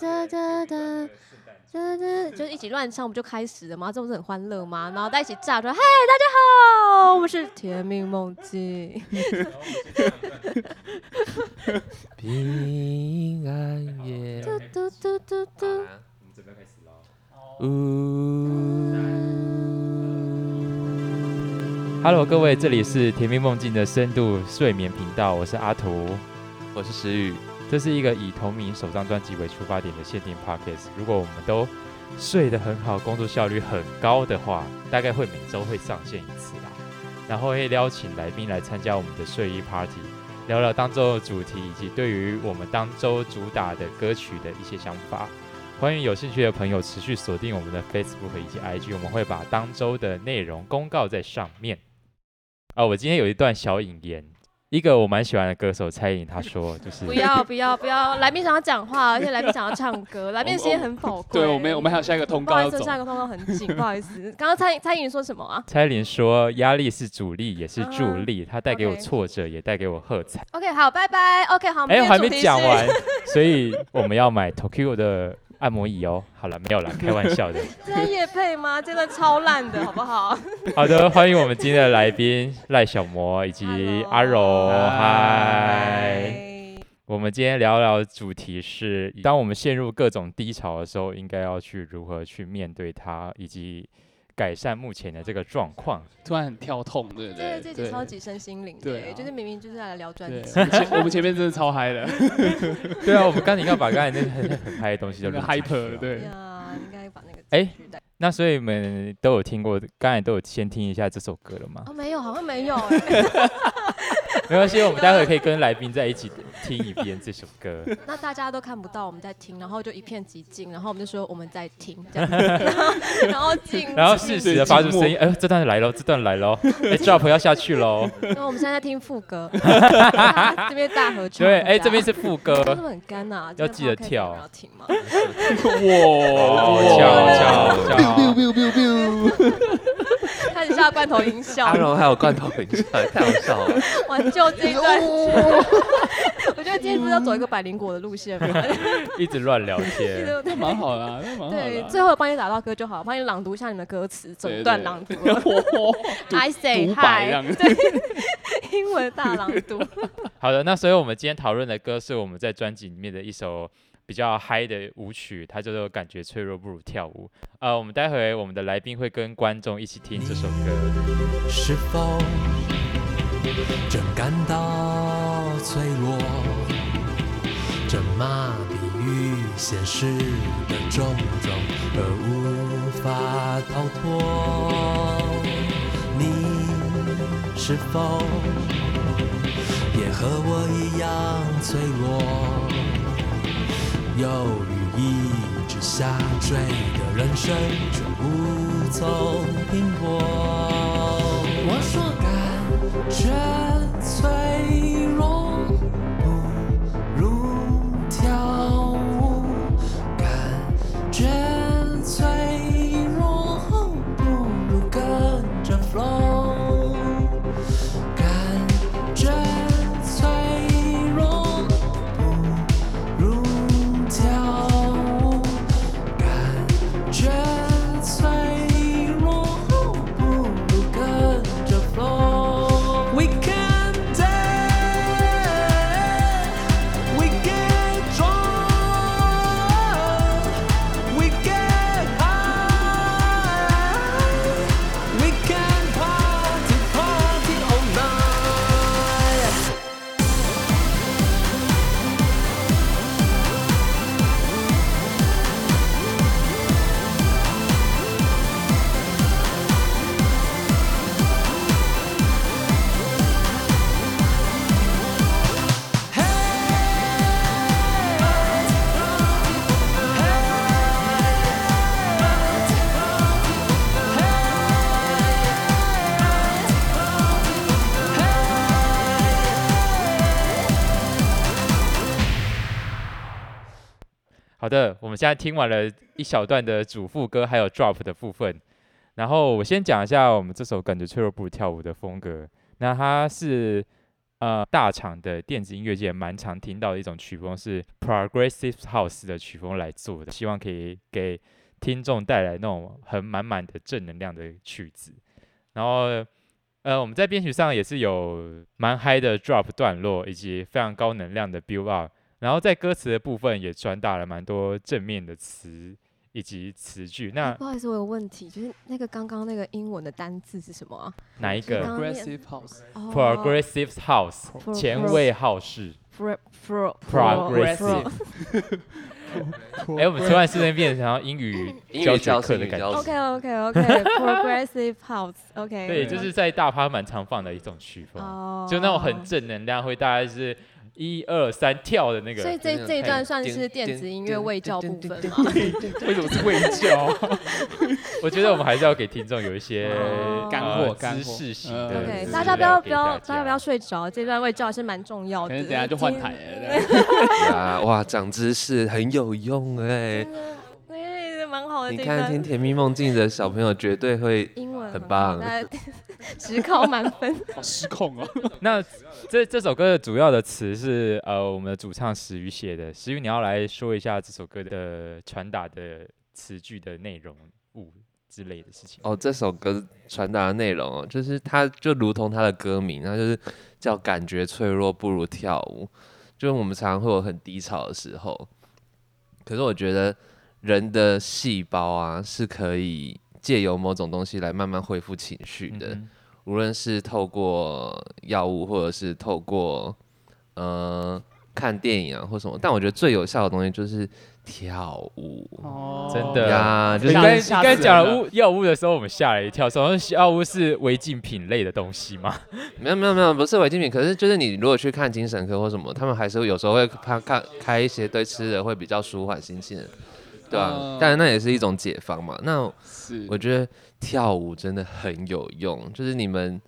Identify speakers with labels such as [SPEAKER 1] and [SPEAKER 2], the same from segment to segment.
[SPEAKER 1] 哒哒哒
[SPEAKER 2] 圣诞节
[SPEAKER 1] 哒哒，就是一起乱唱，不就开始了吗？这不是很欢乐吗？然后大家一起炸出来，嗨，大家好，我们是甜蜜梦境。
[SPEAKER 2] 然后我们先唱一段
[SPEAKER 3] 平安夜，
[SPEAKER 1] 嘟嘟嘟
[SPEAKER 2] 好
[SPEAKER 1] 嘟嘟，
[SPEAKER 2] 啦，我们准备要开始喽。
[SPEAKER 3] Hello，各位，这里是甜蜜梦境的深度睡眠频道，我是阿图。
[SPEAKER 4] 我是石宇，
[SPEAKER 3] 这是一个以同名首张专辑为出发点的限定 podcast。如果我们都睡得很好，工作效率很高的话，大概会每周会上线一次啦。然后会邀请来宾来参加我们的睡衣 party，聊聊当周的主题以及对于我们当周主打的歌曲的一些想法。欢迎有兴趣的朋友持续锁定我们的 Facebook 以及 IG，我们会把当周的内容公告在上面。啊，我今天有一段小引言，一个我蛮喜欢的歌手蔡依林，她说就是
[SPEAKER 1] 不要不要不要，来宾想要讲话，而且来宾想要唱歌，来宾的时间很宝贵。
[SPEAKER 4] 对我们我们还有下一个通
[SPEAKER 1] 不好
[SPEAKER 4] 告要
[SPEAKER 1] 意思，
[SPEAKER 4] 走，
[SPEAKER 1] 下一个通告很紧，不好意思。刚刚蔡蔡颖说什么啊
[SPEAKER 3] 蔡依林说：“压力是主力，也是助力，它带给我
[SPEAKER 1] OK
[SPEAKER 3] 挫折，也带给我喝彩。
[SPEAKER 1] ？OK，好，拜拜。OK，好，我”们
[SPEAKER 3] 哎，
[SPEAKER 1] 今天
[SPEAKER 3] 我还
[SPEAKER 1] 主
[SPEAKER 3] 没
[SPEAKER 1] 题
[SPEAKER 3] 讲
[SPEAKER 1] 是
[SPEAKER 3] 完，所以我们要买 Tokyo 的按摩椅哦。好了，没有啦，开玩笑的。
[SPEAKER 1] 这是夜配吗？真的超烂的，好不好？
[SPEAKER 3] 好的，欢迎我们今天的来宾赖小魔以及
[SPEAKER 1] Hello
[SPEAKER 3] 阿柔，嗨。
[SPEAKER 1] 哎
[SPEAKER 3] 我们今天聊聊的主题是，当我们陷入各种低潮的时候，应该要去如何去面对它，以及改善目前的这个状 况。
[SPEAKER 4] 突然很跳痛，对不
[SPEAKER 1] 这
[SPEAKER 4] 对？
[SPEAKER 1] 这集
[SPEAKER 4] 对
[SPEAKER 1] 超级身心灵
[SPEAKER 4] 对
[SPEAKER 1] 的，
[SPEAKER 4] 啊
[SPEAKER 1] 就是明明就是来聊专
[SPEAKER 4] 对，
[SPEAKER 1] 辑。
[SPEAKER 4] 我们前我们前面真的超嗨的，
[SPEAKER 3] 对啊，我们刚应该把刚才那很很嗨的东西都
[SPEAKER 4] 那
[SPEAKER 3] 录
[SPEAKER 4] 个
[SPEAKER 3] 进去
[SPEAKER 4] hyper 了
[SPEAKER 3] 了
[SPEAKER 4] 对。
[SPEAKER 1] 哎呀，应该把那个
[SPEAKER 3] 哎
[SPEAKER 1] 进去带
[SPEAKER 3] 那所以你们都有听过，刚才都有先听一下这首歌了吗？
[SPEAKER 1] 哦，没有，好像没有哎。
[SPEAKER 3] 没关系，我们待会可以跟来宾在一起听一遍这首歌。
[SPEAKER 1] 那大家都看不到我们在听，然后就一片寂静，然后我们就说我们在听，这样， 然后静，
[SPEAKER 3] 然后适时的发出声音，哎呦，这段来喽，这段来喽，哎，drop 要下去喽。
[SPEAKER 1] 因为我们现在在听副 歌，大家这边大合唱，
[SPEAKER 3] 对，哎，这边是副
[SPEAKER 1] 真
[SPEAKER 3] 歌
[SPEAKER 1] 的，很干啊呐，
[SPEAKER 3] 要记得跳
[SPEAKER 1] 要听吗？
[SPEAKER 3] 哦，敲
[SPEAKER 4] 哇，
[SPEAKER 3] 敲敲。
[SPEAKER 1] 开始下罐头音效
[SPEAKER 4] 阿，柔还有罐头很像，太好笑了。
[SPEAKER 1] 挽救这一段。
[SPEAKER 3] 哦
[SPEAKER 1] 我觉得今天不是要走一个百灵果的路线 吗？
[SPEAKER 3] 一直乱聊天。
[SPEAKER 4] 那蛮好啦，那蛮好
[SPEAKER 1] 对，
[SPEAKER 4] 啦。
[SPEAKER 1] 最后帮你打到歌就好，帮你朗读一下你的歌词，整段朗读。
[SPEAKER 4] 读
[SPEAKER 1] I say
[SPEAKER 4] 独白
[SPEAKER 1] hi，
[SPEAKER 4] 这样
[SPEAKER 1] 对， 英文大朗读。
[SPEAKER 3] 好的，那所以我们今天讨论的歌是我们在专辑里面的一首比较嗨的舞曲，它叫做《感觉脆弱不如跳舞》。呃，我们待会我们的来宾会跟观众一起听这首歌。
[SPEAKER 5] 是否正感到脆弱，正麻痹于现实的种种，而无法逃脱？你是否也和我一样脆弱？犹如一只下坠的人生，却无从拼搏。我说感觉脆弱，不如跳舞。感觉脆弱，不如跟着 flow。感觉脆弱，不。如跳舞，感觉脆弱，不如跟着 flow。We can dance, we can drop, we can high, we can party party all night.
[SPEAKER 3] 好的，我们现在听完了一小段的主副歌，还有 drop 的部分。然后我先讲一下我们这首《感觉脆弱不如跳舞》的风格。那它是呃大厂的电子音乐界蛮常听到的一种曲风是 progressive house 的曲风来做的，希望可以给听众带来那种很满满的正能量的曲子。然后呃我们在编曲上也是有蛮嗨的 drop 段落，以及非常高能量的 build up。然后在歌词的部分也传达了蛮多正面的词以及词句。那
[SPEAKER 1] 不好意思，我有问题，就是那个刚刚那个英文的单字是什么啊？
[SPEAKER 3] 哪一
[SPEAKER 1] 是刚
[SPEAKER 3] 个
[SPEAKER 1] 刚面
[SPEAKER 4] Progressive House
[SPEAKER 1] 哦
[SPEAKER 3] progressive house？
[SPEAKER 1] pro-
[SPEAKER 3] 前
[SPEAKER 1] pro-
[SPEAKER 3] 卫好事
[SPEAKER 1] pro- pro- pro-
[SPEAKER 3] ，progressive
[SPEAKER 1] pro-。
[SPEAKER 3] 哎、我们突然之间变成好像英语
[SPEAKER 6] 英语
[SPEAKER 3] 教学
[SPEAKER 6] 教室
[SPEAKER 3] 课的
[SPEAKER 6] 英语
[SPEAKER 3] 感
[SPEAKER 6] 教
[SPEAKER 3] 觉。
[SPEAKER 6] 室
[SPEAKER 1] OK OK OK progressive house OK
[SPEAKER 3] 对，就是在大趴蛮常放的一种曲风，
[SPEAKER 1] 哦，
[SPEAKER 3] 就那种很正能量，会大概是一二三跳的那
[SPEAKER 1] 所以这
[SPEAKER 3] 个。
[SPEAKER 6] 真的
[SPEAKER 1] 这一
[SPEAKER 6] 太
[SPEAKER 1] 段算
[SPEAKER 6] 颠
[SPEAKER 1] 是电
[SPEAKER 6] 颠
[SPEAKER 1] 子音乐
[SPEAKER 6] 颠
[SPEAKER 1] 卫
[SPEAKER 6] 颠
[SPEAKER 1] 教
[SPEAKER 6] 颠
[SPEAKER 1] 部分
[SPEAKER 6] 颠颠
[SPEAKER 1] 吗？
[SPEAKER 4] 为什么是卫教？
[SPEAKER 3] 我觉得我们还是要给听众有一些
[SPEAKER 1] 哦干
[SPEAKER 3] 呃
[SPEAKER 4] 货干
[SPEAKER 3] 知
[SPEAKER 4] 货
[SPEAKER 3] 识型
[SPEAKER 4] 嗯
[SPEAKER 3] 的
[SPEAKER 4] 对
[SPEAKER 1] OK，
[SPEAKER 3] 资
[SPEAKER 1] 大家不
[SPEAKER 3] 料
[SPEAKER 1] 要
[SPEAKER 3] 给
[SPEAKER 1] 不要，
[SPEAKER 3] 大
[SPEAKER 1] 大家不要睡着，这段位教还是蛮重要
[SPEAKER 4] 可
[SPEAKER 1] 的。
[SPEAKER 4] 能等下就换
[SPEAKER 1] 今
[SPEAKER 4] 台了。
[SPEAKER 6] 啊，哇，长知识很有用哎、
[SPEAKER 1] 对，对哎啊蛮好的
[SPEAKER 6] 你
[SPEAKER 1] 这
[SPEAKER 6] 看，听《
[SPEAKER 1] 段。
[SPEAKER 6] 甜蜜梦境》的小朋友绝对会
[SPEAKER 1] 英文
[SPEAKER 6] 很棒
[SPEAKER 1] 大家 只考满分。
[SPEAKER 4] 好失控哦！
[SPEAKER 3] 那这这首歌的主要的词是呃我们的主唱石宇写的，石宇你要来说一下这首歌的传达的词句的内容物之类的事情。
[SPEAKER 6] 哦。这首歌传达的内容哦，就是它就如同它的歌名，它就是叫“感觉脆弱不如跳舞”。就是我们常常会有很低潮的时候，可是我觉得人的细胞啊是可以借由某种东西来慢慢恢复情绪的。
[SPEAKER 3] 嗯哼
[SPEAKER 6] 无论是透过药物，或者是透过呃看电影啊或什么，但我觉得最有效的东西就是跳舞
[SPEAKER 4] 哦
[SPEAKER 3] 真的
[SPEAKER 6] 呀，就
[SPEAKER 3] 你
[SPEAKER 6] 是
[SPEAKER 4] 吓
[SPEAKER 3] 啊刚你
[SPEAKER 4] 吓
[SPEAKER 3] 刚
[SPEAKER 4] 死
[SPEAKER 3] 讲
[SPEAKER 4] 人
[SPEAKER 3] 了
[SPEAKER 4] 了
[SPEAKER 3] 物药物的时候，我们吓了一跳，说药物是违禁品类的东西吗？
[SPEAKER 6] 没有没有没有，不是违禁品，可是就是你如果去看精神科或什么，他们还是会有时候会怕看开一些对吃的会比较舒缓心情的，对吧、
[SPEAKER 4] 嗯
[SPEAKER 6] 当然那也是一种解放嘛。那
[SPEAKER 4] 是
[SPEAKER 6] 我觉得跳舞真的很有用，就是你们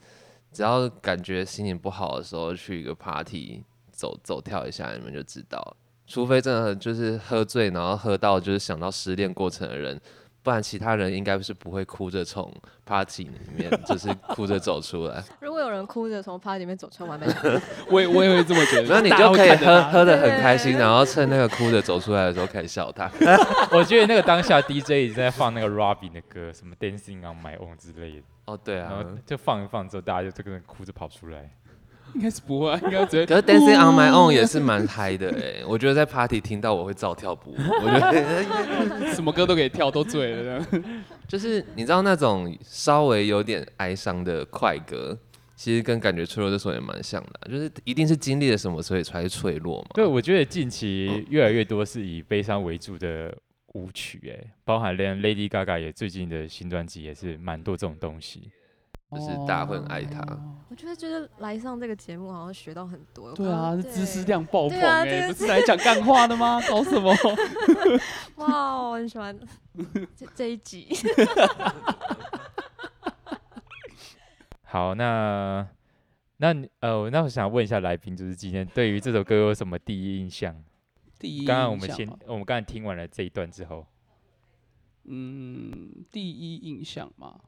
[SPEAKER 6] 只要感觉心情不好的时候，去一个 party 走走跳一下，你们就知道。除非真的就是喝醉，然后喝到就是想到失恋过程的人，不然其他人应该是不会哭着从 party 里面就是哭着走出 来。
[SPEAKER 1] 如果有人哭着从 party 里面走出来，完美。
[SPEAKER 4] 我也我也会这么觉得。
[SPEAKER 6] 然后你
[SPEAKER 4] 大家
[SPEAKER 6] 就
[SPEAKER 4] 会
[SPEAKER 6] 可以
[SPEAKER 4] 看着
[SPEAKER 6] 喝
[SPEAKER 4] 他
[SPEAKER 6] 喝的很开
[SPEAKER 1] 对
[SPEAKER 6] 心，然后趁那个哭着走出来的时候开始笑他。
[SPEAKER 3] 我觉得那个当下 DJ 一直在放那个 Robin 的歌，什么 Dancing on My Own 之类的，
[SPEAKER 6] 哦，对
[SPEAKER 3] 然
[SPEAKER 6] 啊
[SPEAKER 3] 后，就放一放之后，大家就跟着哭着跑出来。
[SPEAKER 4] 应该是不会啊，应该直接
[SPEAKER 6] 可是 Dancing on My Own 也是蛮嗨 的哎、我觉得在 party 听到我会照跳不误，我觉得。
[SPEAKER 4] 什么歌都可以跳，都醉了这样。
[SPEAKER 6] 就是你知道那种稍微有点哀伤的快歌，其实跟感觉脆弱这首也蛮像的啊，就是一定是经历了什么，所以才会脆弱嘛。
[SPEAKER 3] 对，我觉得近期
[SPEAKER 1] 嗯
[SPEAKER 3] 越来越多是以悲伤为主的舞曲，哎，包含连 Lady Gaga 也最近的新专辑也是蛮多这种东西。
[SPEAKER 6] 就是大家会很爱他
[SPEAKER 1] 我觉得就是来上这个节目，好像学到很多。
[SPEAKER 4] 对啊，这
[SPEAKER 1] 对
[SPEAKER 4] 知识量爆棚
[SPEAKER 1] 对啊
[SPEAKER 4] 哎，
[SPEAKER 1] 这
[SPEAKER 4] 不
[SPEAKER 1] 个
[SPEAKER 4] 是来讲干话的吗？搞什么？
[SPEAKER 1] 哇，我很喜 欢这这一集。
[SPEAKER 3] 好，那那你呃，那我想问一下来宾，就是今天对于这首歌有什么第一印象？
[SPEAKER 4] 第一，啊
[SPEAKER 3] 刚刚我们
[SPEAKER 1] 哦
[SPEAKER 3] 先，我们刚才听完了这一段之后，
[SPEAKER 4] 嗯，第一印象嘛，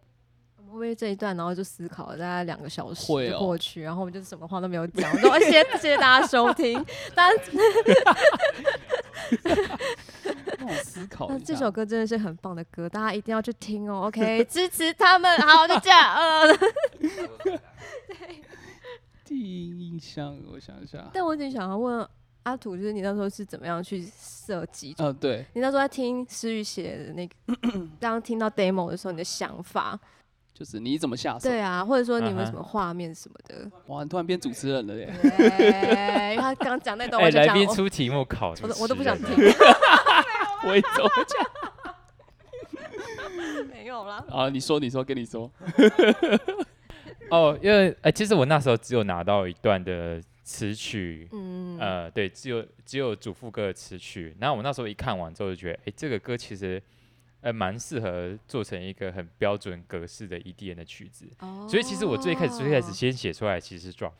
[SPEAKER 1] 我们会不会这一段，然后就思考了大概两个小时
[SPEAKER 4] 会
[SPEAKER 1] 就
[SPEAKER 4] 哦
[SPEAKER 1] 过去，然后我们就是什么话都没有讲，我 都谢谢谢谢大家收听。但
[SPEAKER 4] 让我思考
[SPEAKER 1] 那
[SPEAKER 4] 一下。
[SPEAKER 1] 这首歌真的是很棒的歌，大家一定要去听哦。OK，支 持他们。好，就这 样。呃，
[SPEAKER 4] 第一印象，我想一下，
[SPEAKER 1] 但我挺想要问阿土，就是你那时候是怎么样去设计？
[SPEAKER 4] 嗯，对，
[SPEAKER 1] 你那时候在听诗雨写的那 个，当听到 demo 的时候，你的想法？
[SPEAKER 4] 就是你怎么下手？
[SPEAKER 1] 对啊，或者说你
[SPEAKER 3] 嗯
[SPEAKER 1] 们
[SPEAKER 3] 哼
[SPEAKER 1] 什么画面什么的？
[SPEAKER 4] 哇，你突然变主持人了耶！
[SPEAKER 1] 对，因为他刚讲那段，
[SPEAKER 3] 哎、
[SPEAKER 1] 我就
[SPEAKER 3] 来
[SPEAKER 1] 讲
[SPEAKER 3] 宾
[SPEAKER 1] 我
[SPEAKER 3] 出题目考主持
[SPEAKER 1] 我
[SPEAKER 3] 人，
[SPEAKER 1] 都我都不想听，
[SPEAKER 4] 我也怎么 讲？
[SPEAKER 1] 没有啦。
[SPEAKER 4] 啊，你说，你说，跟你说，
[SPEAKER 3] 哦，因为哎、其实我那时候只有拿到一段的词曲，
[SPEAKER 1] 嗯，
[SPEAKER 3] 呃，对，只有只有主副歌的词曲。然后我那时候一看完之后就觉得，哎、这个歌其实呃蛮适合做成一个很标准格式的 EDM 的曲子。 所以其实我最开始最开始
[SPEAKER 1] 哦
[SPEAKER 3] 先写出来其实是 drop，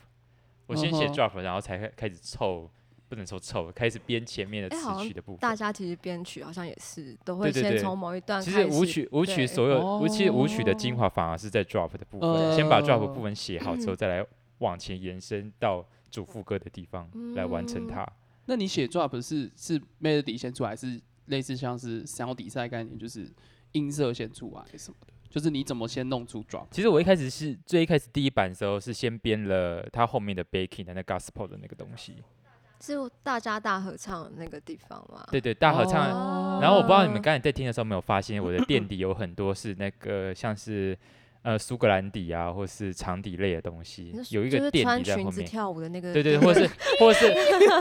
[SPEAKER 3] 我先写
[SPEAKER 4] 嗯哼
[SPEAKER 3] drop，然后才开开始凑，不能说凑，开始编前面的
[SPEAKER 1] 哎好
[SPEAKER 3] 词
[SPEAKER 1] 像
[SPEAKER 3] 曲的部分。
[SPEAKER 1] 大家其实编曲好像也是都会
[SPEAKER 3] 对对
[SPEAKER 1] 先
[SPEAKER 3] 对
[SPEAKER 1] 从某一段
[SPEAKER 3] 其
[SPEAKER 1] 开
[SPEAKER 3] 实
[SPEAKER 1] 始。
[SPEAKER 3] 舞曲舞曲
[SPEAKER 1] 对
[SPEAKER 3] 所有舞其实舞曲的精
[SPEAKER 4] 哦
[SPEAKER 1] 哦
[SPEAKER 3] 华反而是在 drop 的部分，先把
[SPEAKER 4] 呃
[SPEAKER 3] drop 部分写好之后，再来往前延伸到主副歌的地方来完成它。
[SPEAKER 4] 那你写 drop 是是 melody 先出来，是类似像是 sound 底赛概念，就是音色先出来什么的，就是你怎么先弄出 drop？
[SPEAKER 3] 其实我一开始是最一开始第一版的时候是先编了它后面的 baking 的那 gospel 的那个东西，
[SPEAKER 1] 是大家大合唱的那个地方嘛？
[SPEAKER 3] 对对，大合唱。
[SPEAKER 1] 哦
[SPEAKER 3] 然后我不知道你们刚才在听的时候有没有发现，我的垫底有很多是那个像是呃苏格兰底啊，或是长底类的东西
[SPEAKER 1] 你，是
[SPEAKER 3] 有一
[SPEAKER 1] 就
[SPEAKER 3] 个
[SPEAKER 1] 是
[SPEAKER 3] 垫
[SPEAKER 1] 穿
[SPEAKER 3] 底在
[SPEAKER 1] 裙
[SPEAKER 3] 后
[SPEAKER 1] 子
[SPEAKER 3] 面。
[SPEAKER 1] 跳舞的那个，
[SPEAKER 3] 对对，或是或是，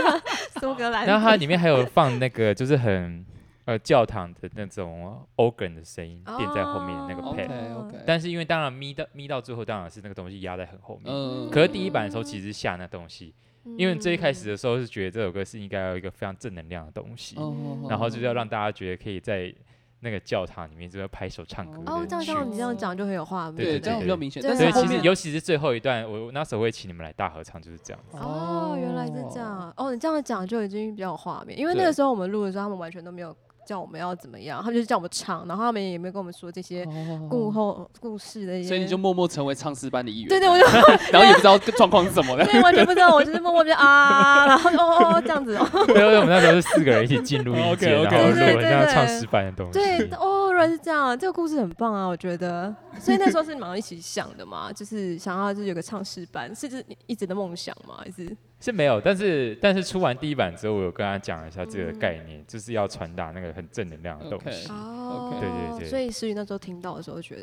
[SPEAKER 1] 苏格兰，
[SPEAKER 3] 然后它里面还有放那个就是很呃教堂的那种 organ 的声音垫在后面的那个
[SPEAKER 1] 哦
[SPEAKER 3] pad，、
[SPEAKER 4] OK OK，
[SPEAKER 3] 但是因为当然咪到咪到最后当然是那个东西压在很后面。
[SPEAKER 1] 呃
[SPEAKER 4] 嗯
[SPEAKER 3] 可是第一版的时候其实是下那东西，因为最一开
[SPEAKER 1] 嗯，
[SPEAKER 3] 始的时候是觉得这首歌是应该有一个非常正能量的东西，
[SPEAKER 4] 哦
[SPEAKER 3] 然后就是要让大家觉得可以在那个教堂里面就是拍手唱歌
[SPEAKER 1] 哦，这样
[SPEAKER 3] 的曲
[SPEAKER 1] 这样你
[SPEAKER 3] 子。
[SPEAKER 1] 这样讲就很有画面，
[SPEAKER 3] 嗯对对
[SPEAKER 4] 对，这样比较明显。
[SPEAKER 1] 对啊
[SPEAKER 4] 但
[SPEAKER 3] 所以
[SPEAKER 4] 是后
[SPEAKER 3] 其实
[SPEAKER 4] 面
[SPEAKER 3] 尤其是最后一段，我我那时候会请你们来大合唱，就是这样。
[SPEAKER 1] 哦，原来是这样。啊。哦，你这样讲就已经比较有画面，因为那
[SPEAKER 4] 对
[SPEAKER 1] 个时候我们录的时候，他们完全都没有叫我们要怎么样，他们就是叫我们唱，然后他们也没有跟我们说这些故
[SPEAKER 4] 哦，
[SPEAKER 1] 后故事的一些。
[SPEAKER 4] 所以你就默默成为唱诗班的一员。
[SPEAKER 1] 对对，我就 啊
[SPEAKER 4] 然后也不知道状况是什么的。
[SPEAKER 1] 对完全不知道，我就是默默就啊，然后哦哦哦这样 子哦，
[SPEAKER 3] 对，我们那时候是四个人一起进录音间，
[SPEAKER 4] OK，OK
[SPEAKER 3] 然后录
[SPEAKER 1] 对对
[SPEAKER 3] 了
[SPEAKER 1] 对
[SPEAKER 3] 这样
[SPEAKER 1] 对
[SPEAKER 3] 唱失败的东西。
[SPEAKER 1] 对哦，原来是这样，这个故事很棒啊，我觉得。所以那时候是马上一起想的嘛，就是想要就是有个唱诗班，是就是你一直的梦想嘛，一直
[SPEAKER 3] 是没有，但是但是出完第一版之后，我有跟他讲了一下这个
[SPEAKER 1] 嗯
[SPEAKER 3] 概念，就是要传达那个很正能量的东西。
[SPEAKER 1] 哦
[SPEAKER 3] 对对对
[SPEAKER 1] 所以诗雨那时候听到的时候觉得，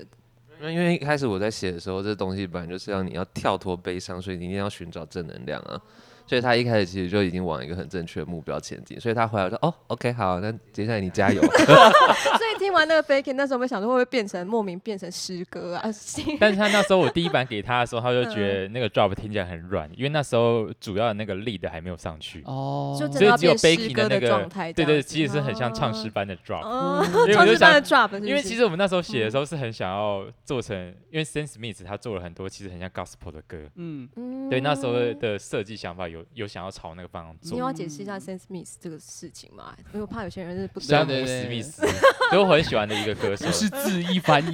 [SPEAKER 6] 因为因为一开始我在写的时候，这东西本来就是让你要跳脱悲伤，所以你一定要寻找正能量啊。所以他一开始其实就已经往一个很正确的目标前进，所以他回来说：“哦，OK，好，那接下来你加油。啊
[SPEAKER 1] 所以听完那个 Faking 那时候，我们想说会不会变成莫名变成诗歌啊？ 新
[SPEAKER 3] 但是他那时候我第一版给他的时候，他
[SPEAKER 1] 嗯
[SPEAKER 3] 就觉得那个 drop 听起来很软，因为那时候主要的那个 lead 还没有上去，
[SPEAKER 4] 哦
[SPEAKER 1] 就真
[SPEAKER 3] 所
[SPEAKER 1] 的
[SPEAKER 3] 以
[SPEAKER 1] 要
[SPEAKER 3] 只有
[SPEAKER 1] 变
[SPEAKER 3] baking
[SPEAKER 1] 诗
[SPEAKER 3] 的
[SPEAKER 1] 歌
[SPEAKER 3] 那
[SPEAKER 1] 状
[SPEAKER 3] 个
[SPEAKER 1] 态，，
[SPEAKER 3] 对
[SPEAKER 1] 这
[SPEAKER 3] 对，其
[SPEAKER 1] 样
[SPEAKER 3] 实
[SPEAKER 1] 子
[SPEAKER 3] 是很像唱诗班的 drop。
[SPEAKER 1] 哦，
[SPEAKER 3] 嗯因为我
[SPEAKER 1] 唱
[SPEAKER 3] 就
[SPEAKER 1] 诗班的
[SPEAKER 3] 想，
[SPEAKER 1] drop，是不是
[SPEAKER 3] 因为其实我们那时
[SPEAKER 1] 嗯
[SPEAKER 3] 候写的时候是很想要做成，因为 Sam Smith 他做了很多其实很像 gospel 的歌，
[SPEAKER 4] 嗯，
[SPEAKER 1] 嗯
[SPEAKER 3] 对，那时候的设计想法有有想要朝那个方向
[SPEAKER 1] 你
[SPEAKER 3] 做。
[SPEAKER 1] 要解释一下 Sam Smith 这个事情嘛？因为我怕有些人是不嗯知
[SPEAKER 4] 对
[SPEAKER 1] 道
[SPEAKER 3] 山
[SPEAKER 4] 对
[SPEAKER 3] 姆史密斯，所以我很喜欢的一个歌手
[SPEAKER 4] 不。是字义翻 译，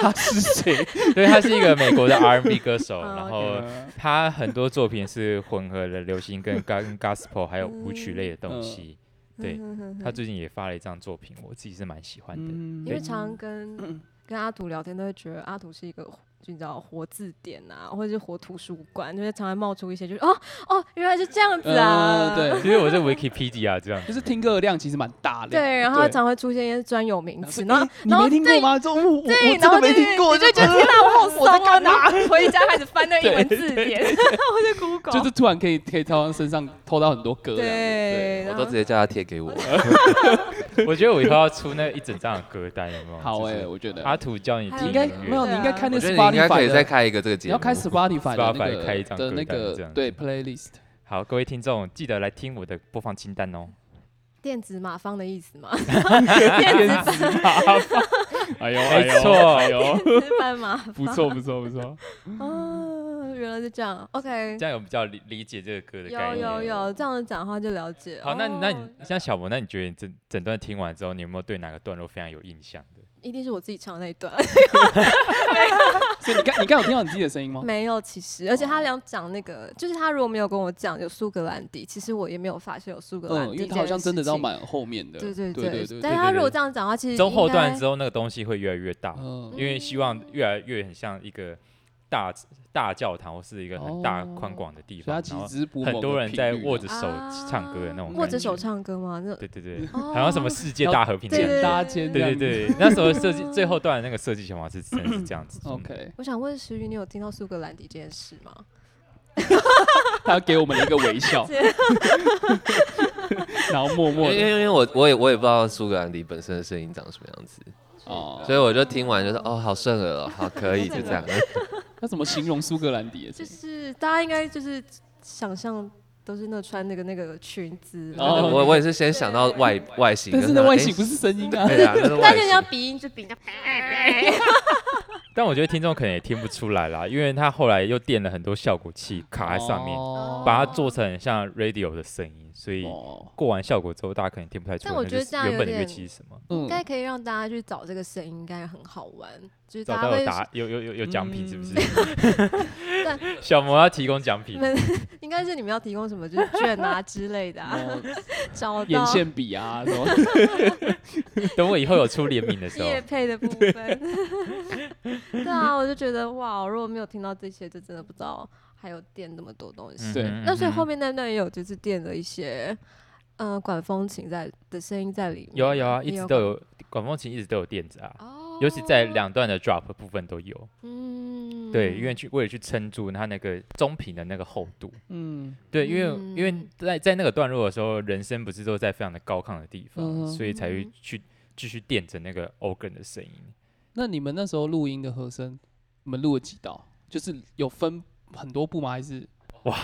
[SPEAKER 4] 他是 谁？
[SPEAKER 3] 对，他是一个美国的 R&B 歌手，
[SPEAKER 1] 哦
[SPEAKER 3] 然后
[SPEAKER 4] 呃
[SPEAKER 3] 他很多作品是混合了流行跟跟 gospel 还有舞曲类的
[SPEAKER 4] 嗯
[SPEAKER 3] 东西。
[SPEAKER 1] 嗯
[SPEAKER 3] 对他最近也发了一张作品，我自己是蛮喜欢的。
[SPEAKER 4] 嗯
[SPEAKER 1] 因为常常跟跟阿土聊天，都会觉得阿土是一个。就你知道活字典啊，或者是活图书馆，就是常常冒出一些，就是哦哦，原来是这样子啊，
[SPEAKER 4] 呃，对，
[SPEAKER 3] 其实我是 Wikipedia 这样，
[SPEAKER 4] 就是听歌的量其实蛮大的。
[SPEAKER 1] 对，然后常会出现一些专有名词，然后
[SPEAKER 4] 哎你
[SPEAKER 1] 然后
[SPEAKER 4] 没听过吗？这我我我
[SPEAKER 1] 对，
[SPEAKER 4] 真
[SPEAKER 1] 然后就
[SPEAKER 4] 的没听过，
[SPEAKER 1] 你就觉得天哪，我 好怂啊！然后回家开始翻那个英文字典， 我就 Google，
[SPEAKER 4] 就是突然可以可以从身上偷到很多歌。这样子
[SPEAKER 1] 对，，
[SPEAKER 6] 我
[SPEAKER 1] 然
[SPEAKER 6] 都
[SPEAKER 1] 后
[SPEAKER 6] 直接叫他贴给我。
[SPEAKER 3] 我觉得我以后要出那一整张的歌单，有没有？
[SPEAKER 4] 好哎，
[SPEAKER 3] 就是
[SPEAKER 4] 我觉得
[SPEAKER 3] 阿土教你听
[SPEAKER 1] 你
[SPEAKER 3] 音
[SPEAKER 4] 你应该
[SPEAKER 3] 乐，
[SPEAKER 4] 没有，你应该
[SPEAKER 1] 啊
[SPEAKER 4] 看 那
[SPEAKER 6] 我
[SPEAKER 4] 个
[SPEAKER 6] 觉得你应该可
[SPEAKER 4] Spotify
[SPEAKER 6] 以再
[SPEAKER 4] 的，
[SPEAKER 6] 开一个这个节
[SPEAKER 4] 你
[SPEAKER 6] 目。
[SPEAKER 4] 要看 Spotify 的那
[SPEAKER 3] Spotify 开一
[SPEAKER 4] 个
[SPEAKER 3] 张
[SPEAKER 4] 的
[SPEAKER 3] 歌
[SPEAKER 4] 那
[SPEAKER 3] 单这
[SPEAKER 4] 个
[SPEAKER 3] 样
[SPEAKER 4] 对
[SPEAKER 3] 子
[SPEAKER 4] playlist。
[SPEAKER 3] 好，各位听众记得来听我的播放清单哦。
[SPEAKER 1] 电子马方的意思 嘛，
[SPEAKER 4] 哎呦，
[SPEAKER 3] 没错，
[SPEAKER 1] 是斑马
[SPEAKER 4] 不错不错不错。
[SPEAKER 1] 哦，原来是这样，OK，
[SPEAKER 3] 这样有比较理理解这个歌的概
[SPEAKER 1] 有
[SPEAKER 3] 念。
[SPEAKER 1] 有有，这样讲的话就了解。
[SPEAKER 3] 好，那你那你
[SPEAKER 1] 哦
[SPEAKER 3] 像小博，那你觉得你整整段听完之后，你有没有对哪个段落非常有印象的？
[SPEAKER 1] 一定是我自己唱的那一段，
[SPEAKER 4] 所以你刚你刚有听到你自己的声音吗？
[SPEAKER 1] 没有其实，而且他俩讲那个，就是他如果没有跟我讲有苏格兰底，其实我也没有发现有苏格兰
[SPEAKER 4] 嗯，
[SPEAKER 1] 底，
[SPEAKER 4] 因为他好像真的到。蛮后面的。
[SPEAKER 1] 对
[SPEAKER 4] 对
[SPEAKER 1] 对
[SPEAKER 4] 对
[SPEAKER 1] 但是他如果这样讲的话，其实
[SPEAKER 3] 中后段
[SPEAKER 1] 嗯应
[SPEAKER 3] 之后，那个东西会越来越大，
[SPEAKER 4] 嗯
[SPEAKER 3] 因为希望越来越很像一个大大教堂或是一个很大
[SPEAKER 4] 哦
[SPEAKER 3] 宽广的地方，
[SPEAKER 4] 所以他
[SPEAKER 3] 然
[SPEAKER 4] 其
[SPEAKER 3] 后
[SPEAKER 4] 实只是补
[SPEAKER 3] 很多人在握着
[SPEAKER 1] 该
[SPEAKER 3] 手唱歌的那种
[SPEAKER 1] 啊握
[SPEAKER 3] 感
[SPEAKER 1] 着
[SPEAKER 3] 觉。
[SPEAKER 1] 手唱歌嘛，那
[SPEAKER 3] 对对对，
[SPEAKER 1] 哦
[SPEAKER 3] 好像什么世界大和平这
[SPEAKER 1] 对
[SPEAKER 3] 样
[SPEAKER 1] 对
[SPEAKER 3] 子。
[SPEAKER 4] 简搭肩这样
[SPEAKER 3] 对
[SPEAKER 4] 子。
[SPEAKER 3] 对对，那时候设计最后段的那个设计想法是真的是这 样子。嗯
[SPEAKER 4] OK，
[SPEAKER 1] 我想问石宇，你有听到苏格兰底这件事吗？
[SPEAKER 4] 他要给我们一个 微笑，然后默
[SPEAKER 6] 因
[SPEAKER 4] 默
[SPEAKER 3] 哎
[SPEAKER 6] 为因为
[SPEAKER 4] 的
[SPEAKER 6] 因为我我也我也不知道苏格兰迪本身的声音长什么样子，
[SPEAKER 4] 哦。
[SPEAKER 6] 所以我就听完就说哦，好顺耳哦，好可以，就这样。
[SPEAKER 4] 那怎么形容苏格兰底的啊
[SPEAKER 1] 就
[SPEAKER 4] 声音？
[SPEAKER 1] 是大家应该就是想象都是那穿那个那个裙子，
[SPEAKER 4] 哦
[SPEAKER 6] 我我也是先想到外外形，
[SPEAKER 4] 但是
[SPEAKER 6] 跟他
[SPEAKER 4] 那外
[SPEAKER 6] 诶
[SPEAKER 4] 形不是声音啊。
[SPEAKER 6] 对啊，那是
[SPEAKER 1] 但
[SPEAKER 6] 外
[SPEAKER 1] 是人
[SPEAKER 6] 形
[SPEAKER 1] 家鼻音就比较，
[SPEAKER 3] 但我觉得听众可能也听不出来啦，因为他后来又垫了很多效果器卡在上面，
[SPEAKER 4] 哦
[SPEAKER 3] 把它做成很像 radio 的声音，所以
[SPEAKER 4] 哦，
[SPEAKER 3] 过完效果之后，大家可能听不太出来
[SPEAKER 1] 但我
[SPEAKER 3] 那
[SPEAKER 1] 觉得
[SPEAKER 3] 是
[SPEAKER 1] 这样
[SPEAKER 3] 原
[SPEAKER 1] 有
[SPEAKER 3] 本的乐
[SPEAKER 1] 点
[SPEAKER 3] 器是什么。
[SPEAKER 1] 应
[SPEAKER 4] 嗯，
[SPEAKER 1] 该可以让大家去找这个声音，应该很好玩。就是
[SPEAKER 3] 找
[SPEAKER 1] 大家
[SPEAKER 3] 到
[SPEAKER 1] 会
[SPEAKER 3] 有答有有有有奖品是不是？
[SPEAKER 1] 但
[SPEAKER 3] 小魔要提供奖品，
[SPEAKER 1] 没 应该是你们要提供什么，就是券啊之类的、 啊，找
[SPEAKER 4] 眼
[SPEAKER 1] 到
[SPEAKER 4] 线笔啊什么，
[SPEAKER 3] 等我以后有出联名的 时候，
[SPEAKER 1] 业配的部分。 对啊，我就觉得哇，如果没有听到这些，就真的不知道还有店那么多东西。
[SPEAKER 3] 嗯
[SPEAKER 4] 对
[SPEAKER 3] 哼
[SPEAKER 1] 那所以后
[SPEAKER 3] 嗯
[SPEAKER 1] 面那段也有就是店的一些。呃，管风琴在的声音在里面。
[SPEAKER 3] 哼有啊有啊，一
[SPEAKER 1] 也
[SPEAKER 3] 直
[SPEAKER 1] 有
[SPEAKER 3] 都有管风琴，一直都有电子啊，
[SPEAKER 1] 管。哦。
[SPEAKER 3] 尤其在。两段的 drop 部分都有。
[SPEAKER 1] 嗯。
[SPEAKER 3] 对，因为去为了去撑住它那个中频的那个厚度。
[SPEAKER 4] 嗯，
[SPEAKER 3] 对，因为、因为
[SPEAKER 1] 嗯
[SPEAKER 3] 在在那个段落的时候，人声不是都在非常的高亢的地方，
[SPEAKER 4] 嗯哼
[SPEAKER 3] 所以才会
[SPEAKER 1] 嗯
[SPEAKER 3] 去继续垫着那个 organ 的声音。
[SPEAKER 4] 那你们那时候录音的和声，你们录了几道？就是有分很多部吗？还是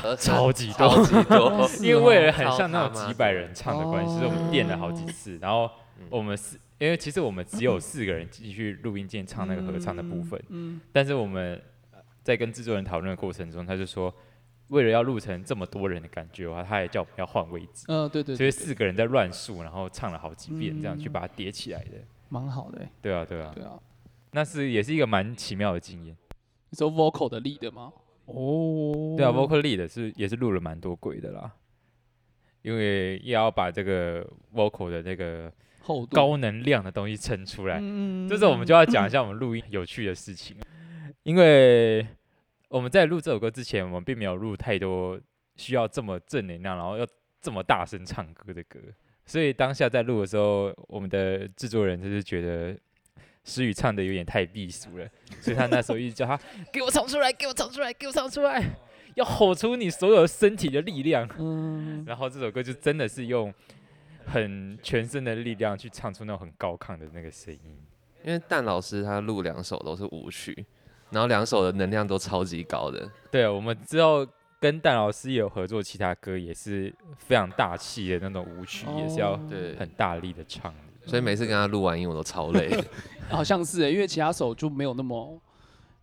[SPEAKER 6] 呃
[SPEAKER 3] 超级多
[SPEAKER 6] 超级多，
[SPEAKER 4] 是
[SPEAKER 3] 因为为了
[SPEAKER 6] 哦
[SPEAKER 3] 很
[SPEAKER 6] 超
[SPEAKER 3] 像那
[SPEAKER 6] 他
[SPEAKER 3] 种
[SPEAKER 6] 妈
[SPEAKER 3] 几
[SPEAKER 6] 的
[SPEAKER 3] 百人唱的关系，所以我们
[SPEAKER 1] 哦
[SPEAKER 3] 垫了好几次。然后
[SPEAKER 6] 嗯
[SPEAKER 3] 我们四，因为其实我们只有四个人继续录音键唱那个合唱的部分，
[SPEAKER 4] 嗯，
[SPEAKER 3] 但是我们在跟制作人讨论的过程中，他就说，为了要录成这么多人的感觉的话，他也叫我们要换位置，
[SPEAKER 4] 呃，对对
[SPEAKER 3] 所
[SPEAKER 4] 对，
[SPEAKER 3] 以四个人在乱数，然后唱了好几遍，这样去
[SPEAKER 4] 嗯
[SPEAKER 3] 把它叠起来的。
[SPEAKER 4] 蛮好的欸，
[SPEAKER 3] 对啊，对啊，
[SPEAKER 4] 对啊。
[SPEAKER 3] 那是也是一个蛮奇妙的经验。
[SPEAKER 4] 你说 vocal 的 lead 吗？哦，
[SPEAKER 3] 对啊，vocal lead 是也是录了蛮多鬼的啦，因为也要把这个 vocal 的那个
[SPEAKER 4] 厚度，
[SPEAKER 3] 高能量的东西撑出来。
[SPEAKER 4] 嗯，嗯
[SPEAKER 3] 这时候我们就要讲一下我们录音有趣的事 情，因为我们在录这首歌之前，我们并没有录太多需要这么正能量，然后要这么大声唱歌的歌，所以当下在录的时候，我们的制作人就是觉得诗雨唱的有点太避俗了， 所以他那时候一直叫他给我唱出来，给我唱出来，给我唱出来，要吼出你所有身体的力量。
[SPEAKER 4] 嗯，
[SPEAKER 3] 然后这首歌就真的是用很全身的力量去唱出那种很高亢的那个声音。
[SPEAKER 6] 因为蛋老师他录两首都是舞曲，然后两首的能量都超级高的，
[SPEAKER 3] 对，我们之后跟蛋老师也有合作，其他歌也是非常大气的那种舞曲，也是要
[SPEAKER 4] 哦
[SPEAKER 6] 对，
[SPEAKER 3] 很大力的唱的。
[SPEAKER 6] 所以每次跟他录完音我都超累。
[SPEAKER 4] 好像是欸，因为其他手就没有那么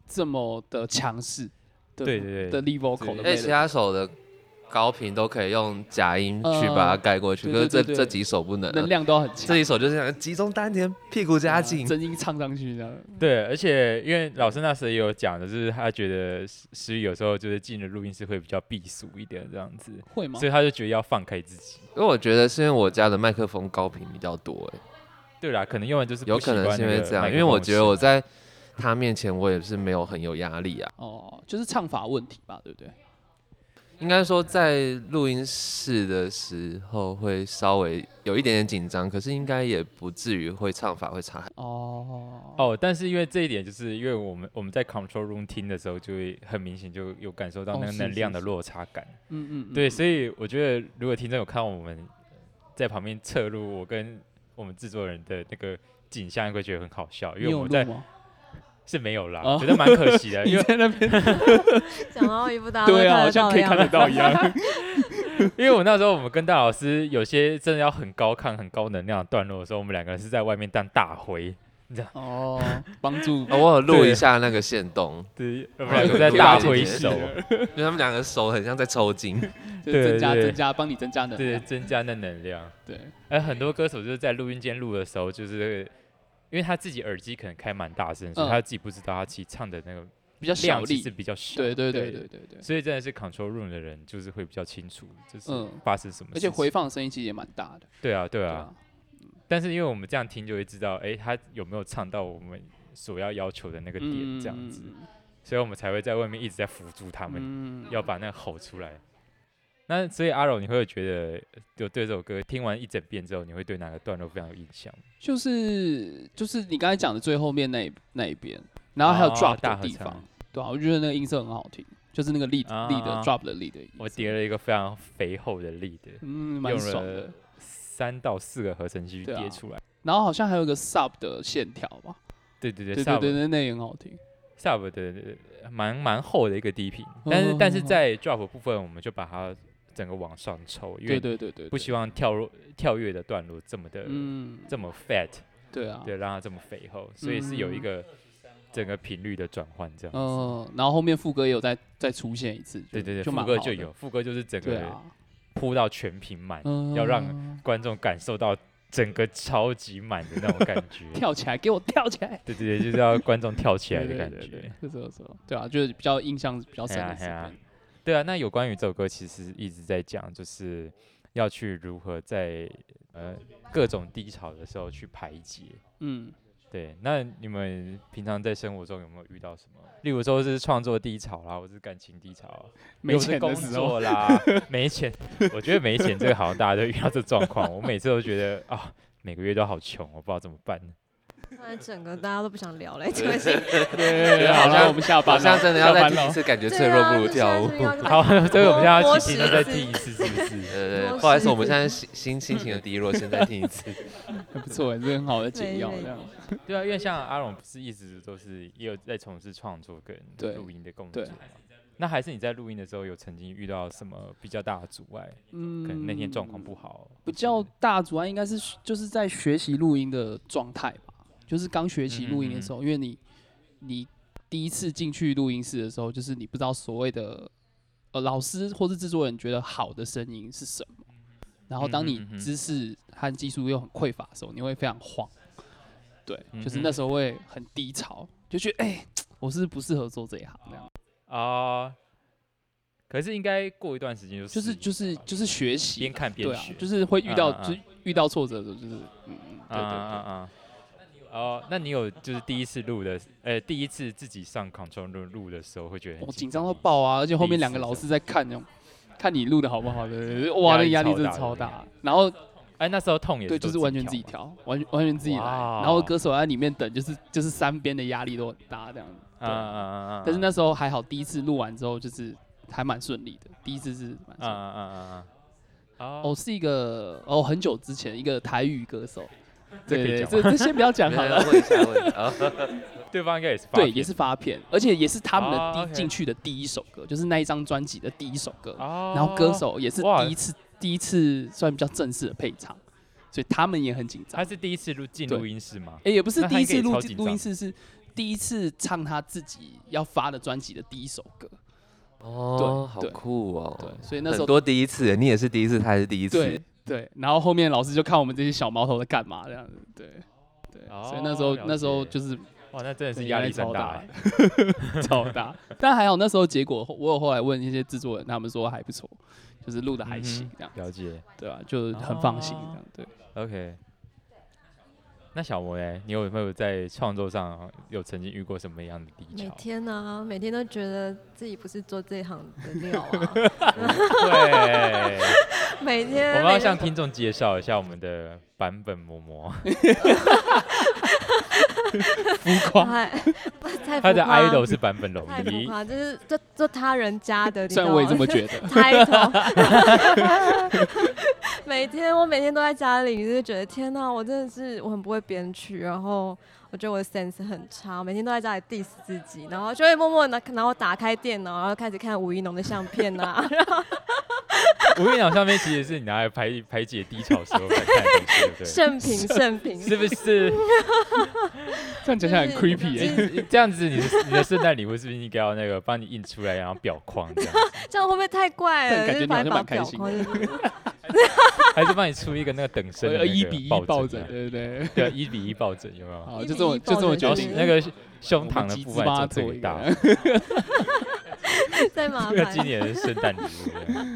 [SPEAKER 4] 这么的强势的
[SPEAKER 3] 对对对哎
[SPEAKER 4] 的 lead vocal 的 melody，
[SPEAKER 6] 而且其他手的高频都可以用假音去把它盖过去，
[SPEAKER 4] 呃
[SPEAKER 6] 可是
[SPEAKER 4] 嗯
[SPEAKER 6] 这
[SPEAKER 4] 对对对对
[SPEAKER 6] 这几首不
[SPEAKER 3] 呃
[SPEAKER 6] 能啊，
[SPEAKER 4] 能量都很
[SPEAKER 6] 这
[SPEAKER 4] 强，
[SPEAKER 6] 几首就是想集中丹田，屁股加紧，
[SPEAKER 4] 真音唱上去这样，
[SPEAKER 6] 嗯
[SPEAKER 3] 对，而且因为老师那时候也有讲，就是他觉得石石宇有时候就是进了录音室会比较避俗一点这样子，
[SPEAKER 4] 会吗
[SPEAKER 3] 所？以他就觉得要放开自己。
[SPEAKER 6] 因为我觉得是因为我家的麦克风高频比较多、哎，
[SPEAKER 3] 对啦，可能用的就是
[SPEAKER 6] 有
[SPEAKER 3] 不习
[SPEAKER 6] 可能
[SPEAKER 3] 惯
[SPEAKER 6] 是
[SPEAKER 3] 那
[SPEAKER 6] 因为
[SPEAKER 3] 个
[SPEAKER 6] 这样，
[SPEAKER 3] 麦
[SPEAKER 6] 因
[SPEAKER 3] 克
[SPEAKER 6] 为我
[SPEAKER 3] 风
[SPEAKER 6] 觉得我
[SPEAKER 4] 啊
[SPEAKER 3] 声
[SPEAKER 6] 在他面前我也是没有很有压力啊。
[SPEAKER 4] 哦，就是唱法问题吧，对不对？
[SPEAKER 6] 应该说在录音室的时候会稍微有一点点紧张，可是应该也不至于会唱法会差很。
[SPEAKER 4] 哦，
[SPEAKER 3] 哦，但是因为这一点，就是因为我们我们在 control room 听的时候，就会很明显就有感受到
[SPEAKER 4] 哦
[SPEAKER 3] 那个
[SPEAKER 4] 是
[SPEAKER 3] 能
[SPEAKER 4] 是
[SPEAKER 3] 量的
[SPEAKER 4] 是
[SPEAKER 3] 落差感。
[SPEAKER 4] 嗯嗯，嗯
[SPEAKER 3] 对，，所以我觉得如果听众有看到我们在旁边侧录，我跟我们制作人的那个景象，会觉得很好笑，因
[SPEAKER 4] 你
[SPEAKER 3] 为
[SPEAKER 4] 有
[SPEAKER 3] 我们在
[SPEAKER 4] 录吗？
[SPEAKER 3] 是没有啦，
[SPEAKER 4] 哦
[SPEAKER 3] 觉得蛮可 惜的，
[SPEAKER 4] 你
[SPEAKER 3] 因为
[SPEAKER 4] 在那边，
[SPEAKER 1] 讲到一部大家都
[SPEAKER 4] 对
[SPEAKER 1] 看得到
[SPEAKER 4] 啊，好像可
[SPEAKER 1] 的
[SPEAKER 4] 以
[SPEAKER 1] 样
[SPEAKER 4] 看
[SPEAKER 1] 子
[SPEAKER 4] 得到一样。
[SPEAKER 3] 因为我那时候我们跟大老师有些真的要很高亢、很高能量的段落的时候，我们两个人是在外面当大灰，
[SPEAKER 4] 哦，帮 助
[SPEAKER 6] 哦、我有录
[SPEAKER 3] 对
[SPEAKER 6] 一下那个线动，
[SPEAKER 3] 对，我
[SPEAKER 6] 我
[SPEAKER 3] 们两个在
[SPEAKER 6] 有
[SPEAKER 3] 大
[SPEAKER 6] 点
[SPEAKER 3] 挥
[SPEAKER 6] 解
[SPEAKER 3] 手，
[SPEAKER 6] 因为他们两个手很像在 抽筋。
[SPEAKER 4] 就
[SPEAKER 3] 对
[SPEAKER 4] 增加
[SPEAKER 3] 对
[SPEAKER 4] 增加，帮你增加能
[SPEAKER 3] 对，
[SPEAKER 4] 量。
[SPEAKER 3] 增加那能量。
[SPEAKER 4] 对，
[SPEAKER 3] 而很多歌手就是在录音间录的时候，就是因为他自己耳机可能开蛮大声，所以
[SPEAKER 4] 嗯
[SPEAKER 3] 他自己不知道他自己唱的那个
[SPEAKER 4] 比较小
[SPEAKER 3] 量其
[SPEAKER 4] 力
[SPEAKER 3] 实。比较小。
[SPEAKER 4] 对对对对对对，
[SPEAKER 3] 所以真的是 control room 的人，就是会比较清楚，就是
[SPEAKER 4] 嗯
[SPEAKER 3] 发生什么
[SPEAKER 4] 而
[SPEAKER 3] 事
[SPEAKER 4] 且
[SPEAKER 3] 情、
[SPEAKER 4] 回放的声音其实也蛮大的。
[SPEAKER 3] 对啊，对
[SPEAKER 4] 对
[SPEAKER 3] 啊。
[SPEAKER 4] 啊，
[SPEAKER 3] 但是因为我们这样听就会知道，哎、他有没有唱到我们所要要求的那个点，
[SPEAKER 4] 嗯
[SPEAKER 3] 这样子，
[SPEAKER 4] 嗯
[SPEAKER 3] 所以我们才会在外面一直在辅助他们，
[SPEAKER 4] 嗯
[SPEAKER 3] 要把那个吼出来。那所以阿柔，你会觉得就对这首歌听完一整遍之后，你会对哪个段落非常有印象？
[SPEAKER 4] 就是就是你刚才讲的最后面那一那一边，然后还有
[SPEAKER 3] 哦
[SPEAKER 4] drop
[SPEAKER 3] 大
[SPEAKER 4] 的
[SPEAKER 3] 合
[SPEAKER 4] 地
[SPEAKER 3] 唱
[SPEAKER 4] 方，对啊，我觉得那个音色很好听，就是那个 lead
[SPEAKER 3] 啊
[SPEAKER 4] lead
[SPEAKER 3] 啊
[SPEAKER 4] drop 的 lead 的音色
[SPEAKER 3] 我叠了一个非常肥厚的力的，
[SPEAKER 4] 嗯，蛮
[SPEAKER 3] 用
[SPEAKER 4] 爽的
[SPEAKER 3] 了。三到四个合成器去
[SPEAKER 4] 对啊
[SPEAKER 3] 叠出来。
[SPEAKER 4] 然后好像还有一个 sub 的线条吧，
[SPEAKER 3] 对对对，
[SPEAKER 4] 对对
[SPEAKER 3] 萨
[SPEAKER 4] 对
[SPEAKER 3] 姆
[SPEAKER 4] 对，那也很好听。
[SPEAKER 3] sub 的蛮蛮厚的一个低频，
[SPEAKER 4] 嗯
[SPEAKER 3] 但是但是在 drop 部分，我们就把它整个往上抽，因
[SPEAKER 4] 对
[SPEAKER 3] 为
[SPEAKER 4] 对对对，
[SPEAKER 3] 不希望跳入跳跃的段落这么的、
[SPEAKER 4] 对嗯，
[SPEAKER 3] 这么 fat，
[SPEAKER 4] 对啊，嗯
[SPEAKER 3] 对，让它这么肥厚，所以是有一个整个频率的转换这样子。
[SPEAKER 4] 嗯，然后后面副歌也有再再出现一次，就
[SPEAKER 3] 对对对，
[SPEAKER 4] 嗯就
[SPEAKER 3] 副
[SPEAKER 4] 蛮
[SPEAKER 3] 歌
[SPEAKER 4] 好
[SPEAKER 3] 就
[SPEAKER 4] 的
[SPEAKER 3] 有，副歌就是整
[SPEAKER 4] 对
[SPEAKER 3] 个
[SPEAKER 4] 啊，
[SPEAKER 3] 铺到全屏满，
[SPEAKER 4] 嗯
[SPEAKER 3] 要让观众感受到整个超级满的那种感觉。
[SPEAKER 4] 跳起来，给我跳起来！
[SPEAKER 3] 对对对，就是要观众跳起来的
[SPEAKER 4] 对
[SPEAKER 3] 感
[SPEAKER 4] 对对
[SPEAKER 3] 觉。
[SPEAKER 4] 对，是是是，对啊，就是比较印象比较深
[SPEAKER 3] 嘿啊
[SPEAKER 4] 的
[SPEAKER 3] 嘿
[SPEAKER 4] 是
[SPEAKER 3] 啊对啊，那有关于这首歌，其实一直在讲，就是要去如何在呃各种低潮的时候去排解。
[SPEAKER 4] 嗯，
[SPEAKER 3] 对，那你们平常在生活中有没有遇到什么？例如说是创作低潮啦，或是感情低潮啊，
[SPEAKER 4] 没
[SPEAKER 3] 又是
[SPEAKER 4] 钱
[SPEAKER 3] 工
[SPEAKER 4] 的时候，
[SPEAKER 3] 作啦， 没钱。我觉得没钱这个好像大家都遇到这状况，我每次都觉得啊，每个月都好穷，我不知道怎么办。
[SPEAKER 1] 突然整个大家都不想聊了，这个是
[SPEAKER 4] 对，
[SPEAKER 3] 啊
[SPEAKER 4] 好
[SPEAKER 6] 好像
[SPEAKER 4] 了，我们下
[SPEAKER 6] 好
[SPEAKER 4] 班
[SPEAKER 6] 像
[SPEAKER 4] 了，
[SPEAKER 6] 真的要
[SPEAKER 4] 下
[SPEAKER 6] 再
[SPEAKER 4] 班
[SPEAKER 6] 听一
[SPEAKER 4] 了。
[SPEAKER 6] 次，感觉
[SPEAKER 1] 对
[SPEAKER 6] 脆弱
[SPEAKER 1] 啊
[SPEAKER 6] 不如
[SPEAKER 1] 这
[SPEAKER 6] 跳
[SPEAKER 1] 现在
[SPEAKER 6] 舞
[SPEAKER 1] 是。要
[SPEAKER 3] 好， 这个我们现在要
[SPEAKER 1] 摸
[SPEAKER 3] 请
[SPEAKER 1] 石
[SPEAKER 3] 听再
[SPEAKER 1] 子
[SPEAKER 3] 听一次，是不是？
[SPEAKER 6] 对对，
[SPEAKER 1] 多
[SPEAKER 6] 对不好意思，
[SPEAKER 1] 试
[SPEAKER 6] 我们
[SPEAKER 1] 一
[SPEAKER 6] 现在心心心情的低落，现在听 一次。
[SPEAKER 4] 很不错，这很好的解药，
[SPEAKER 1] 对对
[SPEAKER 4] 这样
[SPEAKER 3] 对啊，因为像阿龙不是一直都是也有在从事创作跟
[SPEAKER 4] 对
[SPEAKER 3] 录音的工作
[SPEAKER 4] 对
[SPEAKER 3] 嘛？那还是你在录音的时候有曾经遇到什么比较大的阻碍？
[SPEAKER 4] 嗯，
[SPEAKER 3] 可能那天状况不好，不
[SPEAKER 4] 比较大阻碍应该是学就是在学习录音的状态吧，就是刚学习录音的时
[SPEAKER 3] 嗯
[SPEAKER 4] 候，因为你你第一次进去录音室的时候，就是你不知道所谓的呃老师或是制作人觉得好的声音是什么，然后当你
[SPEAKER 3] 嗯哼嗯哼
[SPEAKER 4] 知识和技术又很匮乏的时候，你会非常慌，对，就是
[SPEAKER 3] 嗯哼
[SPEAKER 4] 那时候会很低潮，就觉得哎、我是不是不适合做这一行这样。
[SPEAKER 3] 啊。可是应该过一段时间就
[SPEAKER 4] 就是
[SPEAKER 3] 适应
[SPEAKER 4] 就是
[SPEAKER 3] 了吧
[SPEAKER 4] 就是学习，
[SPEAKER 3] 边看边
[SPEAKER 4] 对啊
[SPEAKER 3] 学，，
[SPEAKER 4] 就是会遇到
[SPEAKER 3] 嗯嗯
[SPEAKER 4] 就是遇到挫折的时候，就是嗯嗯，对对对，
[SPEAKER 3] 啊啊！哦，那你有就是第一次录的，呃，第一次自己上 Control Room 录的时候，会觉得很
[SPEAKER 4] 我哦紧张到
[SPEAKER 3] 吗
[SPEAKER 4] 爆啊！而且后
[SPEAKER 3] 第
[SPEAKER 4] 面
[SPEAKER 3] 一
[SPEAKER 4] 两个
[SPEAKER 3] 次
[SPEAKER 4] 老
[SPEAKER 3] 这
[SPEAKER 4] 师在看 那种，看你录的好不好的，对对哇，那压
[SPEAKER 3] 压力超
[SPEAKER 4] 力真的
[SPEAKER 3] 大
[SPEAKER 4] 超
[SPEAKER 3] 的
[SPEAKER 4] 大。然后
[SPEAKER 3] 哎，那时候痛也
[SPEAKER 4] 对，
[SPEAKER 3] 都
[SPEAKER 4] 就是完全自己
[SPEAKER 3] 调
[SPEAKER 4] 调，完全完全自己来。然后
[SPEAKER 3] 哇哦
[SPEAKER 4] 歌手在里面等，就是就是三边的压力都很大这样子。
[SPEAKER 3] 嘛。啊啊啊啊！
[SPEAKER 4] 但是那时候还好，第一次录完之后就是还蛮顺利的，第一次是蛮
[SPEAKER 3] 啊
[SPEAKER 4] 顺利的。
[SPEAKER 3] 啊啊啊！
[SPEAKER 4] 哦，
[SPEAKER 3] 哦，
[SPEAKER 4] 是一个哦，很久之前一个台语歌手。对
[SPEAKER 3] 可以
[SPEAKER 4] 对，
[SPEAKER 3] 讲
[SPEAKER 4] 这这先不要讲好
[SPEAKER 6] 没
[SPEAKER 4] 了
[SPEAKER 6] 有。问一下，问一下。啊
[SPEAKER 3] 对方应该也是发
[SPEAKER 4] 哦对，
[SPEAKER 3] 片
[SPEAKER 4] 也是发片，而且也是他们的
[SPEAKER 3] 哦
[SPEAKER 4] 第
[SPEAKER 3] OK
[SPEAKER 4] 进去的第一首歌，就是那一张专辑的第一首歌。
[SPEAKER 3] 哦，
[SPEAKER 4] 然后歌手也是
[SPEAKER 3] 哇
[SPEAKER 4] 第一次，第一次算比较正式的配唱，所以他们也很紧张。
[SPEAKER 3] 他是第一次录进
[SPEAKER 4] 对
[SPEAKER 3] 录音室吗？
[SPEAKER 4] 哎，也不是
[SPEAKER 3] 那他
[SPEAKER 4] 第一
[SPEAKER 3] 应该
[SPEAKER 4] 次
[SPEAKER 3] 也
[SPEAKER 4] 录
[SPEAKER 3] 超
[SPEAKER 4] 进
[SPEAKER 3] 紧
[SPEAKER 4] 录
[SPEAKER 3] 张
[SPEAKER 4] 音室，是第一次唱他自己要发的专辑的第一首歌。
[SPEAKER 6] 哦，好
[SPEAKER 4] 对
[SPEAKER 6] 酷哦。
[SPEAKER 4] 对，所以那时
[SPEAKER 6] 很
[SPEAKER 4] 候
[SPEAKER 6] 多第一次，你也是第一次，他也是第一次。
[SPEAKER 4] 对对，然后后面老师就看我们这些小毛头在干嘛这样子，对对，所以那时候
[SPEAKER 3] 哦
[SPEAKER 4] 那时候
[SPEAKER 3] 了解
[SPEAKER 4] 就是
[SPEAKER 3] 哇，那真的
[SPEAKER 4] 对
[SPEAKER 3] 是压力山
[SPEAKER 4] 超
[SPEAKER 3] 大
[SPEAKER 4] 大
[SPEAKER 3] 欸。，
[SPEAKER 4] 超 大。但还好那时候结果，我有后来问一些制作人，他们说还不错，就是录的还行
[SPEAKER 3] 嗯哼
[SPEAKER 4] 这样，
[SPEAKER 3] 了解
[SPEAKER 4] 对吧、就很放心
[SPEAKER 1] 哦
[SPEAKER 4] 这样，对。
[SPEAKER 3] ，OK。那小魔呢？你有没有在创作上有曾经遇过什么样的低
[SPEAKER 1] 每
[SPEAKER 3] 潮？
[SPEAKER 1] 天啊，每天都觉得自己不是做这行的料 啊，
[SPEAKER 3] 对，
[SPEAKER 1] 每天
[SPEAKER 3] 我们要
[SPEAKER 1] 每天
[SPEAKER 3] 向听众介绍一下我们的版本嬷嬷，
[SPEAKER 4] 浮夸。
[SPEAKER 1] 太哎太
[SPEAKER 3] 她的
[SPEAKER 1] 浮夸
[SPEAKER 3] idol 是版本龙
[SPEAKER 1] 太浮
[SPEAKER 3] 一，
[SPEAKER 1] 夸，就是做做他人家的，你
[SPEAKER 4] 虽然我也
[SPEAKER 1] 知道
[SPEAKER 4] 这
[SPEAKER 1] 吗
[SPEAKER 4] 么 觉得，
[SPEAKER 1] 开头。每天我每天都在家里，就是觉得天哪，我真的是我很不会编曲，然后我觉得我的 sense 很差，每天都在家里 diss 自己，然后就会默默拿，然后打开电脑，然后开始看吴一农的相片 呐、然后
[SPEAKER 3] 无名鸟上面其实是你拿来排排解低潮时候在看的东西，对不对？
[SPEAKER 1] 盛 平盛平，
[SPEAKER 3] 是不是？
[SPEAKER 4] 这样讲起来很
[SPEAKER 1] 就是
[SPEAKER 4] creepy
[SPEAKER 1] 就是
[SPEAKER 4] 哎、
[SPEAKER 3] 这样子你的你的圣诞礼物是不是应该要那个帮你印出来，然后裱框这样子？
[SPEAKER 1] 这样会不会太怪了？
[SPEAKER 4] 但感觉
[SPEAKER 1] 就是把
[SPEAKER 4] 你好像蛮开心的
[SPEAKER 1] 表框就是
[SPEAKER 3] 还是帮你出一个那个等身的
[SPEAKER 4] 呃，一比一
[SPEAKER 3] 那个
[SPEAKER 4] 抱
[SPEAKER 3] 枕
[SPEAKER 4] 枕，
[SPEAKER 3] 啊？
[SPEAKER 4] 对对对，
[SPEAKER 3] 对啊，一比一抱枕有没有？
[SPEAKER 4] 好，
[SPEAKER 1] 一
[SPEAKER 4] 就
[SPEAKER 1] 比
[SPEAKER 4] 这么
[SPEAKER 1] 一
[SPEAKER 4] 就
[SPEAKER 1] 抱
[SPEAKER 4] 这么
[SPEAKER 1] 枕
[SPEAKER 3] 然后
[SPEAKER 4] 决
[SPEAKER 1] 是
[SPEAKER 4] 定
[SPEAKER 3] 那
[SPEAKER 4] 了。
[SPEAKER 3] 个胸
[SPEAKER 4] 我
[SPEAKER 3] 膛
[SPEAKER 4] 们
[SPEAKER 3] 的
[SPEAKER 4] 集
[SPEAKER 3] 部
[SPEAKER 4] 资帮他
[SPEAKER 3] 分
[SPEAKER 4] 做
[SPEAKER 3] 做
[SPEAKER 4] 一
[SPEAKER 3] 最大，
[SPEAKER 4] 个，
[SPEAKER 1] 再麻
[SPEAKER 3] 这
[SPEAKER 4] 啊
[SPEAKER 3] 个今
[SPEAKER 1] 烦。
[SPEAKER 3] 年的圣诞礼物这样。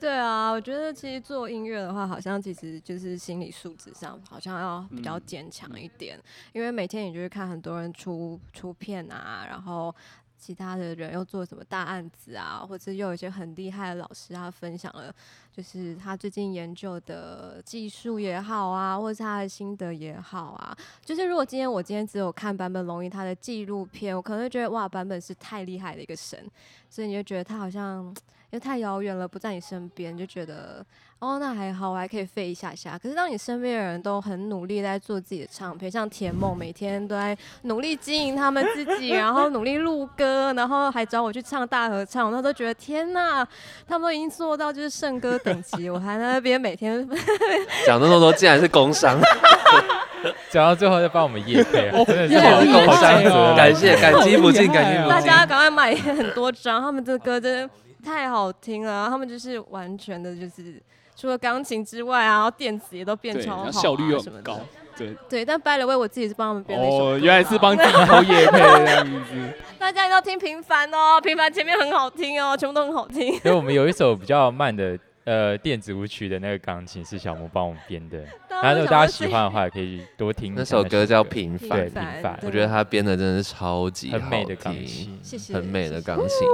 [SPEAKER 1] 对啊，我觉得其实做音乐的话，好像其实就是心理素质上好像要比较
[SPEAKER 4] 嗯
[SPEAKER 1] 坚强一点，因为每天你就是看很多人出出片啊，然后。其他的人又做什么大案子啊，或者又有一些很厉害的老师，他分享了就是他最近研究的技术也好啊，或者是他的心得也好啊。就是如果今天我今天只有看坂本龙一他的纪录片，我可能会觉得哇，坂本是太厉害的一个神，所以你就觉得他好像因为太遥远了，不在你身边，你就觉得哦，那还好，我还可以废一下下。可是当你身边的人都很努力在做自己的唱片，像田梦每天都在努力经营他们自己，然后努力录歌，然后还找我去唱大合唱，我那时候觉得天呐，他们都已经做到就是圣歌等级，我还在那边每天
[SPEAKER 6] 讲那么多，竟然是工伤，
[SPEAKER 3] 讲到最后再帮我们夜配啊，真的是
[SPEAKER 4] 好
[SPEAKER 3] 好
[SPEAKER 4] 哦
[SPEAKER 6] 好
[SPEAKER 3] 啊
[SPEAKER 4] 厉害
[SPEAKER 6] 工伤
[SPEAKER 4] 哦
[SPEAKER 3] 折，
[SPEAKER 6] 感谢感激不尽，
[SPEAKER 4] 好厉害
[SPEAKER 6] 感激
[SPEAKER 4] 哦
[SPEAKER 6] 不
[SPEAKER 1] 大
[SPEAKER 6] 尽。
[SPEAKER 1] 家赶快买很多张，他们这个歌真的太好听了，他们就是完全的，就是除了钢琴之外啊，然后电子也都变
[SPEAKER 4] 对，
[SPEAKER 1] 超好、
[SPEAKER 4] 然
[SPEAKER 1] 啊，
[SPEAKER 4] 后效率又
[SPEAKER 1] 什么
[SPEAKER 4] 很
[SPEAKER 1] 的
[SPEAKER 4] 高。，对，
[SPEAKER 1] 对，但 by the way，我自己是帮他们编了一首歌
[SPEAKER 4] 哦，
[SPEAKER 1] 啦
[SPEAKER 4] 原来是帮自 己偷夜配这样子，
[SPEAKER 1] 大家一定要听《平凡》哦，《平凡》前面很好听哦，全部都很好听。
[SPEAKER 3] 因为我们有一首比较慢的呃电子舞曲的那个钢琴是小魔帮我们编的，
[SPEAKER 1] 然
[SPEAKER 3] 然后如果大家喜欢的话，也可以多听一下
[SPEAKER 6] 那首歌叫《平
[SPEAKER 1] 平
[SPEAKER 6] 凡》
[SPEAKER 3] 对，平凡
[SPEAKER 6] 我觉得他编的真的是超级
[SPEAKER 3] 很美的
[SPEAKER 6] 好
[SPEAKER 3] 钢
[SPEAKER 6] 听
[SPEAKER 3] 琴。
[SPEAKER 1] 谢谢，
[SPEAKER 6] 很美
[SPEAKER 1] 谢谢
[SPEAKER 6] 的钢琴。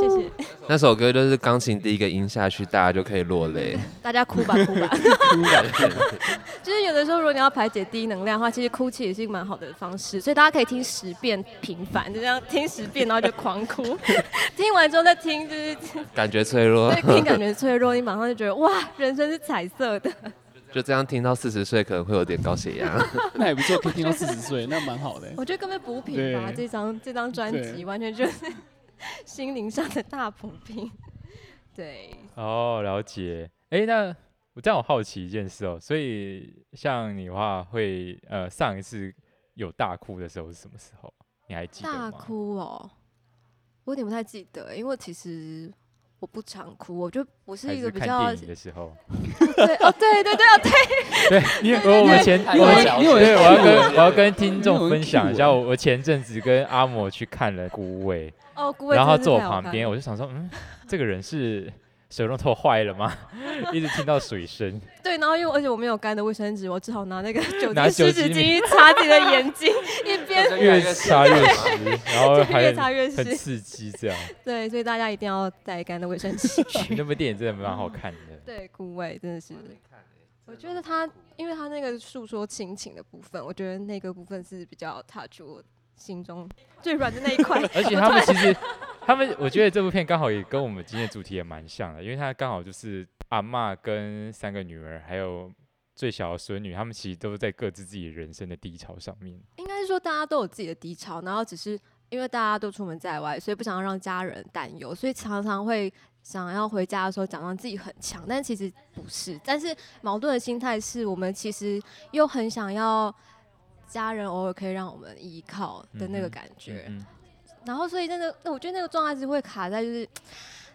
[SPEAKER 1] 谢谢
[SPEAKER 6] 那首歌就是钢琴第一个音下去，大家就可以落泪。
[SPEAKER 1] 大家哭吧哭吧。 就是有的时候，如果你要排解低能量的话，其实哭泣也是一个蛮好的方式，所以大家可以听十遍《平凡》，就这样听十遍，然后就狂哭。 听完之后再听， 就是
[SPEAKER 6] 感觉脆弱
[SPEAKER 1] 对，听感觉脆弱，你马上就觉得哇，人生是彩色的。
[SPEAKER 6] 就这样听到四十岁可能会有点高血压。
[SPEAKER 4] 那也不错，可以听到四十岁，那蛮好的欸。
[SPEAKER 1] 我觉得根本补品吧，
[SPEAKER 4] 对
[SPEAKER 1] 这张这张专辑
[SPEAKER 4] 对
[SPEAKER 1] 完全就是 心灵上的大补品。对，
[SPEAKER 3] 哦，了解。诶，那我这样我好奇一件事哦，所以像你的话会呃上一次有大哭的时候是什么时候？你还记得
[SPEAKER 1] 大
[SPEAKER 3] 吗？
[SPEAKER 1] 哭哦，我有点不太记得，因为其实我不常哭，我就不是
[SPEAKER 3] 还
[SPEAKER 1] 一个
[SPEAKER 3] 是
[SPEAKER 1] 比
[SPEAKER 3] 看
[SPEAKER 1] 较
[SPEAKER 3] 电影的时候？
[SPEAKER 1] 对哦，对对对哦，对，
[SPEAKER 3] 对， 因为我们前
[SPEAKER 4] 因
[SPEAKER 3] 我们
[SPEAKER 4] 为
[SPEAKER 3] 前
[SPEAKER 4] 因为
[SPEAKER 3] 对，我要跟我要跟
[SPEAKER 4] 因
[SPEAKER 3] 听
[SPEAKER 4] 为
[SPEAKER 3] 众
[SPEAKER 4] 我很
[SPEAKER 3] 分享一下，
[SPEAKER 4] cute
[SPEAKER 3] 我我前阵子跟阿嬷去看了《孤味》，
[SPEAKER 1] 哦，顾问
[SPEAKER 3] 然后他
[SPEAKER 1] 真的是
[SPEAKER 3] 坐我
[SPEAKER 1] 太好
[SPEAKER 3] 旁
[SPEAKER 1] 看
[SPEAKER 3] 边，
[SPEAKER 1] 了
[SPEAKER 3] 我就想说，嗯，这个人是水龙头坏了吗？ 一直听到水声，
[SPEAKER 1] 对，然后因为而且我没有干的卫生纸，我只好拿那 个酒
[SPEAKER 3] 拿
[SPEAKER 1] 精湿
[SPEAKER 3] 酒
[SPEAKER 1] 纸
[SPEAKER 3] 精
[SPEAKER 1] 巾一擦自己的眼睛，一 边
[SPEAKER 3] 越擦越湿，然后还
[SPEAKER 1] 越擦越
[SPEAKER 3] 很
[SPEAKER 1] 湿。
[SPEAKER 3] 刺激，这样。
[SPEAKER 1] 对，所以大家一定要带干的卫生纸 去。
[SPEAKER 3] 那部电影真的蛮好看 的。
[SPEAKER 1] 对，顾味真的是，
[SPEAKER 3] 欸
[SPEAKER 1] 我觉得
[SPEAKER 3] 哦
[SPEAKER 1] 他，因为他那个诉说亲情的部分，我觉得那个部分是比较 touch 我心中最软的那一 块。
[SPEAKER 3] 而且他们其实，他们我觉得这部片刚好也跟我们今天的主题也蛮像的，因为他刚好就是阿嬷跟三个女儿，还有最小的孙女，他们其实都在各自自己人生的低潮上面。
[SPEAKER 1] 应该是说大家都有自己的低潮，然后只是因为大家都出门在外，所以不想要让家人担忧，所以常常会想要回家的时候假装自己很强，但其实不是。但是矛盾的心态是我们其实又很想要家人偶尔可以让我们依靠的那个
[SPEAKER 3] 嗯哼
[SPEAKER 1] 感觉。
[SPEAKER 3] 嗯，
[SPEAKER 1] 然后所以真的，那我觉得那个状态是会卡在，就是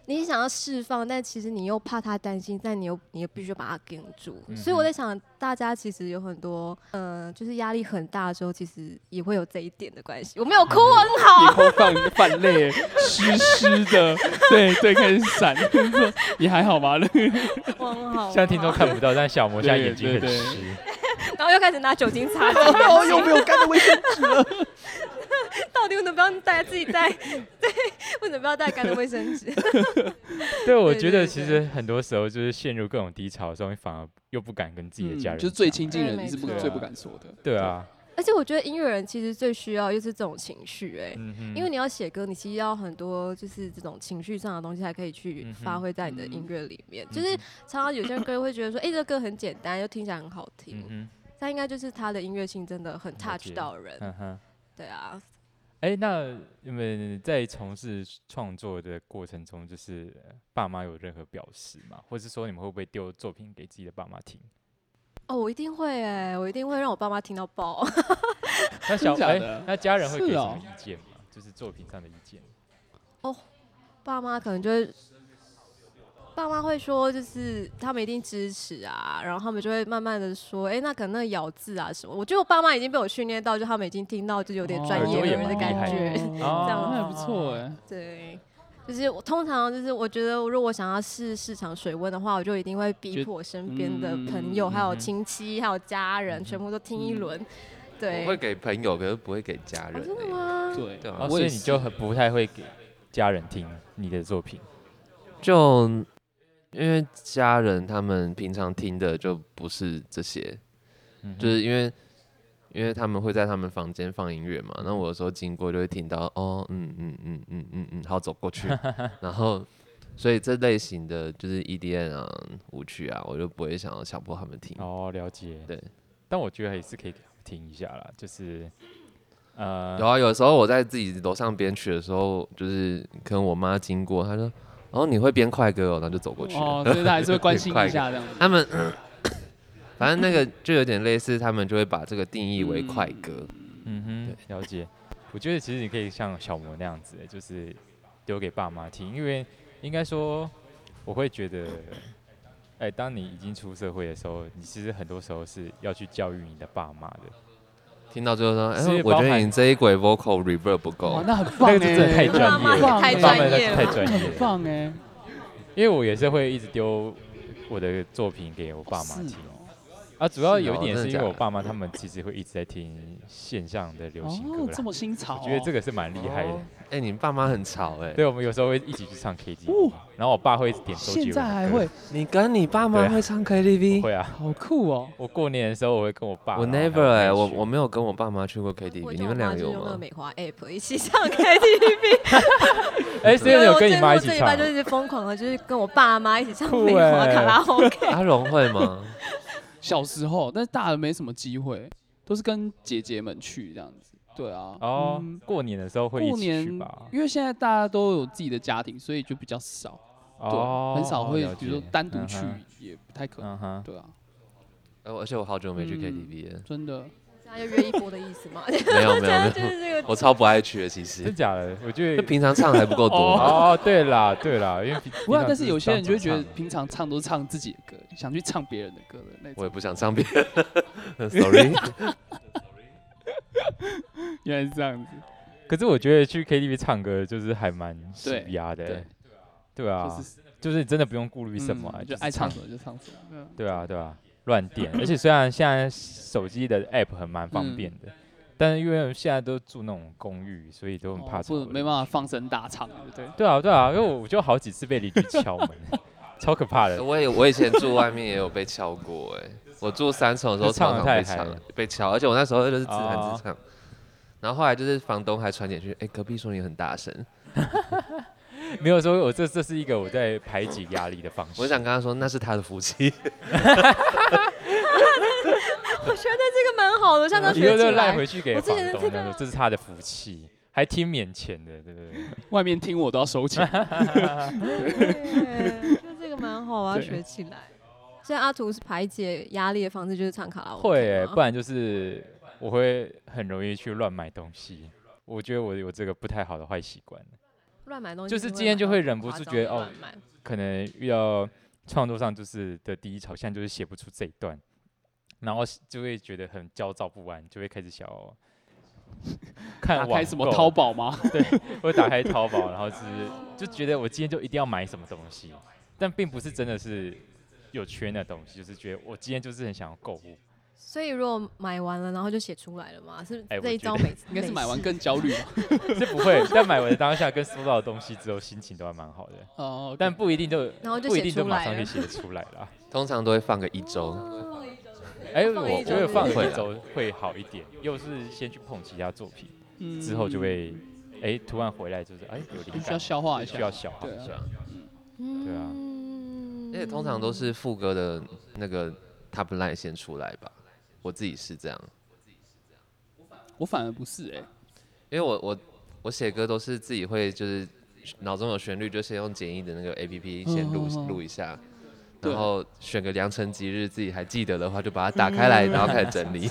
[SPEAKER 1] 你想要释放，但其实你又怕他担心，但你又你也必须把他跟住。
[SPEAKER 3] 嗯
[SPEAKER 1] 所以我在想，大家其实有很多，呃，就是压力很大的时候，其实也会有这一点的关系。我没有哭，我很
[SPEAKER 4] 你
[SPEAKER 1] 好。
[SPEAKER 4] 头放 泛泪，湿湿的，对对，开始闪。说你还好吗？
[SPEAKER 1] 我很好，
[SPEAKER 3] 像嗯听
[SPEAKER 1] 我
[SPEAKER 3] 众
[SPEAKER 1] 很
[SPEAKER 3] 看不到，但小魔现在
[SPEAKER 4] 对
[SPEAKER 3] 眼睛很
[SPEAKER 4] 对对
[SPEAKER 3] 湿。
[SPEAKER 1] 好然后又开始拿酒精 擦自己的眼睛，
[SPEAKER 4] 又没有干的卫生
[SPEAKER 1] 到底为什么不要带自己带？ 对，为什么不要带干的卫生纸？
[SPEAKER 3] 对，我
[SPEAKER 1] 对对
[SPEAKER 3] 觉得
[SPEAKER 1] 对
[SPEAKER 3] 其实很多时候就是陷入各种低潮的时候，你反而又不敢跟自己的家人讲、
[SPEAKER 4] 嗯就是最亲近人，
[SPEAKER 1] 对
[SPEAKER 4] 你是不
[SPEAKER 1] 没
[SPEAKER 3] 错
[SPEAKER 4] 最不敢说的。
[SPEAKER 3] 啊对啊，
[SPEAKER 1] 而且我觉得音乐人其实最需要就是这种情绪、哎、
[SPEAKER 3] 嗯哼，
[SPEAKER 1] 因为你要写歌，你其实要很多就是这种情绪上的东西，才可以去
[SPEAKER 3] 嗯哼嗯
[SPEAKER 1] 发挥在你的音乐里面。就是常常有些歌会觉得说，哎、这个歌很简单，又听起来很好听，
[SPEAKER 3] 嗯
[SPEAKER 1] 但应该就是它的音乐性真的很
[SPEAKER 3] 了解
[SPEAKER 1] touch 到人
[SPEAKER 3] 哼，。嗯哼，
[SPEAKER 1] 对啊，
[SPEAKER 3] 哎、那你们在从事创作的过程中，就是呃爸妈有任何表示吗？或是说你们会不会丢作品给自己的爸妈听？
[SPEAKER 1] 哦，我一定会哎、我一定会让我爸妈听到爆。
[SPEAKER 3] 那小
[SPEAKER 4] 假
[SPEAKER 3] 哎、
[SPEAKER 4] 的
[SPEAKER 3] 那家人会给
[SPEAKER 4] 是
[SPEAKER 3] 什么
[SPEAKER 4] 哦
[SPEAKER 3] 意见吗？就是作品上的意见。
[SPEAKER 1] 爸妈可能就会，爸妈会说，就是他们一定支持啊，然后他们就会慢慢的说，哎、那可能那个咬字啊什么，我觉得我爸妈已经被我训练到，就他们已经听到就有点专
[SPEAKER 3] 哦
[SPEAKER 4] 哦
[SPEAKER 3] 耳
[SPEAKER 1] 业
[SPEAKER 3] 朵也
[SPEAKER 1] 人的
[SPEAKER 3] 蛮厉
[SPEAKER 1] 感
[SPEAKER 3] 害
[SPEAKER 1] 觉。
[SPEAKER 3] 哦
[SPEAKER 1] 这样
[SPEAKER 4] 那还不错哎。
[SPEAKER 1] 对，就是我通常就是我觉得，如果我想要试市场水温的话，我就一定会逼迫我身边的朋友、
[SPEAKER 4] 嗯
[SPEAKER 1] 还有
[SPEAKER 3] 嗯
[SPEAKER 1] 亲戚、还有家人，
[SPEAKER 3] 嗯
[SPEAKER 1] 全部都听一轮。 对，
[SPEAKER 6] 我 会给朋友，可是不会给家
[SPEAKER 1] 哦
[SPEAKER 6] 人、
[SPEAKER 1] 真的
[SPEAKER 6] 欸。
[SPEAKER 1] 吗？
[SPEAKER 4] 对
[SPEAKER 6] 对啊
[SPEAKER 3] 哦，
[SPEAKER 4] 我
[SPEAKER 3] 所
[SPEAKER 4] 也
[SPEAKER 3] 以你就很不太会给家人听你的作品。
[SPEAKER 6] 就因为家人他们平常听的就不是这些，
[SPEAKER 3] 嗯哼
[SPEAKER 6] 就是因为因为他们会在他们房间放音乐
[SPEAKER 4] 嗯
[SPEAKER 6] 嘛，那我有时候经过就会听到，哦，嗯嗯嗯嗯嗯嗯，好走 过去，然后所以这类型的就是 EDM 啊舞曲啊，我就不会想要强迫他们听。
[SPEAKER 3] 哦，了解。
[SPEAKER 6] 嗯对，
[SPEAKER 3] 但我觉得也是可以给他们听一下啦，就是
[SPEAKER 4] 嗯
[SPEAKER 3] 呃，
[SPEAKER 6] 有啊，有时候我在自己楼上编曲的时候，就是跟我妈经过，她说，哦，你会编快歌哦，然后就走过去了。
[SPEAKER 4] 哦，所以他还是会关心一下这样子。
[SPEAKER 6] 他们反正那个就有点类似，他们就会把这个定义为快歌。
[SPEAKER 3] 嗯哼，了欸解。我觉得其实你可以像小魔那样子，就是丢给爸妈听，因为应该说，我会觉得，哎、当你已经出社会的时候，你其实很多时候是要去教育你的爸妈的。
[SPEAKER 6] 听到最后说，哎、
[SPEAKER 3] 是
[SPEAKER 6] 我觉
[SPEAKER 3] 包
[SPEAKER 6] 得
[SPEAKER 3] 含
[SPEAKER 6] 你这一轨 vocal reverb 不
[SPEAKER 4] 哇
[SPEAKER 6] 够，，
[SPEAKER 4] 那很棒哎、
[SPEAKER 3] 哦那个是真的太专业了
[SPEAKER 4] 棒
[SPEAKER 1] 太
[SPEAKER 4] 欸
[SPEAKER 1] 专业
[SPEAKER 3] 了太专业了
[SPEAKER 4] 很棒哎、
[SPEAKER 3] 因为我也是会一直丢我的作品给我爸妈
[SPEAKER 4] 是
[SPEAKER 3] 听。
[SPEAKER 4] 哦
[SPEAKER 3] 啊，主要
[SPEAKER 6] 是
[SPEAKER 3] 有一
[SPEAKER 6] 哦
[SPEAKER 3] 点
[SPEAKER 6] 真
[SPEAKER 3] 是
[SPEAKER 6] 的
[SPEAKER 3] 因为
[SPEAKER 6] 假
[SPEAKER 3] 我
[SPEAKER 6] 的
[SPEAKER 3] 爸妈他们其实会一直在听线上的流行歌
[SPEAKER 4] 哦，这
[SPEAKER 3] 啦，
[SPEAKER 4] 么新潮、哦，
[SPEAKER 3] 我觉得这个是蛮厉害的
[SPEAKER 6] 哦。哎、你爸妈很吵哎、
[SPEAKER 3] 对，我们有时候会一起去唱 KTV，、
[SPEAKER 4] 哦
[SPEAKER 3] 然后我爸会一直点周杰
[SPEAKER 4] 现
[SPEAKER 3] 伦。
[SPEAKER 4] 在还会，，
[SPEAKER 6] 你跟你爸
[SPEAKER 3] 对
[SPEAKER 6] 妈
[SPEAKER 3] 啊
[SPEAKER 6] 会唱 KTV？
[SPEAKER 3] 会啊。
[SPEAKER 4] 好酷哦！
[SPEAKER 3] 我过年的时候我会跟我爸，
[SPEAKER 6] 我
[SPEAKER 3] 然后还有
[SPEAKER 6] never 哎、
[SPEAKER 3] 妹
[SPEAKER 6] 我
[SPEAKER 3] 去
[SPEAKER 6] 我没有跟我爸妈去过 KTV，
[SPEAKER 1] 我
[SPEAKER 6] 你
[SPEAKER 1] 跟我
[SPEAKER 6] 们两
[SPEAKER 1] 妈
[SPEAKER 6] 个
[SPEAKER 1] 就
[SPEAKER 6] 有
[SPEAKER 1] 是用那个
[SPEAKER 6] 吗？
[SPEAKER 1] 美华 app 一起 唱 KTV，
[SPEAKER 3] 哎，真的有跟你妈一起
[SPEAKER 1] 我这一
[SPEAKER 3] 唱
[SPEAKER 1] 半就？是疯狂的，就是跟我爸妈一起唱
[SPEAKER 3] 酷
[SPEAKER 1] 美华
[SPEAKER 3] 欸
[SPEAKER 1] 卡拉 OK。
[SPEAKER 6] 阿荣会吗？
[SPEAKER 4] 小时候，但是大了没什么机会，都是跟姐姐们去这样子。对啊，
[SPEAKER 3] 哦
[SPEAKER 4] 嗯，
[SPEAKER 3] 过年的时候会一
[SPEAKER 4] 过
[SPEAKER 3] 起去
[SPEAKER 4] 年
[SPEAKER 3] 吧？
[SPEAKER 4] 因为现在大家都有自己的家庭，所以就比较少，
[SPEAKER 3] 哦，
[SPEAKER 4] 对，很少会
[SPEAKER 3] 了，
[SPEAKER 4] 比如
[SPEAKER 3] 解
[SPEAKER 4] 说单独
[SPEAKER 3] 嗯
[SPEAKER 4] 去
[SPEAKER 3] 哼
[SPEAKER 4] 也不太可能。
[SPEAKER 3] 嗯哼，
[SPEAKER 4] 对啊，
[SPEAKER 6] 呃而且我好久没去
[SPEAKER 4] 嗯
[SPEAKER 6] KTV 了，
[SPEAKER 4] 真的，
[SPEAKER 1] 那就约一波的意思嘛，就
[SPEAKER 6] 没 有没有
[SPEAKER 1] 是
[SPEAKER 6] 没
[SPEAKER 1] 就
[SPEAKER 6] 有，
[SPEAKER 1] 是这个
[SPEAKER 6] 我超不爱去的，其
[SPEAKER 3] 真
[SPEAKER 6] 实
[SPEAKER 3] 假的？我觉
[SPEAKER 6] 就
[SPEAKER 3] 得
[SPEAKER 6] 平常唱还不够多。
[SPEAKER 3] 哦，对啦，对啦，因为平
[SPEAKER 4] 不过啊
[SPEAKER 3] 平常
[SPEAKER 4] 但是有些人就会觉
[SPEAKER 3] 当
[SPEAKER 4] 得
[SPEAKER 3] 主唱
[SPEAKER 4] 平常唱都唱自己的歌，想去唱别人的歌的那
[SPEAKER 6] 我
[SPEAKER 4] 种
[SPEAKER 6] 也。不想唱别人的 ，sorry。
[SPEAKER 4] 原来是这样子，
[SPEAKER 3] 可是我觉得去 KTV 唱歌就是还蛮舒压的
[SPEAKER 4] 对
[SPEAKER 3] 欸，对啊
[SPEAKER 4] 就，是
[SPEAKER 3] 就是真的不用顾虑什么啊，
[SPEAKER 4] 嗯
[SPEAKER 3] 就
[SPEAKER 4] 就是爱唱什么就唱什么。
[SPEAKER 3] 对
[SPEAKER 4] 对啊
[SPEAKER 3] 啊，对啊，乱点。而且虽然现在手机的 app 很蛮方
[SPEAKER 4] 嗯
[SPEAKER 3] 便的，但是因为现在都住那种公寓，所以都很
[SPEAKER 4] 哦
[SPEAKER 3] 怕吵
[SPEAKER 4] 不
[SPEAKER 3] 的。
[SPEAKER 4] 没办法放声大唱，对不对？
[SPEAKER 3] 对啊，对啊，因为我就好几次被邻居敲门， 超可怕的。
[SPEAKER 6] 我也我以前住外面也有被敲过哎、我住三重的时候
[SPEAKER 3] 就唱
[SPEAKER 6] 常
[SPEAKER 3] 得太
[SPEAKER 6] 常被
[SPEAKER 3] 嗨
[SPEAKER 6] 敲
[SPEAKER 3] 了
[SPEAKER 6] 被敲，而且我那时候就是自
[SPEAKER 3] 哦
[SPEAKER 6] 弹自唱，然后后来就是房东还传简讯，哎、隔壁说你很大声，
[SPEAKER 3] 没有说我这这是一个我在排解压力的方式。
[SPEAKER 6] 我想跟他说那是他的福气，
[SPEAKER 1] 我觉得这个蛮好的，像他
[SPEAKER 3] 以后
[SPEAKER 1] 学起
[SPEAKER 3] 就赖
[SPEAKER 1] 来
[SPEAKER 3] 回。去给
[SPEAKER 1] 我之
[SPEAKER 3] 房
[SPEAKER 1] 前
[SPEAKER 3] 东，
[SPEAKER 1] 真
[SPEAKER 3] 他
[SPEAKER 1] 的
[SPEAKER 3] 说这是他的福气，还挺免钱的，对不对？
[SPEAKER 4] 外面听我都要收钱。
[SPEAKER 1] 对，就这个蛮好啊，
[SPEAKER 4] 对
[SPEAKER 1] 学起来。所以阿图是排解压力的方式就是唱卡拉 OK
[SPEAKER 3] 会欸、
[SPEAKER 1] 吗
[SPEAKER 3] 不然就是我会很容易去乱买东西。我觉得我有这个不太好的坏习惯，
[SPEAKER 1] 乱买东西，
[SPEAKER 3] 就是今天就会忍不住觉得哦，
[SPEAKER 1] 买到很夸张的乱买
[SPEAKER 3] 可能遇到创作上就是的第一潮现在就是写不出这一段，然后就会觉得很焦躁不安，就会开始想 要看
[SPEAKER 4] 打
[SPEAKER 3] 网
[SPEAKER 4] 开什么
[SPEAKER 3] 购
[SPEAKER 4] 淘，宝吗？
[SPEAKER 3] 会打开淘宝，然后是就觉得我今天就一定要买什么东西，但并不是真的是有缺那东西，就是觉得我今天就是很想要购物，
[SPEAKER 1] 所以如果买完了，然后就写出来了嘛，是不
[SPEAKER 3] 哎
[SPEAKER 1] 是
[SPEAKER 3] 我
[SPEAKER 1] 这一
[SPEAKER 3] 觉得
[SPEAKER 1] 招每次
[SPEAKER 4] 应该是买完更焦虑 吧。
[SPEAKER 3] 是不 会，但买完的当下跟收到的东西之后心情都还蛮好的。
[SPEAKER 4] 哦，
[SPEAKER 3] 但不一定就，
[SPEAKER 1] 然后就
[SPEAKER 3] 不一
[SPEAKER 1] 写
[SPEAKER 3] 定就
[SPEAKER 1] 出
[SPEAKER 3] 马
[SPEAKER 1] 来
[SPEAKER 3] 上就
[SPEAKER 1] 了
[SPEAKER 3] 写得出来了。
[SPEAKER 6] 通常都会放个一周。
[SPEAKER 3] 哎、我
[SPEAKER 1] 放
[SPEAKER 3] 我
[SPEAKER 1] 一周
[SPEAKER 3] 觉得放
[SPEAKER 6] 不会
[SPEAKER 3] 一
[SPEAKER 6] 啦
[SPEAKER 3] 周会好一点，又是先去碰其他作品，
[SPEAKER 4] 嗯
[SPEAKER 3] 之后就会，哎、突然回来就是，哎、有灵
[SPEAKER 4] 就
[SPEAKER 3] 感，
[SPEAKER 4] 需要消化一下，
[SPEAKER 3] 需要消化
[SPEAKER 4] 对
[SPEAKER 3] 一
[SPEAKER 4] 啊
[SPEAKER 3] 下。对啊
[SPEAKER 1] 嗯，
[SPEAKER 6] 而且通常都是副歌的那个 top line 先出来吧，我自己是这样，
[SPEAKER 4] 我反而不是哎、
[SPEAKER 6] 因为我我我写歌都是自己会就是脑中有旋律就先用简易的那个 A P P 先录
[SPEAKER 4] 嗯嗯嗯
[SPEAKER 6] 录一下，
[SPEAKER 4] 对嗯
[SPEAKER 6] 然后选个良辰吉日自己还记得的话就把它打开来，然后开 始整理。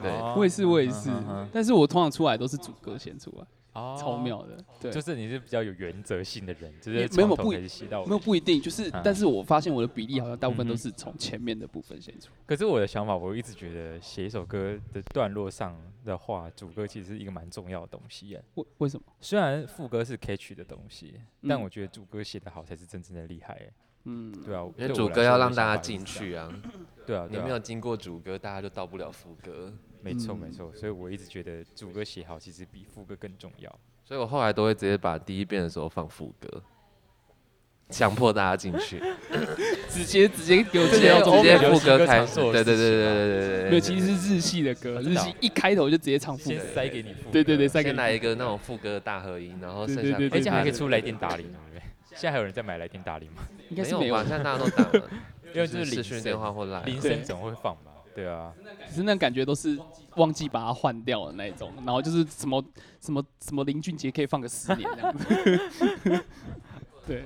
[SPEAKER 6] 对，
[SPEAKER 3] 哦
[SPEAKER 4] 我也是，我也是
[SPEAKER 3] 嗯嗯嗯，
[SPEAKER 4] 但是我通常出来都是主歌先出来，
[SPEAKER 3] 哦
[SPEAKER 4] 超，妙的。对，
[SPEAKER 3] 就
[SPEAKER 4] 就是
[SPEAKER 3] 你是比较有原则性的人，就是
[SPEAKER 4] 也
[SPEAKER 3] 从
[SPEAKER 4] 没有
[SPEAKER 3] 头
[SPEAKER 4] 不
[SPEAKER 3] 开始写到尾
[SPEAKER 4] 没有不一定，就是
[SPEAKER 3] 嗯，
[SPEAKER 4] 但是我发现我的比例好像大部分
[SPEAKER 3] 嗯
[SPEAKER 4] 都
[SPEAKER 3] 哼
[SPEAKER 4] 是从前面的部分先出。
[SPEAKER 3] 可是我的想法，我一直觉得写一首歌的段落上的话，主歌其实是一个蛮重要的东西耶。
[SPEAKER 4] 为为什么？
[SPEAKER 3] 虽然副歌是 catch 的东西，但
[SPEAKER 4] 嗯
[SPEAKER 3] 我觉得主歌写得好才是真正的厉害耶。
[SPEAKER 4] 嗯，
[SPEAKER 3] 对啊，
[SPEAKER 6] 因为
[SPEAKER 3] 对
[SPEAKER 6] 主
[SPEAKER 3] 我来
[SPEAKER 6] 歌
[SPEAKER 3] 说
[SPEAKER 6] 要
[SPEAKER 3] 我的
[SPEAKER 6] 让大
[SPEAKER 3] 想
[SPEAKER 6] 家
[SPEAKER 3] 法也
[SPEAKER 6] 进
[SPEAKER 3] 是这样。
[SPEAKER 6] 去啊，
[SPEAKER 3] 对啊，
[SPEAKER 6] 你
[SPEAKER 3] 对啊
[SPEAKER 6] 没有经过主歌，大家就到不了副歌。
[SPEAKER 3] 没错
[SPEAKER 4] 嗯
[SPEAKER 3] 没错，所以我一直觉得主歌写好其实比副歌更重要。
[SPEAKER 6] 所以我后来都会直接把第一遍的时候放副歌，强迫大家进 去，
[SPEAKER 4] 直接直接给我
[SPEAKER 6] 直
[SPEAKER 4] 切
[SPEAKER 6] 接
[SPEAKER 4] 到
[SPEAKER 6] 直
[SPEAKER 4] 重
[SPEAKER 6] 接
[SPEAKER 4] 点。
[SPEAKER 6] 副歌开
[SPEAKER 3] 流行歌常
[SPEAKER 6] 始。
[SPEAKER 3] 做的
[SPEAKER 6] 对对对
[SPEAKER 3] 事情
[SPEAKER 6] 对
[SPEAKER 3] 啊
[SPEAKER 6] 对对对对
[SPEAKER 4] 没有，
[SPEAKER 6] 对。
[SPEAKER 4] 其实是日系的歌，日
[SPEAKER 3] 道
[SPEAKER 4] 系一开头就直接唱副
[SPEAKER 3] 先
[SPEAKER 4] 歌，
[SPEAKER 3] 塞给你副歌，
[SPEAKER 4] 对对对，塞给
[SPEAKER 6] 先
[SPEAKER 4] 你。
[SPEAKER 6] 来一个那种副歌大合音，然后
[SPEAKER 4] 对
[SPEAKER 6] 剩
[SPEAKER 4] 对
[SPEAKER 6] 下
[SPEAKER 4] 对对
[SPEAKER 3] 而且哎还可以
[SPEAKER 4] 对
[SPEAKER 3] 出来电打铃，啊对不对？现在还有人在买来电打铃吗？
[SPEAKER 4] 应该
[SPEAKER 6] 没
[SPEAKER 4] 是没
[SPEAKER 6] 有
[SPEAKER 4] 有
[SPEAKER 6] 吧？，现在大家都打了，
[SPEAKER 3] 因为
[SPEAKER 6] 就是
[SPEAKER 3] 铃
[SPEAKER 6] 视讯电话
[SPEAKER 3] 声，
[SPEAKER 6] 或啊来。
[SPEAKER 3] 铃
[SPEAKER 4] 对
[SPEAKER 3] 声总会放吧？对 啊，
[SPEAKER 4] 可是那感觉都是忘记把它换掉的那一种，然后就是什么什么什么林俊杰可以放个十年这样子。对。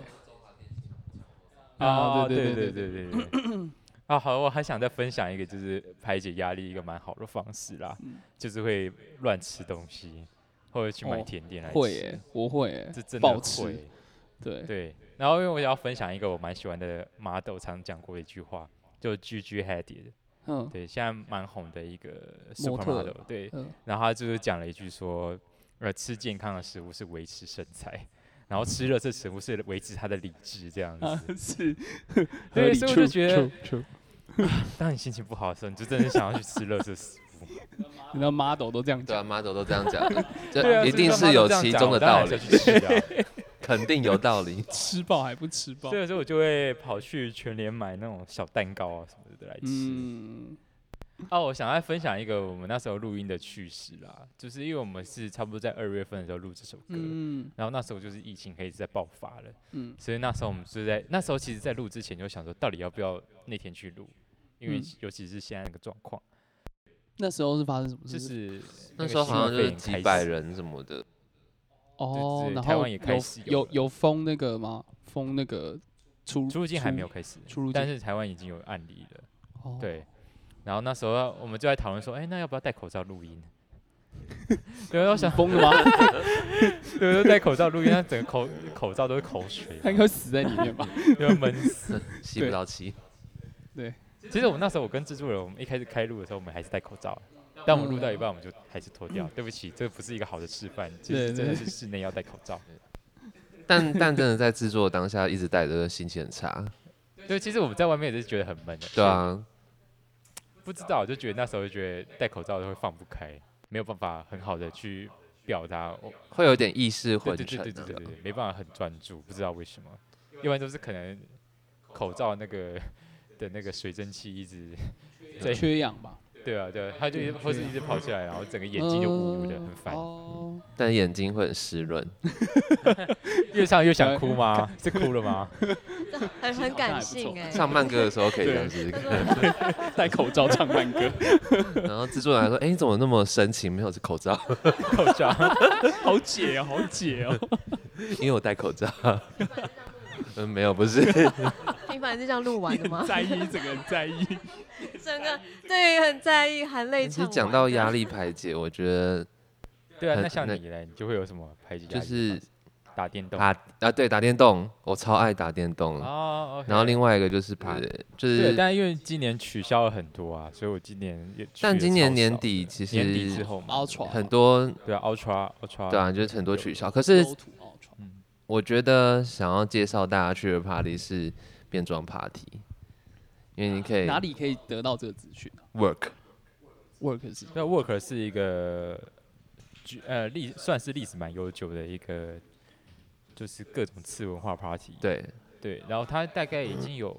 [SPEAKER 3] 哦
[SPEAKER 4] 啊对
[SPEAKER 3] 对对
[SPEAKER 4] 对
[SPEAKER 3] 对对对。 啊，好，我还想再分享一个，就是排解压力一个蛮好的方式啦，
[SPEAKER 4] 嗯
[SPEAKER 3] 就是会乱吃东西，或者去买
[SPEAKER 4] 哦
[SPEAKER 3] 甜点来吃，
[SPEAKER 4] 会耶，我会耶
[SPEAKER 3] 这，真的
[SPEAKER 4] 暴吃
[SPEAKER 3] 会，
[SPEAKER 4] 对，
[SPEAKER 3] 对，然后因为我想要分享一个我蛮喜欢的 model 常讲过的一句话，就 G G Hadid，
[SPEAKER 4] 嗯
[SPEAKER 3] 对，现在蛮红的一个
[SPEAKER 4] 模特
[SPEAKER 3] supermodel，对，
[SPEAKER 4] 嗯，
[SPEAKER 3] 然后他就是讲了一句说，呃，吃健康的食物是维持身材，然后吃热色食物是维持他的理智这样子。
[SPEAKER 4] 啊是，
[SPEAKER 3] 对所以我就觉得
[SPEAKER 4] true, true, true
[SPEAKER 3] 当你心情不好的时候，你就真的想要去吃热色食 物。
[SPEAKER 4] 你知道 model 都这样
[SPEAKER 6] 对啊
[SPEAKER 4] 讲，
[SPEAKER 6] ，model 都这样 讲的，
[SPEAKER 3] 对啊，
[SPEAKER 6] 这
[SPEAKER 3] 所
[SPEAKER 6] 一
[SPEAKER 3] 以
[SPEAKER 6] 定
[SPEAKER 3] 像他
[SPEAKER 6] 是
[SPEAKER 3] 都
[SPEAKER 6] 有
[SPEAKER 3] 这样
[SPEAKER 6] 其
[SPEAKER 3] 讲
[SPEAKER 6] 中
[SPEAKER 3] 我
[SPEAKER 6] 的
[SPEAKER 3] 当然还
[SPEAKER 6] 道理，
[SPEAKER 3] 是要去吃啊
[SPEAKER 6] 肯定有 道理。
[SPEAKER 4] 吃饱还不吃饱
[SPEAKER 3] 所，以说我就会跑去全联买那种小蛋糕啊什么的来吃。
[SPEAKER 4] 嗯，
[SPEAKER 3] 哦，我想再分享一个我们那时候录音的趣事啦，就是因为我们是差不多在二月份的时候录这首歌，
[SPEAKER 4] 嗯
[SPEAKER 3] 然后那时候就是疫情可以在爆发了，
[SPEAKER 4] 嗯
[SPEAKER 3] 所以那时候我们就在那时候其实，在录之前就想说，到底要不要那天去录，因为
[SPEAKER 4] 嗯
[SPEAKER 3] 尤其是现在那个状况，
[SPEAKER 4] 那时候是发生什么
[SPEAKER 3] 就
[SPEAKER 4] 事？
[SPEAKER 3] 是
[SPEAKER 6] 那
[SPEAKER 3] 个
[SPEAKER 6] 时候
[SPEAKER 3] 新
[SPEAKER 6] 好像
[SPEAKER 3] 冠
[SPEAKER 6] 就
[SPEAKER 3] 肺
[SPEAKER 6] 是
[SPEAKER 3] 炎
[SPEAKER 6] 几
[SPEAKER 3] 开
[SPEAKER 6] 百
[SPEAKER 3] 始，
[SPEAKER 6] 人什么 的，
[SPEAKER 4] 哦
[SPEAKER 3] 对，
[SPEAKER 4] 然
[SPEAKER 3] 台
[SPEAKER 4] 后
[SPEAKER 3] 湾也开
[SPEAKER 4] 有
[SPEAKER 3] 始有
[SPEAKER 4] 有
[SPEAKER 3] 了
[SPEAKER 4] 有封那个吗？封那个出
[SPEAKER 3] 出入境还没有，开始
[SPEAKER 4] 出入，
[SPEAKER 3] 但
[SPEAKER 4] 境
[SPEAKER 3] 是台湾已经有案例了，
[SPEAKER 4] 哦，
[SPEAKER 3] 对。然后那时候我们就在讨论说，哎、那要不要戴口罩录音？ 对，我想，
[SPEAKER 4] 封了吗？
[SPEAKER 3] 对，就戴口罩录音，那整个口口罩都是口 水，
[SPEAKER 4] 他应该会死在里面吧？
[SPEAKER 3] 就闷死。
[SPEAKER 6] 吸不到气。
[SPEAKER 3] 其实我们那时候我跟制作人，我们一开始开录的时候，我们还是戴口罩，但我们录到一半，我们就还是脱掉。对不起，这不是一个好的示范，其实
[SPEAKER 4] 对
[SPEAKER 3] 真的
[SPEAKER 4] 对
[SPEAKER 3] 是室内要戴口罩。
[SPEAKER 6] 但但真的在制作当下一直戴着，心情很差。
[SPEAKER 3] 对，其实我们在外面也是觉得很闷的。
[SPEAKER 6] 对，啊，
[SPEAKER 3] 不知道，就觉得那时候就觉得戴口罩都会放不开，没有办法很好的去表达。哦
[SPEAKER 6] 会有点意识
[SPEAKER 3] 对
[SPEAKER 6] 混
[SPEAKER 3] 对对
[SPEAKER 6] 成
[SPEAKER 3] 对对对
[SPEAKER 6] 啊。
[SPEAKER 3] 对，没办法很专注，不知道为什么，一般都是可能口罩那个 的那个水蒸气一直 对
[SPEAKER 4] 缺氧吧，
[SPEAKER 3] 对啊，对啊，他就一直或是一直跑起来，然后整 个眼睛就雾雾的，
[SPEAKER 4] 嗯
[SPEAKER 3] 很烦。
[SPEAKER 4] 哦，
[SPEAKER 6] 但眼睛会很湿 润。
[SPEAKER 3] 越唱越想哭吗？呃 是哭了吗？
[SPEAKER 1] 很很感性哎、
[SPEAKER 6] 唱慢歌的时候可以这样试试
[SPEAKER 1] 他
[SPEAKER 6] 看。
[SPEAKER 1] 说
[SPEAKER 4] 戴口罩唱慢歌，
[SPEAKER 6] 然后制作人还说：“哎、你怎么那么深情？没有是口罩，
[SPEAKER 3] 口罩，
[SPEAKER 4] 好解哦，好解哦。
[SPEAKER 6] 因为我戴 口罩。”嗯，没有，不是。
[SPEAKER 1] 平凡 是这样录完 的吗？
[SPEAKER 4] 在意整个人在意，
[SPEAKER 1] 真的对，很在意，含泪
[SPEAKER 6] 其实
[SPEAKER 1] 唱。
[SPEAKER 6] 讲到压，力排解，我觉得
[SPEAKER 3] 对啊，
[SPEAKER 6] 很
[SPEAKER 3] 那像
[SPEAKER 6] 那
[SPEAKER 3] 你嘞，你就会有什么排解压力的
[SPEAKER 6] 就
[SPEAKER 3] 方式？
[SPEAKER 6] 是
[SPEAKER 3] 打电动
[SPEAKER 6] 打啊，对，打电动，我超爱打电动。
[SPEAKER 3] 哦，OK
[SPEAKER 6] 然后另外一个就是爬，就
[SPEAKER 3] 对，
[SPEAKER 6] 是
[SPEAKER 3] 但因为今年取消了很多啊，所以我今年也去
[SPEAKER 6] 但
[SPEAKER 3] 得
[SPEAKER 6] 今年
[SPEAKER 3] 超
[SPEAKER 6] 年
[SPEAKER 3] 少
[SPEAKER 6] 底
[SPEAKER 3] 的
[SPEAKER 6] 其
[SPEAKER 3] 年底
[SPEAKER 6] 实
[SPEAKER 3] 之后嘛，
[SPEAKER 4] Ultra
[SPEAKER 6] 很多，
[SPEAKER 3] 对啊，Ultra Ultra，
[SPEAKER 6] 对啊，就是很多取消。可是
[SPEAKER 4] Go to Ultra
[SPEAKER 6] 我觉得想要介绍大家去的 party 是变装 party，因为你可以
[SPEAKER 4] 哪里可以得到这个资讯啊
[SPEAKER 6] work，
[SPEAKER 4] ？Work 是
[SPEAKER 3] 那 Work 是一个举呃历算是历史蛮悠久的一个，就是各种次文化 party。
[SPEAKER 6] 对，
[SPEAKER 3] 对，然后它大概已经有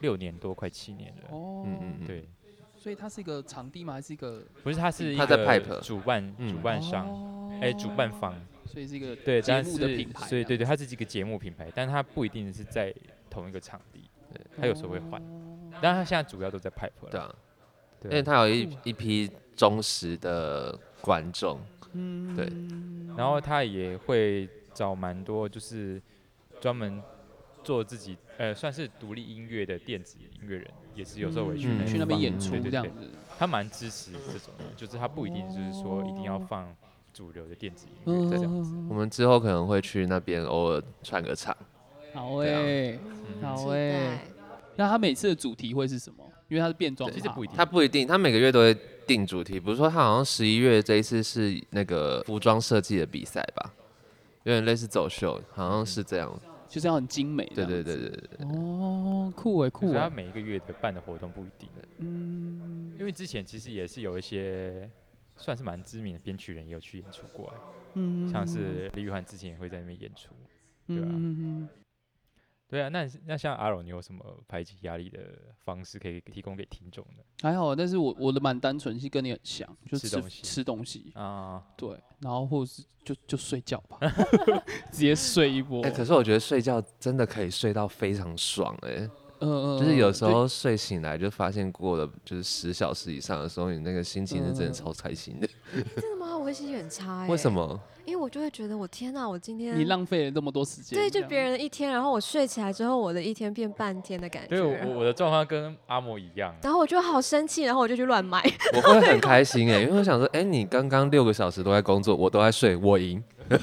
[SPEAKER 3] 六年多，快七年了。
[SPEAKER 4] 哦，
[SPEAKER 6] 嗯嗯嗯，
[SPEAKER 3] 对，
[SPEAKER 4] 所以它是一个场地吗？还是一个
[SPEAKER 3] 不是它是一
[SPEAKER 6] 它嗯在
[SPEAKER 3] 个
[SPEAKER 6] Pipe
[SPEAKER 3] 主办
[SPEAKER 6] 嗯
[SPEAKER 3] 主办商，
[SPEAKER 4] 哦
[SPEAKER 3] 哎，主办方
[SPEAKER 4] 所以是一个
[SPEAKER 3] 对，
[SPEAKER 4] 节
[SPEAKER 3] 但
[SPEAKER 4] 目的
[SPEAKER 3] 是
[SPEAKER 4] 品牌，
[SPEAKER 3] 所以对对，，它是一个节目品牌，但它不一定是在同一个场地，对它有时候会
[SPEAKER 4] 哦
[SPEAKER 3] 换。但它现在主要都在 Pipe
[SPEAKER 6] 对
[SPEAKER 3] 了。
[SPEAKER 6] 啊，因为
[SPEAKER 3] 对，
[SPEAKER 6] 他有一一批忠实的观众，
[SPEAKER 3] 嗯
[SPEAKER 6] 对，
[SPEAKER 3] 然后他也会找蛮多就是专门做自己呃算是独立音乐的电子音乐人，也是有时候会去
[SPEAKER 6] 嗯
[SPEAKER 3] 那
[SPEAKER 6] 嗯
[SPEAKER 3] 边
[SPEAKER 4] 去那边
[SPEAKER 3] 放
[SPEAKER 4] 演出
[SPEAKER 3] 对对
[SPEAKER 4] 这
[SPEAKER 3] 对
[SPEAKER 4] 样子，
[SPEAKER 3] 他蛮支持这种的，就是他不一定就是说一定要放主流的电子音乐这样子。
[SPEAKER 4] 嗯，
[SPEAKER 6] 我们之后可能会去那边偶尔串个场，
[SPEAKER 4] 好哎，
[SPEAKER 3] 啊嗯，
[SPEAKER 4] 好
[SPEAKER 1] 期待
[SPEAKER 4] 哎。那它每次的主题会是什么？因为它是变装，
[SPEAKER 3] 其实不一定
[SPEAKER 6] 他不一定，他每个月都会定主题，比如说他好像十一月这一次是那个服装设计的比赛吧，有点类似走秀，好像是这样，
[SPEAKER 4] 就是要很精美这
[SPEAKER 6] 对
[SPEAKER 4] 样
[SPEAKER 6] 对
[SPEAKER 4] 子。
[SPEAKER 6] 对对对对，
[SPEAKER 4] 哦，酷
[SPEAKER 1] 啊
[SPEAKER 3] 所
[SPEAKER 4] 哎酷
[SPEAKER 3] 以他啊
[SPEAKER 4] 哎，
[SPEAKER 3] 每一个月的办的活动不一定，
[SPEAKER 4] 嗯，
[SPEAKER 3] 因为之前其实也是有一些算是蛮知名的编曲人也有去演出过，啊
[SPEAKER 4] 嗯
[SPEAKER 3] 像是李宇涵之前也会在那边演出。对啊
[SPEAKER 4] 嗯，
[SPEAKER 3] 对啊，那你那像阿荣，你有什么排解压力的方式可以提供给听众呢？
[SPEAKER 4] 还好，但是我我的蛮单纯，是跟你很像，就
[SPEAKER 3] 吃
[SPEAKER 4] 吃
[SPEAKER 3] 东西
[SPEAKER 4] 吃东西，
[SPEAKER 3] 啊，
[SPEAKER 4] 对，然后或者是就就睡觉吧， 直接睡一波。
[SPEAKER 6] 哎、可是我觉得睡觉真的可以睡到非常爽哎、
[SPEAKER 4] 嗯，嗯
[SPEAKER 6] 就是有时，
[SPEAKER 4] 嗯
[SPEAKER 6] 候睡醒来就发现过了就是十小时以上的时候，你那个心情是真的超开心的。
[SPEAKER 1] 真的吗？我心情很差哎、
[SPEAKER 6] 为什？么？
[SPEAKER 1] 因为我就会觉得我天哪，我今
[SPEAKER 4] 对
[SPEAKER 1] 天
[SPEAKER 4] 你浪费了那么多时间。
[SPEAKER 1] 对，
[SPEAKER 4] 这
[SPEAKER 1] 就
[SPEAKER 4] 样
[SPEAKER 1] 别人的一天，然后我睡起来之后，我的一天变半天的感觉。
[SPEAKER 3] 对我我我的状况跟阿莫一样，
[SPEAKER 1] 然后我就好生气，然后我就去乱 买。
[SPEAKER 6] 我会很开心哎、因为我想说，哎、你刚刚六个小时都在工作，我都在睡，我赢 的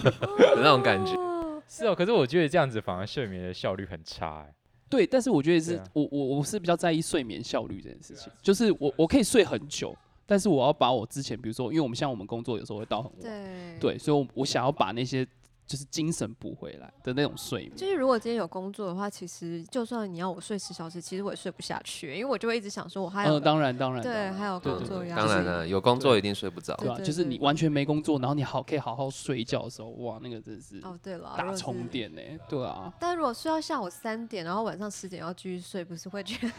[SPEAKER 6] 那种感觉。
[SPEAKER 1] 哦
[SPEAKER 3] 是哦，可是我觉得这样子反而睡眠的效率很差哎、
[SPEAKER 4] 对，但是我觉得是、
[SPEAKER 3] 对啊
[SPEAKER 4] 我我我是比较在意睡眠效率这件
[SPEAKER 6] 啊
[SPEAKER 4] 事情，就是我我可以睡很久，但是我要把我之前，比如说，因为我们像我们工作有时候会到很晚，
[SPEAKER 1] 对，
[SPEAKER 4] 对，所以我我想要把那些就是精神补回来的那种睡眠，
[SPEAKER 1] 就是如果今天有工作的话，其实就算你要我睡十小时，其实我也睡不下去，因为我就会一直想说，我还有、
[SPEAKER 4] 呃，当然当然，当
[SPEAKER 1] 对
[SPEAKER 4] 然
[SPEAKER 1] 还有
[SPEAKER 4] 对
[SPEAKER 1] 工
[SPEAKER 4] 对
[SPEAKER 1] 作
[SPEAKER 4] 对
[SPEAKER 1] 压力，
[SPEAKER 6] 嗯当然了，有工作一定睡不着。
[SPEAKER 1] 对
[SPEAKER 4] 对啊吧、就是你完全没工作，然后你好可以好好睡觉的时候，哇，那个真是
[SPEAKER 1] 哦，对了，如
[SPEAKER 4] 大
[SPEAKER 1] 果是
[SPEAKER 4] 充。电呢、对啊，
[SPEAKER 1] 但如果睡到下午三点，然后晚上十点要继续睡，不是会觉得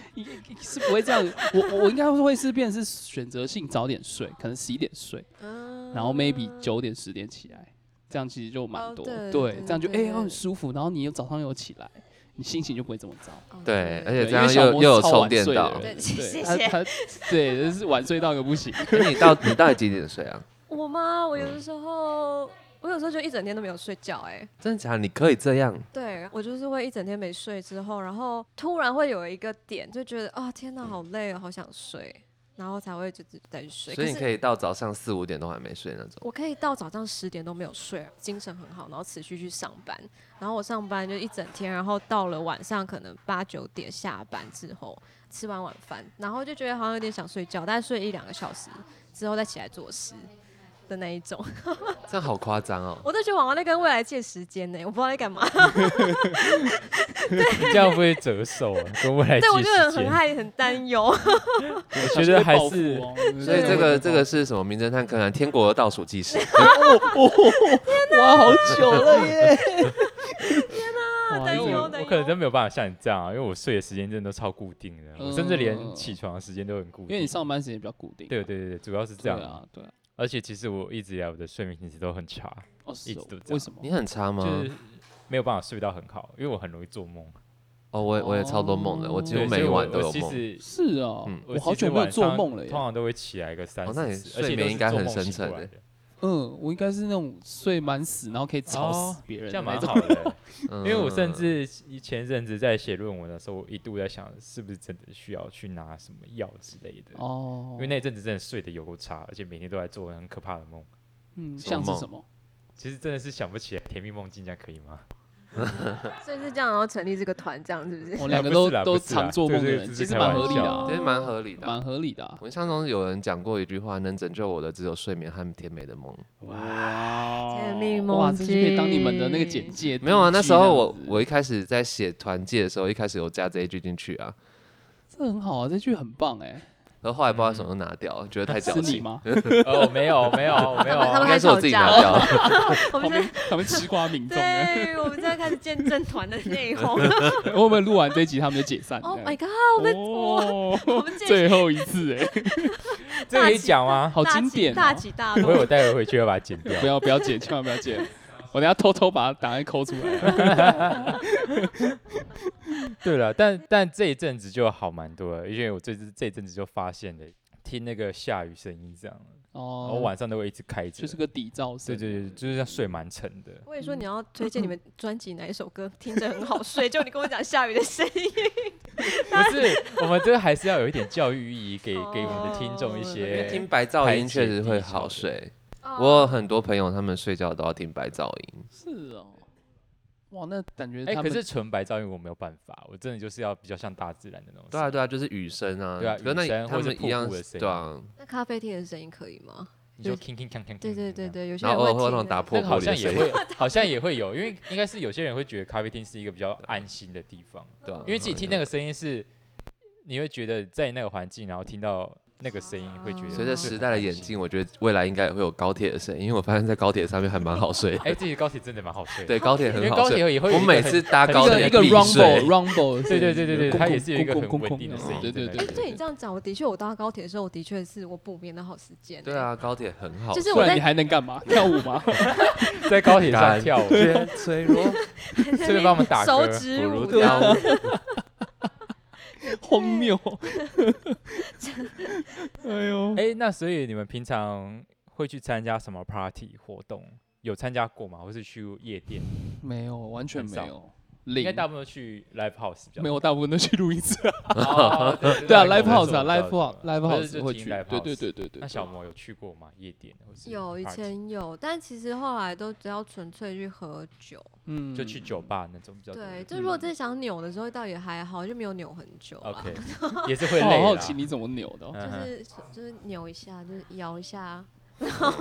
[SPEAKER 4] 是不会这样，我我我应该会是变成是选择性早点睡，可能十一点睡，
[SPEAKER 1] 嗯，
[SPEAKER 4] 然后 maybe 九点十点起来，这样其实就蛮
[SPEAKER 1] 哦
[SPEAKER 4] 多，
[SPEAKER 1] 对对
[SPEAKER 4] 这样就哎、
[SPEAKER 1] 对
[SPEAKER 4] 哦很舒服，然后你又早上又起来，你心情就不会这么糟。
[SPEAKER 1] 哦
[SPEAKER 6] 对，而
[SPEAKER 4] 对
[SPEAKER 6] 且这
[SPEAKER 4] 因为
[SPEAKER 6] 样
[SPEAKER 4] 小
[SPEAKER 6] 又
[SPEAKER 4] 魔
[SPEAKER 6] 又有
[SPEAKER 4] 超
[SPEAKER 6] 充
[SPEAKER 4] 晚
[SPEAKER 6] 电
[SPEAKER 4] 睡
[SPEAKER 6] 到
[SPEAKER 4] 的。人
[SPEAKER 1] 对谢谢
[SPEAKER 4] 他 他对，就是晚睡到个不行。
[SPEAKER 6] 那你到你到底几点睡啊？
[SPEAKER 1] 我吗？我有
[SPEAKER 4] 嗯
[SPEAKER 1] 的时候，我有时候就一整天都没有睡觉、哎，
[SPEAKER 6] 真的假的？你可以这样？
[SPEAKER 1] 对我就是会一整天没睡之后，然后突然会有一个点，就觉得啊、天哪，好累哦，好想睡，然后才会就是再睡。
[SPEAKER 6] 所以你
[SPEAKER 1] 可
[SPEAKER 6] 可
[SPEAKER 1] 是
[SPEAKER 6] 以到早上四五点都还没睡那种。
[SPEAKER 1] 我可以到早上十点都没有睡，精神很好，然后持续去上班，然后我上班就一整天，然后到了晚上可能八九点下班之后，吃完晚饭，然后就觉得好像有点想睡觉，但睡一两个小时之后再起来做事的那一种。
[SPEAKER 6] 这样好夸张哦！
[SPEAKER 1] 我都觉得娃娃在跟未来借时间呢、我不知道在干嘛。
[SPEAKER 3] 你这样会不会折寿啊？跟未 来
[SPEAKER 1] 对，我
[SPEAKER 3] 借
[SPEAKER 1] 就
[SPEAKER 3] 时
[SPEAKER 1] 很很
[SPEAKER 3] 间
[SPEAKER 1] 害很担忧。
[SPEAKER 4] 我
[SPEAKER 3] 觉得还是
[SPEAKER 4] 哦
[SPEAKER 6] 所以这个这个
[SPEAKER 4] 是
[SPEAKER 6] 是什么？名侦探柯南天国的倒数 计时。
[SPEAKER 4] 哇，好 久了耶！天
[SPEAKER 1] 担
[SPEAKER 4] 哪
[SPEAKER 1] 忧
[SPEAKER 3] 我
[SPEAKER 1] 哎担
[SPEAKER 3] 我可能真没有办法像你这样啊，因为我睡的时间真的都超固定的，我甚至连
[SPEAKER 4] 嗯
[SPEAKER 3] 起床的时间都很固定。
[SPEAKER 4] 因为你上班时间比较固定。啊
[SPEAKER 3] 对对对对，主要是这样。
[SPEAKER 4] 对啊，对啊。
[SPEAKER 3] 而且其实我一直以来我的睡眠品质都很差，
[SPEAKER 4] 哦，是
[SPEAKER 3] 一直
[SPEAKER 4] 哦
[SPEAKER 3] 都这样
[SPEAKER 4] 为什么？
[SPEAKER 6] 你很差
[SPEAKER 4] 嗯
[SPEAKER 6] 吗？
[SPEAKER 3] 就是没有办法睡到很好，因为我很容易做梦。
[SPEAKER 6] 哦，我也我也超多梦的，我几乎
[SPEAKER 3] 对所以
[SPEAKER 6] 每
[SPEAKER 3] 我
[SPEAKER 6] 晚都
[SPEAKER 3] 我
[SPEAKER 6] 有
[SPEAKER 3] 其
[SPEAKER 6] 梦。
[SPEAKER 3] 实
[SPEAKER 4] 是哦
[SPEAKER 6] 嗯，
[SPEAKER 4] 我好久没有做梦了耶
[SPEAKER 3] 通。常都会起来个三
[SPEAKER 6] 哦
[SPEAKER 3] 四
[SPEAKER 6] 那你
[SPEAKER 3] 次，而
[SPEAKER 6] 睡
[SPEAKER 3] 且
[SPEAKER 6] 眠
[SPEAKER 3] 都
[SPEAKER 6] 应
[SPEAKER 3] 是
[SPEAKER 6] 该
[SPEAKER 3] 做
[SPEAKER 6] 很
[SPEAKER 3] 梦
[SPEAKER 6] 深
[SPEAKER 3] 醒
[SPEAKER 6] 沉
[SPEAKER 3] 过来
[SPEAKER 6] 欸
[SPEAKER 3] 的，
[SPEAKER 4] 嗯，我应该是那种睡满死，然后可以吵
[SPEAKER 3] 哦
[SPEAKER 4] 死别
[SPEAKER 3] 这
[SPEAKER 4] 人的
[SPEAKER 3] 样
[SPEAKER 4] 那
[SPEAKER 3] 蛮
[SPEAKER 4] 种。嗯
[SPEAKER 3] 好 的。
[SPEAKER 6] 因
[SPEAKER 3] 因为我甚至以前阵子在写论文的时候，我一度在想是不是真的需要去拿什么药之类的，
[SPEAKER 4] 哦，
[SPEAKER 3] 因为那阵子真的睡得有够差，而且每天都在做很可怕的梦。
[SPEAKER 4] 嗯，
[SPEAKER 6] 什
[SPEAKER 4] 像
[SPEAKER 6] 么
[SPEAKER 4] 是
[SPEAKER 6] 梦
[SPEAKER 4] 什 么？
[SPEAKER 3] 其实真的是想不起来甜蜜梦境，这样可以吗？
[SPEAKER 1] 所以是这样，然后成立这个团，这样是不是？
[SPEAKER 4] 我两个
[SPEAKER 3] 哎不
[SPEAKER 4] 都
[SPEAKER 3] 是啦
[SPEAKER 4] 都
[SPEAKER 3] 不是啦
[SPEAKER 4] 常做梦的
[SPEAKER 3] 这个
[SPEAKER 4] 人，
[SPEAKER 3] 是
[SPEAKER 4] 其实
[SPEAKER 3] 开
[SPEAKER 4] 蛮
[SPEAKER 3] 玩
[SPEAKER 4] 合理的
[SPEAKER 3] 笑
[SPEAKER 4] 啊，
[SPEAKER 6] 其实蛮合理的啊。
[SPEAKER 4] 蛮合理的啊。
[SPEAKER 6] 我印象中有人讲过一句话：“能拯救我的只有睡眠和甜美的梦。
[SPEAKER 4] 哇
[SPEAKER 1] 甜蜜
[SPEAKER 4] 啊哇，
[SPEAKER 1] 梦
[SPEAKER 4] 这就可以当你们的那个
[SPEAKER 1] 境
[SPEAKER 4] 简介。”
[SPEAKER 6] 没有啊，
[SPEAKER 4] 第一
[SPEAKER 6] 那
[SPEAKER 4] 句
[SPEAKER 6] 时候
[SPEAKER 4] 样
[SPEAKER 6] 我
[SPEAKER 4] 子
[SPEAKER 6] 我一开始在写团记的时候，一开始有加这一句进去啊，
[SPEAKER 4] 这很好啊，这句很棒哎，
[SPEAKER 6] 然后后来不知道为什么又拿掉，觉
[SPEAKER 3] 嗯
[SPEAKER 6] 得太矫
[SPEAKER 4] 是你
[SPEAKER 6] 情。
[SPEAKER 4] 吗？
[SPEAKER 3] 哦，没有没 有没有，
[SPEAKER 1] 他
[SPEAKER 6] 应
[SPEAKER 1] 们
[SPEAKER 6] 该是我自己拿掉。
[SPEAKER 1] 我
[SPEAKER 4] 旁
[SPEAKER 1] 们
[SPEAKER 4] 边
[SPEAKER 1] 在
[SPEAKER 4] 旁边吃瓜民众哎，
[SPEAKER 1] 对，我们在开始见证团的内容。
[SPEAKER 4] 会不会录完这一集他们就解散这
[SPEAKER 1] 哦 Oh
[SPEAKER 4] 样
[SPEAKER 1] my god！我们
[SPEAKER 4] 哦，
[SPEAKER 1] 我们见
[SPEAKER 4] 最后一次哎，
[SPEAKER 3] 这个可以讲 吗？
[SPEAKER 4] 好
[SPEAKER 1] 大
[SPEAKER 4] 经
[SPEAKER 1] 起
[SPEAKER 4] 典哦，
[SPEAKER 1] 大起大
[SPEAKER 3] 我有
[SPEAKER 1] 落。
[SPEAKER 3] 待会回去要把它剪掉
[SPEAKER 4] 不。要不要剪，千万不要剪，我等下偷偷把档案抠出来。 啊
[SPEAKER 3] 对了，但但这一阵子就好蛮多了，因为我这次这一阵子就发现了听那个下雨声音这样，然后
[SPEAKER 4] 哦，
[SPEAKER 3] 晚上都会一直开着，
[SPEAKER 4] 就是个底噪
[SPEAKER 3] 对
[SPEAKER 4] 声，
[SPEAKER 3] 对对，就是像睡蛮沉 的。
[SPEAKER 1] 我也说你要推荐你们专辑哪一首歌，听着很好睡，就你跟我讲下雨的声音。
[SPEAKER 3] 不是，我们这个还是要有一点教育意义，给
[SPEAKER 1] 哦
[SPEAKER 3] 给我们的听众一
[SPEAKER 6] 因为听
[SPEAKER 3] 些。
[SPEAKER 6] 白噪音确实会好睡。
[SPEAKER 1] 哦
[SPEAKER 6] 我有很多朋友他们睡觉都要听白噪音，
[SPEAKER 4] 是哦，哇，那感觉
[SPEAKER 3] 哎、
[SPEAKER 4] 他
[SPEAKER 3] 可
[SPEAKER 4] 们
[SPEAKER 3] 是纯白噪音我没有办法，我真的就是要比较像大自然的那种。
[SPEAKER 6] 对啊，对啊，就是雨声啊，
[SPEAKER 3] 对啊
[SPEAKER 6] 可是那
[SPEAKER 3] 雨声
[SPEAKER 6] 他
[SPEAKER 3] 或是
[SPEAKER 6] 们
[SPEAKER 3] 瀑
[SPEAKER 6] 一样
[SPEAKER 3] 布的声音
[SPEAKER 6] 对啊，
[SPEAKER 1] 那咖啡厅的声音可以吗？
[SPEAKER 3] 你说铿铿锵锵锵，
[SPEAKER 1] 对对对，对，有些
[SPEAKER 6] 然
[SPEAKER 1] 人
[SPEAKER 6] 后偶
[SPEAKER 1] 会
[SPEAKER 6] 尔会有那
[SPEAKER 1] 听
[SPEAKER 6] 种
[SPEAKER 1] 的
[SPEAKER 6] 打
[SPEAKER 3] 那
[SPEAKER 6] 破
[SPEAKER 3] 个
[SPEAKER 6] 玻
[SPEAKER 3] 好
[SPEAKER 6] 璃
[SPEAKER 3] 像
[SPEAKER 6] 的
[SPEAKER 3] 也
[SPEAKER 6] 声音，
[SPEAKER 3] 会， 好像也会有，因为应该是有些人会觉得咖啡厅是一个比较
[SPEAKER 1] 嗯
[SPEAKER 3] 安心的地方，
[SPEAKER 6] 对啊，
[SPEAKER 3] 因为自己听那个声音是，你会觉得在那个环境，然后听到那个声音会觉得
[SPEAKER 6] 随
[SPEAKER 1] 啊
[SPEAKER 6] 着
[SPEAKER 3] 是
[SPEAKER 6] 时
[SPEAKER 3] 很
[SPEAKER 6] 代的
[SPEAKER 3] 安
[SPEAKER 6] 演
[SPEAKER 3] 心。
[SPEAKER 6] 进，我觉得未来应该也会有高铁的声音，因为我发现在高铁上面还蛮 好睡。
[SPEAKER 3] 哎、自己高铁真的蛮好睡的，
[SPEAKER 6] 对，高铁
[SPEAKER 3] 因
[SPEAKER 6] 很
[SPEAKER 3] 为
[SPEAKER 6] 好
[SPEAKER 3] 高
[SPEAKER 6] 睡。
[SPEAKER 3] 铁也会有
[SPEAKER 6] 我
[SPEAKER 3] 一个
[SPEAKER 6] 每
[SPEAKER 3] 很
[SPEAKER 6] 次搭高
[SPEAKER 4] 一个
[SPEAKER 6] 铁
[SPEAKER 4] 一个
[SPEAKER 6] 必
[SPEAKER 4] rumble
[SPEAKER 6] 睡。
[SPEAKER 4] rumble，
[SPEAKER 3] 对对对对对，
[SPEAKER 4] 空
[SPEAKER 3] 它也是有一个
[SPEAKER 4] 空
[SPEAKER 3] 很
[SPEAKER 4] 空空
[SPEAKER 3] 稳定的声音。
[SPEAKER 4] 对对
[SPEAKER 3] 真的
[SPEAKER 4] 对
[SPEAKER 1] 哎，对你这样讲，我的确，我搭高铁的时候，我的确是我不眠的好时间。
[SPEAKER 6] 对，啊，高铁很好睡。
[SPEAKER 1] 就是
[SPEAKER 4] 不
[SPEAKER 1] 我
[SPEAKER 4] 然
[SPEAKER 1] 在
[SPEAKER 4] 你还能干 嘛？跳舞吗？
[SPEAKER 3] 在高铁上跳舞，
[SPEAKER 6] 觉脆弱，
[SPEAKER 1] 在
[SPEAKER 3] 顺便
[SPEAKER 1] 那
[SPEAKER 3] 帮我们
[SPEAKER 1] 边
[SPEAKER 3] 打
[SPEAKER 1] 手
[SPEAKER 3] 歌
[SPEAKER 1] 指
[SPEAKER 6] 不
[SPEAKER 1] 舞
[SPEAKER 6] 如
[SPEAKER 1] 这 样
[SPEAKER 6] 跳舞。
[SPEAKER 4] 荒 谬！哎呦，
[SPEAKER 3] 哎、那所以你们平常会去参加什么 party 活动？有参加过吗？或是去夜店？
[SPEAKER 4] 没有，完全
[SPEAKER 3] 很
[SPEAKER 4] 没
[SPEAKER 3] 少
[SPEAKER 4] 有，
[SPEAKER 3] 应该
[SPEAKER 4] 零，
[SPEAKER 3] 大部分都去 live house 比较多
[SPEAKER 4] 没有，我大部分都去录音室啊。
[SPEAKER 3] 哦对
[SPEAKER 4] 对啊
[SPEAKER 3] 对
[SPEAKER 4] ，live
[SPEAKER 3] 对我
[SPEAKER 4] house
[SPEAKER 3] 知道
[SPEAKER 4] 啊
[SPEAKER 3] 我
[SPEAKER 4] ，live
[SPEAKER 3] 知道
[SPEAKER 4] house，live
[SPEAKER 3] 或者是
[SPEAKER 4] house 会
[SPEAKER 3] 听
[SPEAKER 4] 去
[SPEAKER 3] live，
[SPEAKER 4] 对
[SPEAKER 3] house
[SPEAKER 4] 对对对对。
[SPEAKER 3] 那
[SPEAKER 4] 对
[SPEAKER 3] 小魔有去过吗？夜店或是
[SPEAKER 1] 有以
[SPEAKER 3] party？
[SPEAKER 1] 前有，但其实后来都只要纯粹去喝酒。
[SPEAKER 4] 嗯
[SPEAKER 3] 就去酒吧那种比较多
[SPEAKER 1] 对，就如果真的想扭的时候，倒也还好，就没有扭很久啦。
[SPEAKER 3] OK，也是会
[SPEAKER 4] 好
[SPEAKER 3] 累
[SPEAKER 4] 好
[SPEAKER 3] 啦
[SPEAKER 4] 奇你怎么扭的哦、
[SPEAKER 1] 就
[SPEAKER 3] 嗯哼
[SPEAKER 1] 是就是扭一下，就是摇一下，啊 然后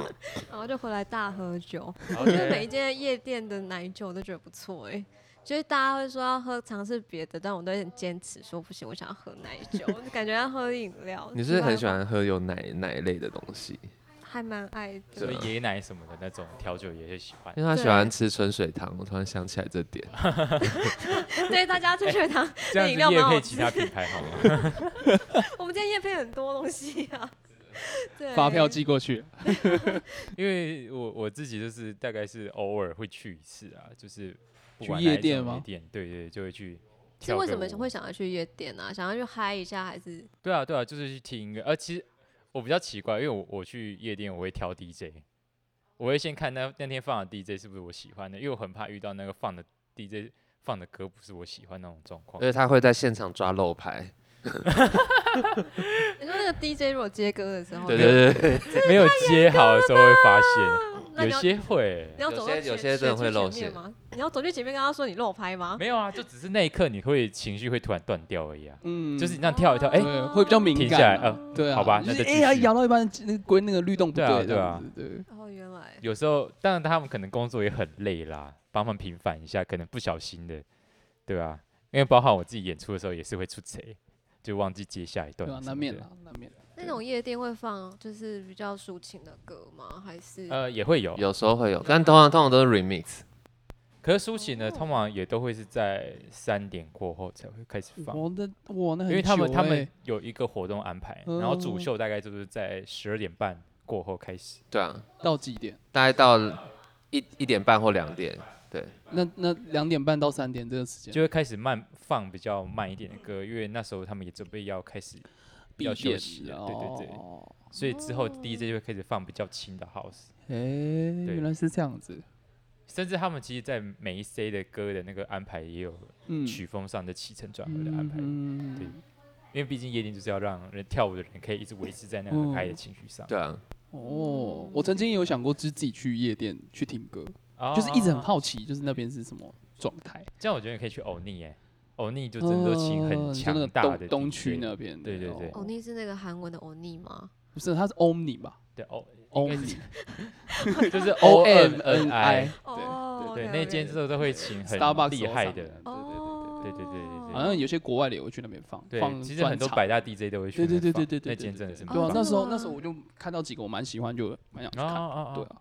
[SPEAKER 1] 然后就回来大喝酒。我觉得每一
[SPEAKER 3] OK，
[SPEAKER 1] 间夜店的奶酒都觉得不错哎、就是大家会说要喝尝试别的，但我都很坚持说不行，我想要喝奶酒，就感觉要喝饮料。
[SPEAKER 6] 你是不是
[SPEAKER 1] 题外
[SPEAKER 6] 很喜
[SPEAKER 1] 话？
[SPEAKER 6] 欢喝有奶奶类的东西，
[SPEAKER 1] 还蛮爱
[SPEAKER 3] 所
[SPEAKER 1] 的
[SPEAKER 3] 以。爷奶什么的那种调酒也会喜
[SPEAKER 4] 哎
[SPEAKER 3] 欢。
[SPEAKER 6] 因为他喜
[SPEAKER 1] 对啊
[SPEAKER 6] 欢吃春水堂，我突然想起来这点。
[SPEAKER 1] 对大家春水堂
[SPEAKER 3] 这样
[SPEAKER 1] 饮料
[SPEAKER 3] 子
[SPEAKER 1] 蛮
[SPEAKER 3] 夜
[SPEAKER 1] 好
[SPEAKER 3] 配
[SPEAKER 1] 吃
[SPEAKER 3] 其他品牌 好吗？
[SPEAKER 1] 我们今天夜配很多东西啊。对，
[SPEAKER 4] 发票寄过去，
[SPEAKER 3] 因为我我自己就是大概是偶尔会去一次啊，就是不
[SPEAKER 4] 去
[SPEAKER 3] 管
[SPEAKER 4] 夜
[SPEAKER 3] 哪一种
[SPEAKER 4] 店吗
[SPEAKER 3] 夜店对对，就会去。
[SPEAKER 1] 是为什么会
[SPEAKER 3] 想？
[SPEAKER 1] 想要去夜店啊？想要去嗨一下，还是
[SPEAKER 3] 对啊对啊，就是去听音乐。呃，其实我比较奇怪，因为我我去夜店我会挑 DJ，我会先看那那天放的 DJ 是不是我喜欢的，因为我很怕遇到那个放的 DJ 放的歌不是我喜欢那种状况。
[SPEAKER 6] 而且他会在现场抓漏拍，
[SPEAKER 1] 你说那个 DJ 如果接歌的时候，
[SPEAKER 6] 对对对，
[SPEAKER 3] 没有接好的时候会发
[SPEAKER 1] 啊那你
[SPEAKER 3] 现，有
[SPEAKER 1] 要
[SPEAKER 3] 些会
[SPEAKER 1] 你要
[SPEAKER 6] 有
[SPEAKER 1] 走
[SPEAKER 6] 些
[SPEAKER 1] 到前
[SPEAKER 6] 有些真的
[SPEAKER 1] 前
[SPEAKER 6] 会
[SPEAKER 1] 去
[SPEAKER 6] 露
[SPEAKER 1] 前面
[SPEAKER 6] 馅
[SPEAKER 1] 吗？你要走去前面跟他说你漏拍吗？
[SPEAKER 3] 没有啊，就只是那一刻你会情绪会突然断掉而已啊，
[SPEAKER 4] 嗯，
[SPEAKER 3] 就是你那样跳一跳，哎、
[SPEAKER 4] 对，会比较敏
[SPEAKER 3] 停下来，
[SPEAKER 4] 感啊、
[SPEAKER 3] 呃，
[SPEAKER 4] 对啊，
[SPEAKER 3] 好吧
[SPEAKER 4] 就
[SPEAKER 3] 那
[SPEAKER 4] 是
[SPEAKER 3] 再
[SPEAKER 4] 哎
[SPEAKER 3] 继
[SPEAKER 4] 呀，
[SPEAKER 3] 续
[SPEAKER 4] 摇到一半，那个规那个律动不
[SPEAKER 3] 对啊
[SPEAKER 4] 这
[SPEAKER 3] 对
[SPEAKER 4] 样
[SPEAKER 3] 啊
[SPEAKER 4] 子对
[SPEAKER 1] 哦，原来
[SPEAKER 3] 有时候当然他们可能工作也很累啦，帮忙平反一下，可能不小心的，对啊，因为包含我自己演出的时候也是会出贼，就忘记接下一段
[SPEAKER 4] 对啊
[SPEAKER 3] 什，么
[SPEAKER 4] 难免
[SPEAKER 3] 的
[SPEAKER 4] 啦，难免。
[SPEAKER 1] 那种夜店会放就是比较抒情的歌吗？还是
[SPEAKER 3] 呃，也会有，
[SPEAKER 6] 有时候会有，但通常通常都是 remix。
[SPEAKER 3] 可是抒情
[SPEAKER 4] 哦
[SPEAKER 3] 呢，通常也都会是在三点过后才会开始放，
[SPEAKER 4] 我的哇，哦那很
[SPEAKER 3] 因为他们
[SPEAKER 4] 久
[SPEAKER 3] 他们
[SPEAKER 4] 欸
[SPEAKER 3] 有一个活动安排，然后主
[SPEAKER 4] 哦
[SPEAKER 3] 秀大概就是在十二点半过后开始。
[SPEAKER 4] 嗯
[SPEAKER 6] 对啊，
[SPEAKER 4] 到几点？
[SPEAKER 6] 大概到一一点半或两点，
[SPEAKER 4] 那那两点半到三点这个时间
[SPEAKER 3] 就会开始慢放比较慢一点的歌，因为那时候他们也准备要开始
[SPEAKER 4] 闭
[SPEAKER 3] 要休
[SPEAKER 4] 店
[SPEAKER 3] 息了，
[SPEAKER 4] 了，哦
[SPEAKER 3] 对对对，所以之后 DJ 就会开始放比较轻的 house，
[SPEAKER 4] 对。哎，
[SPEAKER 3] 对
[SPEAKER 4] 原来是这样子。
[SPEAKER 3] 甚至他们其实，在每一 C 的歌的那个安排也有
[SPEAKER 4] 嗯，
[SPEAKER 3] 曲风上的起承转合的安排，
[SPEAKER 4] 嗯
[SPEAKER 3] 对因为毕竟夜店就是要让人跳舞的人可以一直维持在那个很嗨的情绪上，
[SPEAKER 4] 嗯
[SPEAKER 6] 对啊，
[SPEAKER 4] 哦，我曾经有想过，就是自己去夜店去听歌，
[SPEAKER 3] 哦
[SPEAKER 4] 就是一直很，好奇，就是那边是什么状态。
[SPEAKER 3] 这样我觉得可以去欧尼耶，欧尼就真的情很强大
[SPEAKER 4] 哦就
[SPEAKER 3] 的
[SPEAKER 4] 那个东东
[SPEAKER 3] DJ
[SPEAKER 4] 区那边的。
[SPEAKER 3] 对对对
[SPEAKER 1] 欧
[SPEAKER 4] 哦
[SPEAKER 1] 尼是那个韩文的欧尼吗？
[SPEAKER 4] 不是，它是 Omni 吧
[SPEAKER 3] 对 哦，应该
[SPEAKER 4] ？Omni
[SPEAKER 3] 就是
[SPEAKER 4] O M
[SPEAKER 3] M
[SPEAKER 4] N I，
[SPEAKER 1] 哦
[SPEAKER 3] 对，那间之后都会请很
[SPEAKER 4] Starbucks
[SPEAKER 3] 厉害
[SPEAKER 4] 手上的
[SPEAKER 3] 的，
[SPEAKER 1] 哦，
[SPEAKER 3] 对对对对对
[SPEAKER 4] 好像有些国外的也会去那边放
[SPEAKER 3] 对，
[SPEAKER 4] 放
[SPEAKER 3] 其实很
[SPEAKER 4] 专
[SPEAKER 3] 多
[SPEAKER 4] 场
[SPEAKER 3] 百大 DJ 都会去
[SPEAKER 4] 对
[SPEAKER 3] 那
[SPEAKER 4] 对
[SPEAKER 3] 放。
[SPEAKER 4] 对对对
[SPEAKER 3] 那
[SPEAKER 4] 对，
[SPEAKER 3] 间真的是蛮
[SPEAKER 4] 对啊，
[SPEAKER 1] 棒
[SPEAKER 4] 那
[SPEAKER 1] 的
[SPEAKER 4] 时候
[SPEAKER 1] 哦
[SPEAKER 4] 那时候我就看到几个我蛮喜欢，就蛮想去
[SPEAKER 3] 啊哦
[SPEAKER 4] 看。
[SPEAKER 3] 哦
[SPEAKER 4] 对
[SPEAKER 3] 哦，
[SPEAKER 4] 啊，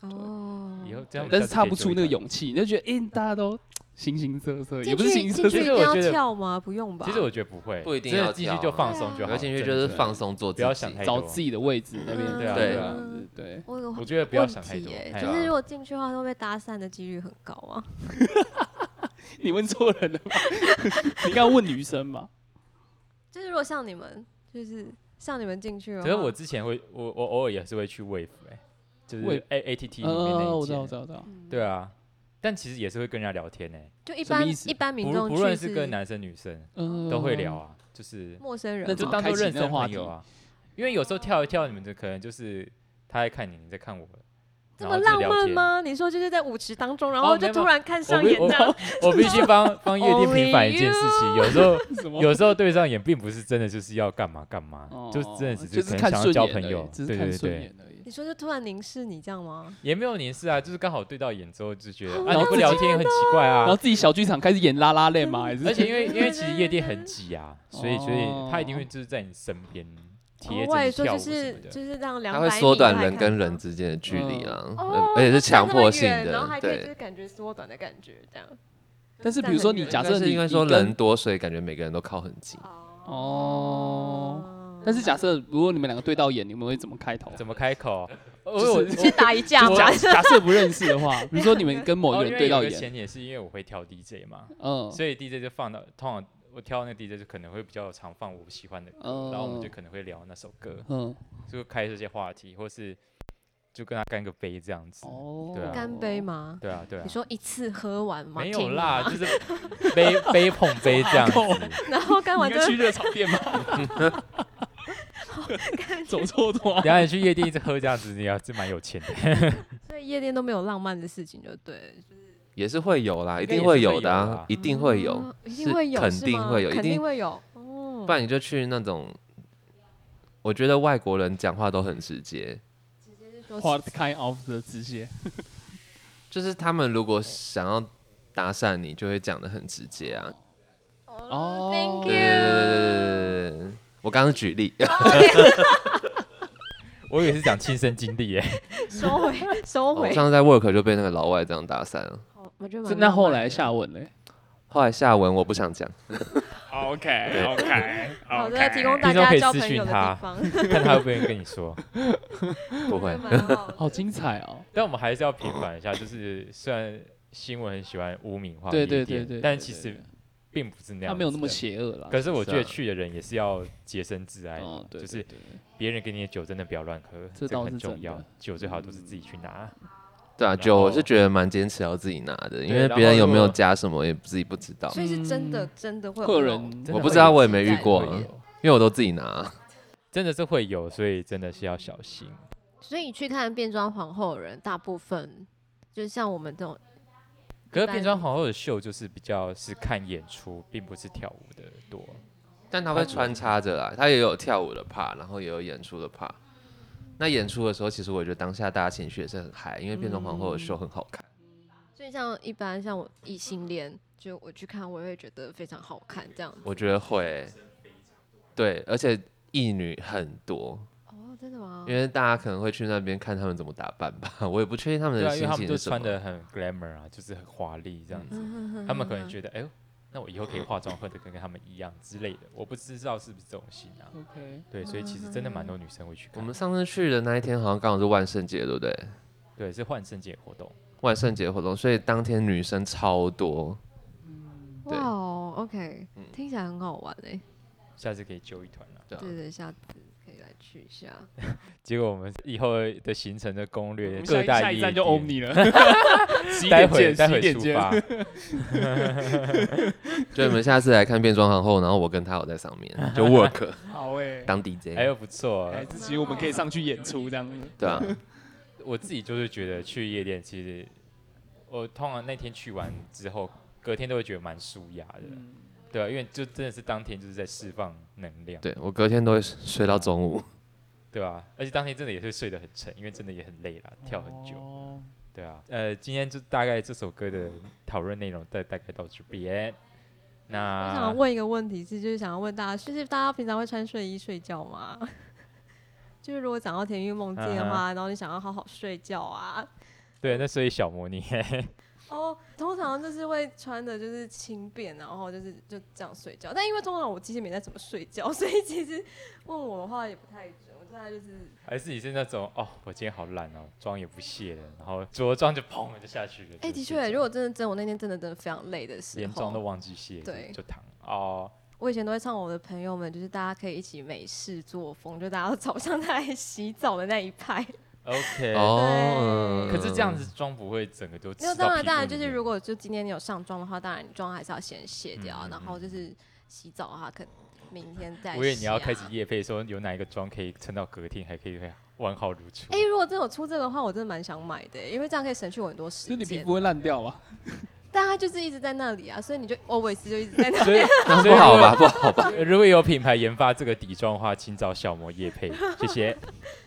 [SPEAKER 1] 哦，
[SPEAKER 3] 以后这样，
[SPEAKER 4] 但是差不
[SPEAKER 3] 啊
[SPEAKER 4] 出那个。勇气，就觉得哎、诶大家都 形形色色，也
[SPEAKER 1] 进
[SPEAKER 4] 不是
[SPEAKER 1] 去
[SPEAKER 4] 形
[SPEAKER 1] 进
[SPEAKER 4] 色
[SPEAKER 1] 去
[SPEAKER 4] 色
[SPEAKER 1] 一
[SPEAKER 3] 其实
[SPEAKER 1] 定
[SPEAKER 3] 我
[SPEAKER 1] 要
[SPEAKER 3] 觉得
[SPEAKER 1] 跳吗？不用吧？
[SPEAKER 3] 其实我觉得不会，
[SPEAKER 6] 不一定
[SPEAKER 3] 真的
[SPEAKER 6] 要
[SPEAKER 3] 进
[SPEAKER 6] 跳
[SPEAKER 3] 去就
[SPEAKER 6] 啊
[SPEAKER 3] 放松就
[SPEAKER 1] 对
[SPEAKER 3] 好。
[SPEAKER 6] 有进去就
[SPEAKER 3] 真的
[SPEAKER 6] 是放松做自
[SPEAKER 3] 不
[SPEAKER 6] 己，
[SPEAKER 3] 要想太
[SPEAKER 4] 找
[SPEAKER 3] 多
[SPEAKER 4] 自己的位置那边。
[SPEAKER 1] 嗯
[SPEAKER 3] 对啊
[SPEAKER 6] 对
[SPEAKER 4] 对
[SPEAKER 6] 啊
[SPEAKER 4] 对，
[SPEAKER 1] 我有
[SPEAKER 3] 我
[SPEAKER 1] 个
[SPEAKER 3] 觉得不要
[SPEAKER 1] 问
[SPEAKER 3] 想太
[SPEAKER 1] 题
[SPEAKER 3] 多。
[SPEAKER 1] 耶，
[SPEAKER 3] 哎
[SPEAKER 1] 就
[SPEAKER 6] 对啊
[SPEAKER 1] 是如果进去的话，会不会搭讪的几率很高啊？
[SPEAKER 4] 你问错人了吧？你应该问女 生嘛？
[SPEAKER 1] 就是如果像你们，就是像你们进去的话，
[SPEAKER 3] 可是我之前会，我我偶尔也是会去 Wave，哎，就是
[SPEAKER 4] Wave
[SPEAKER 3] A A T T 里面
[SPEAKER 4] 呃，我知
[SPEAKER 3] 那
[SPEAKER 4] 道，
[SPEAKER 3] 一
[SPEAKER 4] 我知
[SPEAKER 3] 间。
[SPEAKER 4] 道，我知道。
[SPEAKER 1] 嗯
[SPEAKER 3] 对啊，但其实也是会跟人家聊天呢，欸
[SPEAKER 1] 就一
[SPEAKER 4] 什么
[SPEAKER 1] 般
[SPEAKER 4] 意思
[SPEAKER 1] 一般民
[SPEAKER 3] 不
[SPEAKER 1] 众
[SPEAKER 3] 不
[SPEAKER 1] 去
[SPEAKER 3] 论是跟男生女生
[SPEAKER 4] 嗯，
[SPEAKER 3] 都会聊啊，就是
[SPEAKER 1] 陌生人
[SPEAKER 4] 那
[SPEAKER 1] 嘛，
[SPEAKER 4] 怎
[SPEAKER 3] 就
[SPEAKER 4] 么
[SPEAKER 3] 当
[SPEAKER 4] 开
[SPEAKER 3] 做
[SPEAKER 4] 启
[SPEAKER 3] 认
[SPEAKER 4] 那
[SPEAKER 3] 识
[SPEAKER 4] 话
[SPEAKER 3] 朋友
[SPEAKER 4] 题
[SPEAKER 3] 啊。因为有时候跳一跳，你们就可能就是他在看你，你在看我，
[SPEAKER 1] 这
[SPEAKER 3] 然
[SPEAKER 1] 么
[SPEAKER 3] 后就
[SPEAKER 1] 浪
[SPEAKER 3] 聊
[SPEAKER 1] 漫
[SPEAKER 3] 天
[SPEAKER 1] 吗？你说就是在舞池当中，然
[SPEAKER 3] 哦
[SPEAKER 1] 后
[SPEAKER 3] 没
[SPEAKER 1] 就
[SPEAKER 3] 有
[SPEAKER 1] 突
[SPEAKER 3] 没有
[SPEAKER 1] 然看
[SPEAKER 3] 我
[SPEAKER 1] 上
[SPEAKER 3] 必
[SPEAKER 1] 眼
[SPEAKER 3] 我
[SPEAKER 1] 这 样，
[SPEAKER 3] 我必须 帮帮夜店
[SPEAKER 1] Only
[SPEAKER 3] 平反一件事情，有时候
[SPEAKER 4] 什么？
[SPEAKER 3] 有时候对上眼并不是真的就是要干嘛干嘛，就
[SPEAKER 4] 哦
[SPEAKER 3] 真的
[SPEAKER 4] 就
[SPEAKER 3] 只
[SPEAKER 4] 是
[SPEAKER 3] 可能
[SPEAKER 4] 看
[SPEAKER 3] 想要
[SPEAKER 4] 顺
[SPEAKER 3] 交
[SPEAKER 4] 眼
[SPEAKER 3] 朋
[SPEAKER 4] 而已
[SPEAKER 3] 友，
[SPEAKER 4] 只
[SPEAKER 3] 对
[SPEAKER 4] 是看
[SPEAKER 3] 对
[SPEAKER 4] 顺
[SPEAKER 3] 对，
[SPEAKER 4] 眼而已。
[SPEAKER 1] 你说就突然凝视你这样吗？
[SPEAKER 3] 也没有年事啊，就是刚好对到眼之后就觉得
[SPEAKER 1] 好
[SPEAKER 3] 啊你
[SPEAKER 4] 浪
[SPEAKER 3] 不聊天很奇怪
[SPEAKER 4] 然后
[SPEAKER 3] 啊，
[SPEAKER 4] 自己小剧场开始演拉拉链嘛，还是
[SPEAKER 3] 而且因为因为其实夜店很挤啊，所以所以他一定
[SPEAKER 4] 哦
[SPEAKER 3] 会就是在你身边贴
[SPEAKER 1] 哦我
[SPEAKER 3] 着
[SPEAKER 1] 也
[SPEAKER 3] 你
[SPEAKER 1] 说
[SPEAKER 3] 跳
[SPEAKER 1] 就
[SPEAKER 3] 舞什
[SPEAKER 1] 是
[SPEAKER 3] 么的，
[SPEAKER 1] 就是让两
[SPEAKER 6] 它
[SPEAKER 1] 百
[SPEAKER 6] 会
[SPEAKER 1] 米
[SPEAKER 6] 缩短
[SPEAKER 1] 还
[SPEAKER 6] 人
[SPEAKER 1] 看
[SPEAKER 6] 跟
[SPEAKER 1] 到
[SPEAKER 6] 人之间的距离啦，
[SPEAKER 1] 哦
[SPEAKER 6] 呃，而且是强迫性
[SPEAKER 1] 那么远然后
[SPEAKER 6] 的，
[SPEAKER 1] 还可以就
[SPEAKER 6] 对
[SPEAKER 1] 是。感觉缩短的感觉这样。
[SPEAKER 4] 嗯但是比如说你假设
[SPEAKER 6] 但是
[SPEAKER 4] 你
[SPEAKER 6] 因为说
[SPEAKER 4] 你跟
[SPEAKER 6] 人多，所以感觉每个人都靠很近。
[SPEAKER 3] 哦
[SPEAKER 4] 哦，但是假设如果你们两个对到眼，你们会怎么开头？
[SPEAKER 3] 怎么开 口？我
[SPEAKER 4] 就是
[SPEAKER 3] 我
[SPEAKER 1] 去打一架
[SPEAKER 4] 假
[SPEAKER 1] 吧，
[SPEAKER 4] 假设不认识的话，比如说你们跟某一
[SPEAKER 3] 哦
[SPEAKER 4] 个
[SPEAKER 3] 因
[SPEAKER 4] 人
[SPEAKER 3] 为
[SPEAKER 4] 对
[SPEAKER 3] 有
[SPEAKER 4] 到
[SPEAKER 3] 个
[SPEAKER 4] 眼，
[SPEAKER 3] 前也是因为我会挑 DJ 嘛，
[SPEAKER 4] 嗯，
[SPEAKER 1] 哦
[SPEAKER 3] 所以 DJ 就放到通常我挑那个 DJ 就可能会比较常放我
[SPEAKER 1] 哦
[SPEAKER 3] 喜欢的歌，然后我们就
[SPEAKER 4] 嗯
[SPEAKER 3] 可能会聊那首歌。
[SPEAKER 4] 嗯，
[SPEAKER 3] 就开这些话题，或是就跟他干个杯这样子。
[SPEAKER 4] 哦
[SPEAKER 3] 对 啊
[SPEAKER 1] 干杯吗？
[SPEAKER 3] 对啊，对啊
[SPEAKER 1] 你，说一次喝完吗？
[SPEAKER 3] 没
[SPEAKER 1] 听啊
[SPEAKER 3] 有
[SPEAKER 1] 吗
[SPEAKER 3] 啦，就是杯 杯碰杯这样子。
[SPEAKER 1] 然后干完
[SPEAKER 4] 你
[SPEAKER 1] 就
[SPEAKER 4] 应该去热炒店吗？走错 路啊！
[SPEAKER 3] 然后你去夜店一直喝这样子，你要是蛮有钱的。
[SPEAKER 1] 所以夜店都没有浪漫的事情，就对了，
[SPEAKER 6] 也是会有啦，一
[SPEAKER 3] 应该
[SPEAKER 6] 定
[SPEAKER 3] 也
[SPEAKER 6] 会
[SPEAKER 3] 是会
[SPEAKER 6] 有的、
[SPEAKER 3] 有
[SPEAKER 6] 啊
[SPEAKER 3] 啦，
[SPEAKER 6] 一定会有
[SPEAKER 1] 啊，一定
[SPEAKER 6] 是
[SPEAKER 1] 会有，
[SPEAKER 6] 肯
[SPEAKER 1] 是
[SPEAKER 6] 定
[SPEAKER 1] 吗
[SPEAKER 6] 会有，一
[SPEAKER 1] 肯
[SPEAKER 6] 定
[SPEAKER 1] 定会有。哦，
[SPEAKER 6] 不然你就去那种，我觉得外国人讲话都很直接，
[SPEAKER 1] 说
[SPEAKER 4] What kind of 的直接？
[SPEAKER 6] 就是他们如果想要搭讪你，就会讲的很直接啊。
[SPEAKER 1] 哦，Thank
[SPEAKER 6] 对对
[SPEAKER 1] you。
[SPEAKER 6] 对对对对，我刚刚举例，
[SPEAKER 3] 我以为是讲亲身经历耶。
[SPEAKER 1] 收回，收
[SPEAKER 6] 我
[SPEAKER 1] 回。
[SPEAKER 6] 上次在 work 就被那个老外这样搭讪了。
[SPEAKER 1] 好我觉得蛮
[SPEAKER 4] 这那
[SPEAKER 1] 浪
[SPEAKER 4] 后
[SPEAKER 1] 漫
[SPEAKER 4] 来
[SPEAKER 1] 的
[SPEAKER 4] 下文嘞
[SPEAKER 6] 后来下文我不 想讲，
[SPEAKER 4] ？OK OK
[SPEAKER 1] 好的，提供大
[SPEAKER 3] 听众
[SPEAKER 1] 家
[SPEAKER 3] 可以
[SPEAKER 1] 交
[SPEAKER 3] 私
[SPEAKER 1] 朋
[SPEAKER 3] 讯
[SPEAKER 1] 友的
[SPEAKER 3] 他
[SPEAKER 1] 地方，。
[SPEAKER 3] 看他会不会跟你 说。
[SPEAKER 6] 不会
[SPEAKER 1] 蛮好的
[SPEAKER 4] 好精彩哦！
[SPEAKER 3] 但我们还是要平反一下，就是虽然新闻很喜欢污名化
[SPEAKER 4] 对
[SPEAKER 3] 夜
[SPEAKER 4] 对
[SPEAKER 3] 店，
[SPEAKER 4] 对对，
[SPEAKER 3] 但
[SPEAKER 4] 对
[SPEAKER 3] 其
[SPEAKER 4] 对
[SPEAKER 3] 实
[SPEAKER 4] 对
[SPEAKER 3] 并不是那样，
[SPEAKER 4] 他没有那么。邪恶啦。
[SPEAKER 3] 可是我觉
[SPEAKER 6] 是
[SPEAKER 3] 得
[SPEAKER 6] 啊
[SPEAKER 3] 去的人也是要洁身自爱
[SPEAKER 4] 哦
[SPEAKER 3] 嘛，，
[SPEAKER 4] 对，
[SPEAKER 3] 就是
[SPEAKER 4] 对对对
[SPEAKER 3] 别人给你的酒真的不要乱喝，
[SPEAKER 4] 这
[SPEAKER 3] 个
[SPEAKER 4] 倒
[SPEAKER 3] 很
[SPEAKER 4] 是
[SPEAKER 3] 重
[SPEAKER 4] 真
[SPEAKER 3] 要
[SPEAKER 4] 的。
[SPEAKER 3] 酒最好都是自己去拿。
[SPEAKER 6] 对啊，
[SPEAKER 3] 然
[SPEAKER 6] 酒我是
[SPEAKER 3] 后
[SPEAKER 6] 觉得蛮坚持要自己拿的，因为
[SPEAKER 3] 然后
[SPEAKER 6] 别人有没
[SPEAKER 3] 如
[SPEAKER 6] 有
[SPEAKER 3] 果
[SPEAKER 6] 加什么也自己不知道，
[SPEAKER 1] 所以是真的，真的会有那
[SPEAKER 4] 客
[SPEAKER 1] 种
[SPEAKER 4] 人
[SPEAKER 3] 真
[SPEAKER 6] 我
[SPEAKER 3] 的
[SPEAKER 6] 不
[SPEAKER 3] 会
[SPEAKER 6] 知道，
[SPEAKER 3] 有
[SPEAKER 6] 我也没遇
[SPEAKER 1] 期待
[SPEAKER 6] 过
[SPEAKER 1] 会
[SPEAKER 4] 嗯
[SPEAKER 6] 啊，
[SPEAKER 1] 有
[SPEAKER 6] 因为我都自 己拿。啊
[SPEAKER 3] 真的是会有，所以真的是要小心。
[SPEAKER 1] 所以你去看变装皇后的人，大部分就是像我们这种，
[SPEAKER 3] 可是
[SPEAKER 1] 但
[SPEAKER 3] 变装皇后的秀就是比较是看演出，并不是跳舞的多。
[SPEAKER 6] 但他会穿插着啦，他也有跳舞的 part，然后也有演出的 part。那演出的时候，其实我觉得当下大家情绪也是很嗨，因为变成皇
[SPEAKER 1] 嗯
[SPEAKER 6] 后的秀很好看。
[SPEAKER 1] 所以像一般像我异性恋，就我去看，我也会觉得非常好看这样子。
[SPEAKER 6] 我觉得会欸，对，而且异女很多，
[SPEAKER 1] 哦，真的吗？
[SPEAKER 6] 因为大家可能会去那边看他们怎么打扮吧。我也不确定他们
[SPEAKER 3] 对
[SPEAKER 6] 的
[SPEAKER 3] 啊，因为
[SPEAKER 6] 心
[SPEAKER 3] 他们
[SPEAKER 6] 情
[SPEAKER 3] 就是
[SPEAKER 6] 什么。
[SPEAKER 3] 穿的很 glamour 啊，就是很华丽这样子。
[SPEAKER 1] 嗯
[SPEAKER 3] 他们可能觉得，哎呦，那我以后可以化妆，或者跟他们一样之类的。我不知道是不是这种心啊。
[SPEAKER 4] OK，
[SPEAKER 3] 对，所以其实真的蛮多女生会去看。
[SPEAKER 6] 我们上次去的那一天好像刚好是万圣节，对不对？
[SPEAKER 3] 对是换圣节活动，
[SPEAKER 6] 万圣节活动，所以当天女生超多。对
[SPEAKER 1] 哇哦，OK，听起来很好玩哎。
[SPEAKER 3] 下次可以揪一团嗯啊。
[SPEAKER 6] 对啊
[SPEAKER 1] 对对，下次可以来去一下。
[SPEAKER 3] 结果我们以后的行程的攻略，
[SPEAKER 4] 下
[SPEAKER 3] 各
[SPEAKER 4] 一
[SPEAKER 3] 大
[SPEAKER 4] 嗯下一
[SPEAKER 3] 夜
[SPEAKER 4] 站就
[SPEAKER 3] 店
[SPEAKER 4] Omni 了， 几
[SPEAKER 3] 待
[SPEAKER 4] 点
[SPEAKER 3] 会
[SPEAKER 4] 见？
[SPEAKER 3] 待
[SPEAKER 4] 几
[SPEAKER 3] 会
[SPEAKER 4] 点
[SPEAKER 3] 出
[SPEAKER 4] 见？
[SPEAKER 3] 发。
[SPEAKER 6] 就你们下次来看变装皇后，然后我跟她有在上面， 就 work
[SPEAKER 4] 好欸诶，
[SPEAKER 6] 当 DJ，
[SPEAKER 3] 哎呦不错，
[SPEAKER 4] 还是其实我们可以上去演出这样子。
[SPEAKER 6] 对啊，
[SPEAKER 3] 我自己就是觉得去夜店，其实我通常那天去完之后，隔天都会觉得蛮舒压的，对啊，因为就真的是当天就是在释放能量，
[SPEAKER 6] 对我隔天都会睡到中午。
[SPEAKER 3] 对啊，而且当天真的也是睡得很沉，因为真的也很累啦，跳很久，
[SPEAKER 4] 哦
[SPEAKER 3] 对啊，呃，今天就大概这首歌的讨论内容大大概到这边，
[SPEAKER 1] 我想要
[SPEAKER 3] 那
[SPEAKER 1] 问一个问题是，就是想要问大家，就是大家平常会穿睡衣睡觉吗？ 就是如果讲到甜蜜梦境的话，然后你想要好好睡觉啊，
[SPEAKER 3] 对，那所以小魔你
[SPEAKER 1] 哦，通常就是会穿的就是轻便，然后就是就这样睡觉。但因为通常我其实没在怎么睡觉， 所以其实问我的话也不太准。我现在就是
[SPEAKER 3] 还是你是那种哦，我今天好懒哦，妆也不卸了，然后着妆就砰就下去了，
[SPEAKER 1] 哎、
[SPEAKER 3] 就
[SPEAKER 1] 的
[SPEAKER 3] 睡着
[SPEAKER 1] 确，如果真的真的我那天真的真的非常累的时
[SPEAKER 3] 连妆都
[SPEAKER 1] 候，
[SPEAKER 3] 忘记卸，就
[SPEAKER 1] 对
[SPEAKER 3] 就躺哦。
[SPEAKER 1] 我以前都会唱我的朋友们，就是大家可以一起美式作风，就大家都早上在洗澡的那一派。
[SPEAKER 3] OK，
[SPEAKER 6] 哦，
[SPEAKER 3] 可是这样子妆不会整个都吃
[SPEAKER 1] 那
[SPEAKER 3] 到
[SPEAKER 1] 当然，
[SPEAKER 3] 皮肤
[SPEAKER 1] 当然
[SPEAKER 3] 里
[SPEAKER 1] 就是
[SPEAKER 3] 面
[SPEAKER 1] 如果就今天你有上妆的话，当然你妆还是要先卸掉，
[SPEAKER 3] 嗯嗯
[SPEAKER 1] 然后就是洗澡的话，可能明天再洗、啊。
[SPEAKER 3] 我以为你要开始夜配，说有哪一个妆可以撑到隔天还可以完好如初。
[SPEAKER 1] 哎、如果真有出这个的话，我真的蛮想买的、因为这样可以省去我很多时
[SPEAKER 4] 就你皮
[SPEAKER 1] 间
[SPEAKER 4] 肤。会烂掉啊吧？
[SPEAKER 1] 但它就是一直在那里啊，所以你 就 always 就一直在那。
[SPEAKER 3] 所以
[SPEAKER 6] 那不好吧？不好吧？
[SPEAKER 3] 如果有品牌研发这个底妆的话，请找小魔夜配，谢谢。
[SPEAKER 1] 哦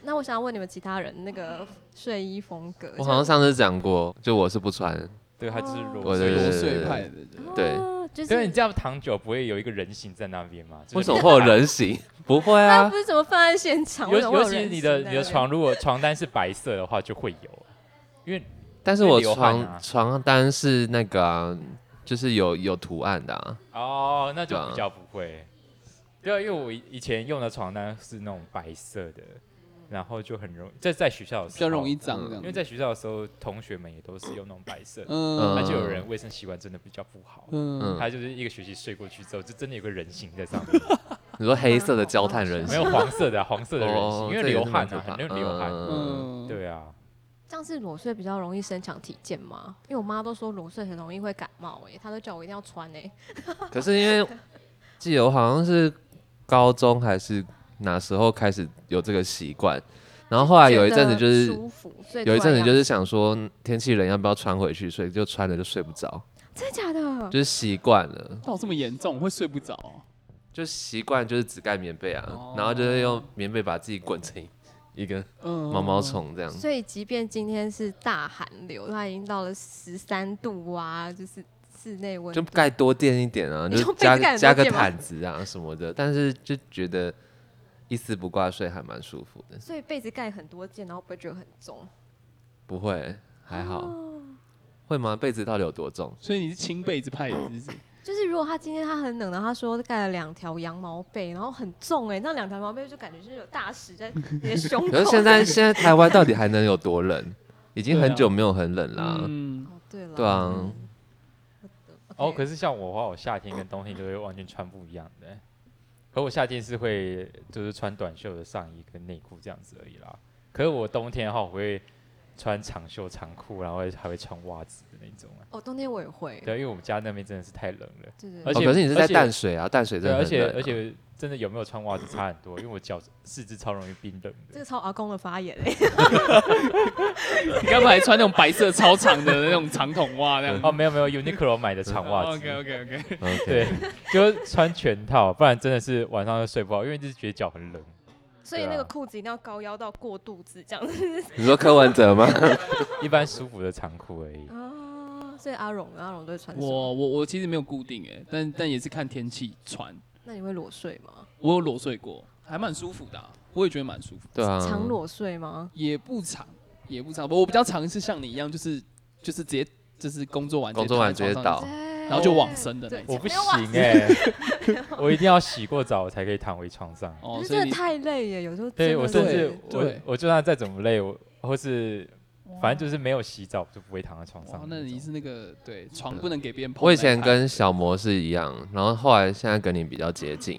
[SPEAKER 1] 那我想要问你们其他人那个睡衣风格，
[SPEAKER 6] 我好像上次讲过，就我是不穿，
[SPEAKER 3] 对，它就是
[SPEAKER 6] 我
[SPEAKER 3] 裸
[SPEAKER 6] 的对
[SPEAKER 3] 睡。
[SPEAKER 4] 裸
[SPEAKER 6] 对
[SPEAKER 4] 睡
[SPEAKER 6] 对
[SPEAKER 4] 派的，对
[SPEAKER 1] 像
[SPEAKER 6] 对
[SPEAKER 1] 哦就
[SPEAKER 3] 所以你
[SPEAKER 1] 是
[SPEAKER 3] 这样躺久不会有一个人形在那边吗？就是
[SPEAKER 6] 为什么会有 人形？不会
[SPEAKER 1] 那又
[SPEAKER 6] 啊
[SPEAKER 1] 不，是怎么放在现场，
[SPEAKER 3] 尤
[SPEAKER 1] 为什么会
[SPEAKER 3] 尤
[SPEAKER 1] 有
[SPEAKER 3] 其是
[SPEAKER 1] 人
[SPEAKER 3] 你的
[SPEAKER 1] 形在
[SPEAKER 3] 你
[SPEAKER 1] 那
[SPEAKER 3] 的床，如果床单是白色的话，就会有，因为
[SPEAKER 6] 但是我
[SPEAKER 3] 流汗
[SPEAKER 6] 床
[SPEAKER 3] 啊
[SPEAKER 6] 床单是那个啊，就是有有图案的啊。
[SPEAKER 3] 哦，那就
[SPEAKER 6] 对啊
[SPEAKER 3] 比较不会。对啊，因为我以以前用的床单是那种白色的，然后就很容易，这在学校的时候
[SPEAKER 4] 比较容易长这
[SPEAKER 3] 因
[SPEAKER 4] 样
[SPEAKER 3] 为
[SPEAKER 4] 子。
[SPEAKER 3] 在学校的时候，同学们也都是用那种白色的，
[SPEAKER 4] 嗯
[SPEAKER 3] 那就有人卫生习惯真的比较不好，
[SPEAKER 4] 嗯，
[SPEAKER 3] 他就是一个学期睡过去之后，就真的有个人形在上 面，
[SPEAKER 1] 嗯
[SPEAKER 6] 你说黑色的焦炭人
[SPEAKER 3] 没
[SPEAKER 6] 形
[SPEAKER 3] 有黄色的啊，黄色的人形，
[SPEAKER 6] 哦
[SPEAKER 3] 因为
[SPEAKER 6] 这也
[SPEAKER 3] 流汗
[SPEAKER 6] 是蛮
[SPEAKER 3] 啊，
[SPEAKER 6] 可怕
[SPEAKER 3] 很容易流汗，
[SPEAKER 6] 嗯
[SPEAKER 4] 嗯，
[SPEAKER 3] 对对啊，
[SPEAKER 1] 这样是裸睡比较容易生长体健吗？因为我妈都说裸睡很容易会感冒、欸，她都叫我一定要穿、欸，
[SPEAKER 6] 可是因为记得我好像是高中还是哪时候开始有这个习惯，然后后来有一阵子就
[SPEAKER 1] 觉得
[SPEAKER 6] 是
[SPEAKER 1] 舒服，所以
[SPEAKER 6] 有一阵子就是
[SPEAKER 1] 突
[SPEAKER 6] 想说天气冷要不要穿回去睡，就穿了就睡不
[SPEAKER 1] 哦
[SPEAKER 6] 着，
[SPEAKER 1] 然要真的假的，
[SPEAKER 6] 就是习惯了，
[SPEAKER 4] 到这么严重会睡不着哦、
[SPEAKER 6] 就习惯就是只盖棉被啊
[SPEAKER 4] 哦，
[SPEAKER 6] 然后就是用棉被把自己滚成一个
[SPEAKER 4] 嗯，
[SPEAKER 6] 毛毛虫这样。
[SPEAKER 1] 所以即便今天是大寒流，它已经到了十三度啊，就是室内温
[SPEAKER 6] 就
[SPEAKER 1] 度，
[SPEAKER 6] 盖多垫一点啊，
[SPEAKER 1] 哦 你
[SPEAKER 6] 就
[SPEAKER 1] 用被
[SPEAKER 6] 加
[SPEAKER 1] 子盖很多
[SPEAKER 6] 加个
[SPEAKER 1] 件吗
[SPEAKER 6] 毯子啊什么的，但是就觉得一丝不挂睡还蛮舒服的，
[SPEAKER 1] 所以被子盖很多件，然后不会觉得很重。哦
[SPEAKER 6] 不会还好，会吗？被子到底有多重？
[SPEAKER 4] 所以你是清被子派的，是不是？
[SPEAKER 1] 就是如果他今天他很冷，然后他说盖了两条羊毛被，然后很重哎、那两条羊毛被就感觉就是有大石在你的胸口。
[SPEAKER 6] 可是现在现在台湾到底还能有多冷？已经
[SPEAKER 4] 对
[SPEAKER 6] 很
[SPEAKER 4] 啊
[SPEAKER 6] 久没有很冷啦、
[SPEAKER 4] 嗯，
[SPEAKER 1] 哦，对了，
[SPEAKER 6] 对啊
[SPEAKER 1] 嗯
[SPEAKER 3] 哦，
[SPEAKER 1] OK
[SPEAKER 3] 可是像我的话，我夏天跟冬天就会完全穿不一样的欸、可我夏天是会就是穿短袖的上衣跟内裤这样子而已啦。可是我冬天的话，我会穿长袖长裤，然后会还会穿袜子的那种啊。
[SPEAKER 1] 哦，冬天我也会，
[SPEAKER 3] 对，因为我们家那边真的是太冷了。
[SPEAKER 1] 对对
[SPEAKER 3] 而
[SPEAKER 1] 对
[SPEAKER 3] 且
[SPEAKER 6] 哦，可是你是在
[SPEAKER 3] 而且
[SPEAKER 6] 淡水啊，淡水真
[SPEAKER 3] 对，
[SPEAKER 6] 的
[SPEAKER 3] 而
[SPEAKER 6] 很
[SPEAKER 3] 且
[SPEAKER 6] 冷、嗯
[SPEAKER 3] 而，且真的有没有穿袜子差很多，因为我脚四肢超容易冰冷
[SPEAKER 1] 这
[SPEAKER 3] 的。
[SPEAKER 1] 个超阿公的发言
[SPEAKER 6] 啊
[SPEAKER 1] 哎、
[SPEAKER 4] 你刚才穿那种白色超长的那种长筒袜那样。哦
[SPEAKER 3] 哦，没有没有，Uniqlo 买的长
[SPEAKER 6] 哦
[SPEAKER 3] 袜子。
[SPEAKER 4] OK OK OK，
[SPEAKER 6] 嗯
[SPEAKER 3] 对，就是穿全套，不然真的是晚上就睡不好，因为就是觉得脚很冷。
[SPEAKER 1] 所以那
[SPEAKER 3] 对
[SPEAKER 1] 个
[SPEAKER 3] 啊
[SPEAKER 1] 裤子一定要高腰到过肚子这样子
[SPEAKER 6] 你说柯文 哲吗？
[SPEAKER 3] 一般舒服的长裤而
[SPEAKER 4] 嗯
[SPEAKER 3] 已。
[SPEAKER 1] 啊。所以阿荣呢，阿荣都会穿什
[SPEAKER 4] 我
[SPEAKER 1] 么？
[SPEAKER 4] 我我其实没有固定哎、但但也是看天气穿。
[SPEAKER 1] 那你会裸睡吗？
[SPEAKER 4] 我有裸睡过，还蛮舒服的啊、我也觉得蛮舒服，
[SPEAKER 6] 对啊，
[SPEAKER 1] 常裸睡吗？
[SPEAKER 4] 也不长，也不长。不过我比较长是像你一样，就是就是直接就是工作完
[SPEAKER 6] 工作
[SPEAKER 4] 躺
[SPEAKER 6] 完
[SPEAKER 4] 在
[SPEAKER 6] 直接
[SPEAKER 4] 床上
[SPEAKER 6] 倒
[SPEAKER 1] 然
[SPEAKER 4] 哦然后就往生的那
[SPEAKER 1] 哎对，
[SPEAKER 4] 种
[SPEAKER 3] 我不
[SPEAKER 1] 没
[SPEAKER 3] 行
[SPEAKER 1] 有往
[SPEAKER 3] 哎、 我一定要洗过澡我才可以躺回床上。
[SPEAKER 4] 哦，
[SPEAKER 1] 可是
[SPEAKER 4] 所以
[SPEAKER 1] 真
[SPEAKER 4] 你
[SPEAKER 1] 的太累耶，有时候
[SPEAKER 3] 对
[SPEAKER 1] 真
[SPEAKER 3] 我
[SPEAKER 1] 的
[SPEAKER 3] 甚
[SPEAKER 1] 是
[SPEAKER 3] 至我
[SPEAKER 4] 对
[SPEAKER 3] 我就算再怎么累，我或是反正就是没有洗澡我就不会躺在床
[SPEAKER 4] 哇
[SPEAKER 3] 上，。
[SPEAKER 4] 哦那你是那个对床不能给别人碰那
[SPEAKER 6] 我
[SPEAKER 4] 一派。
[SPEAKER 6] 以前跟小魔是一样，然后后来现在跟你比较接近，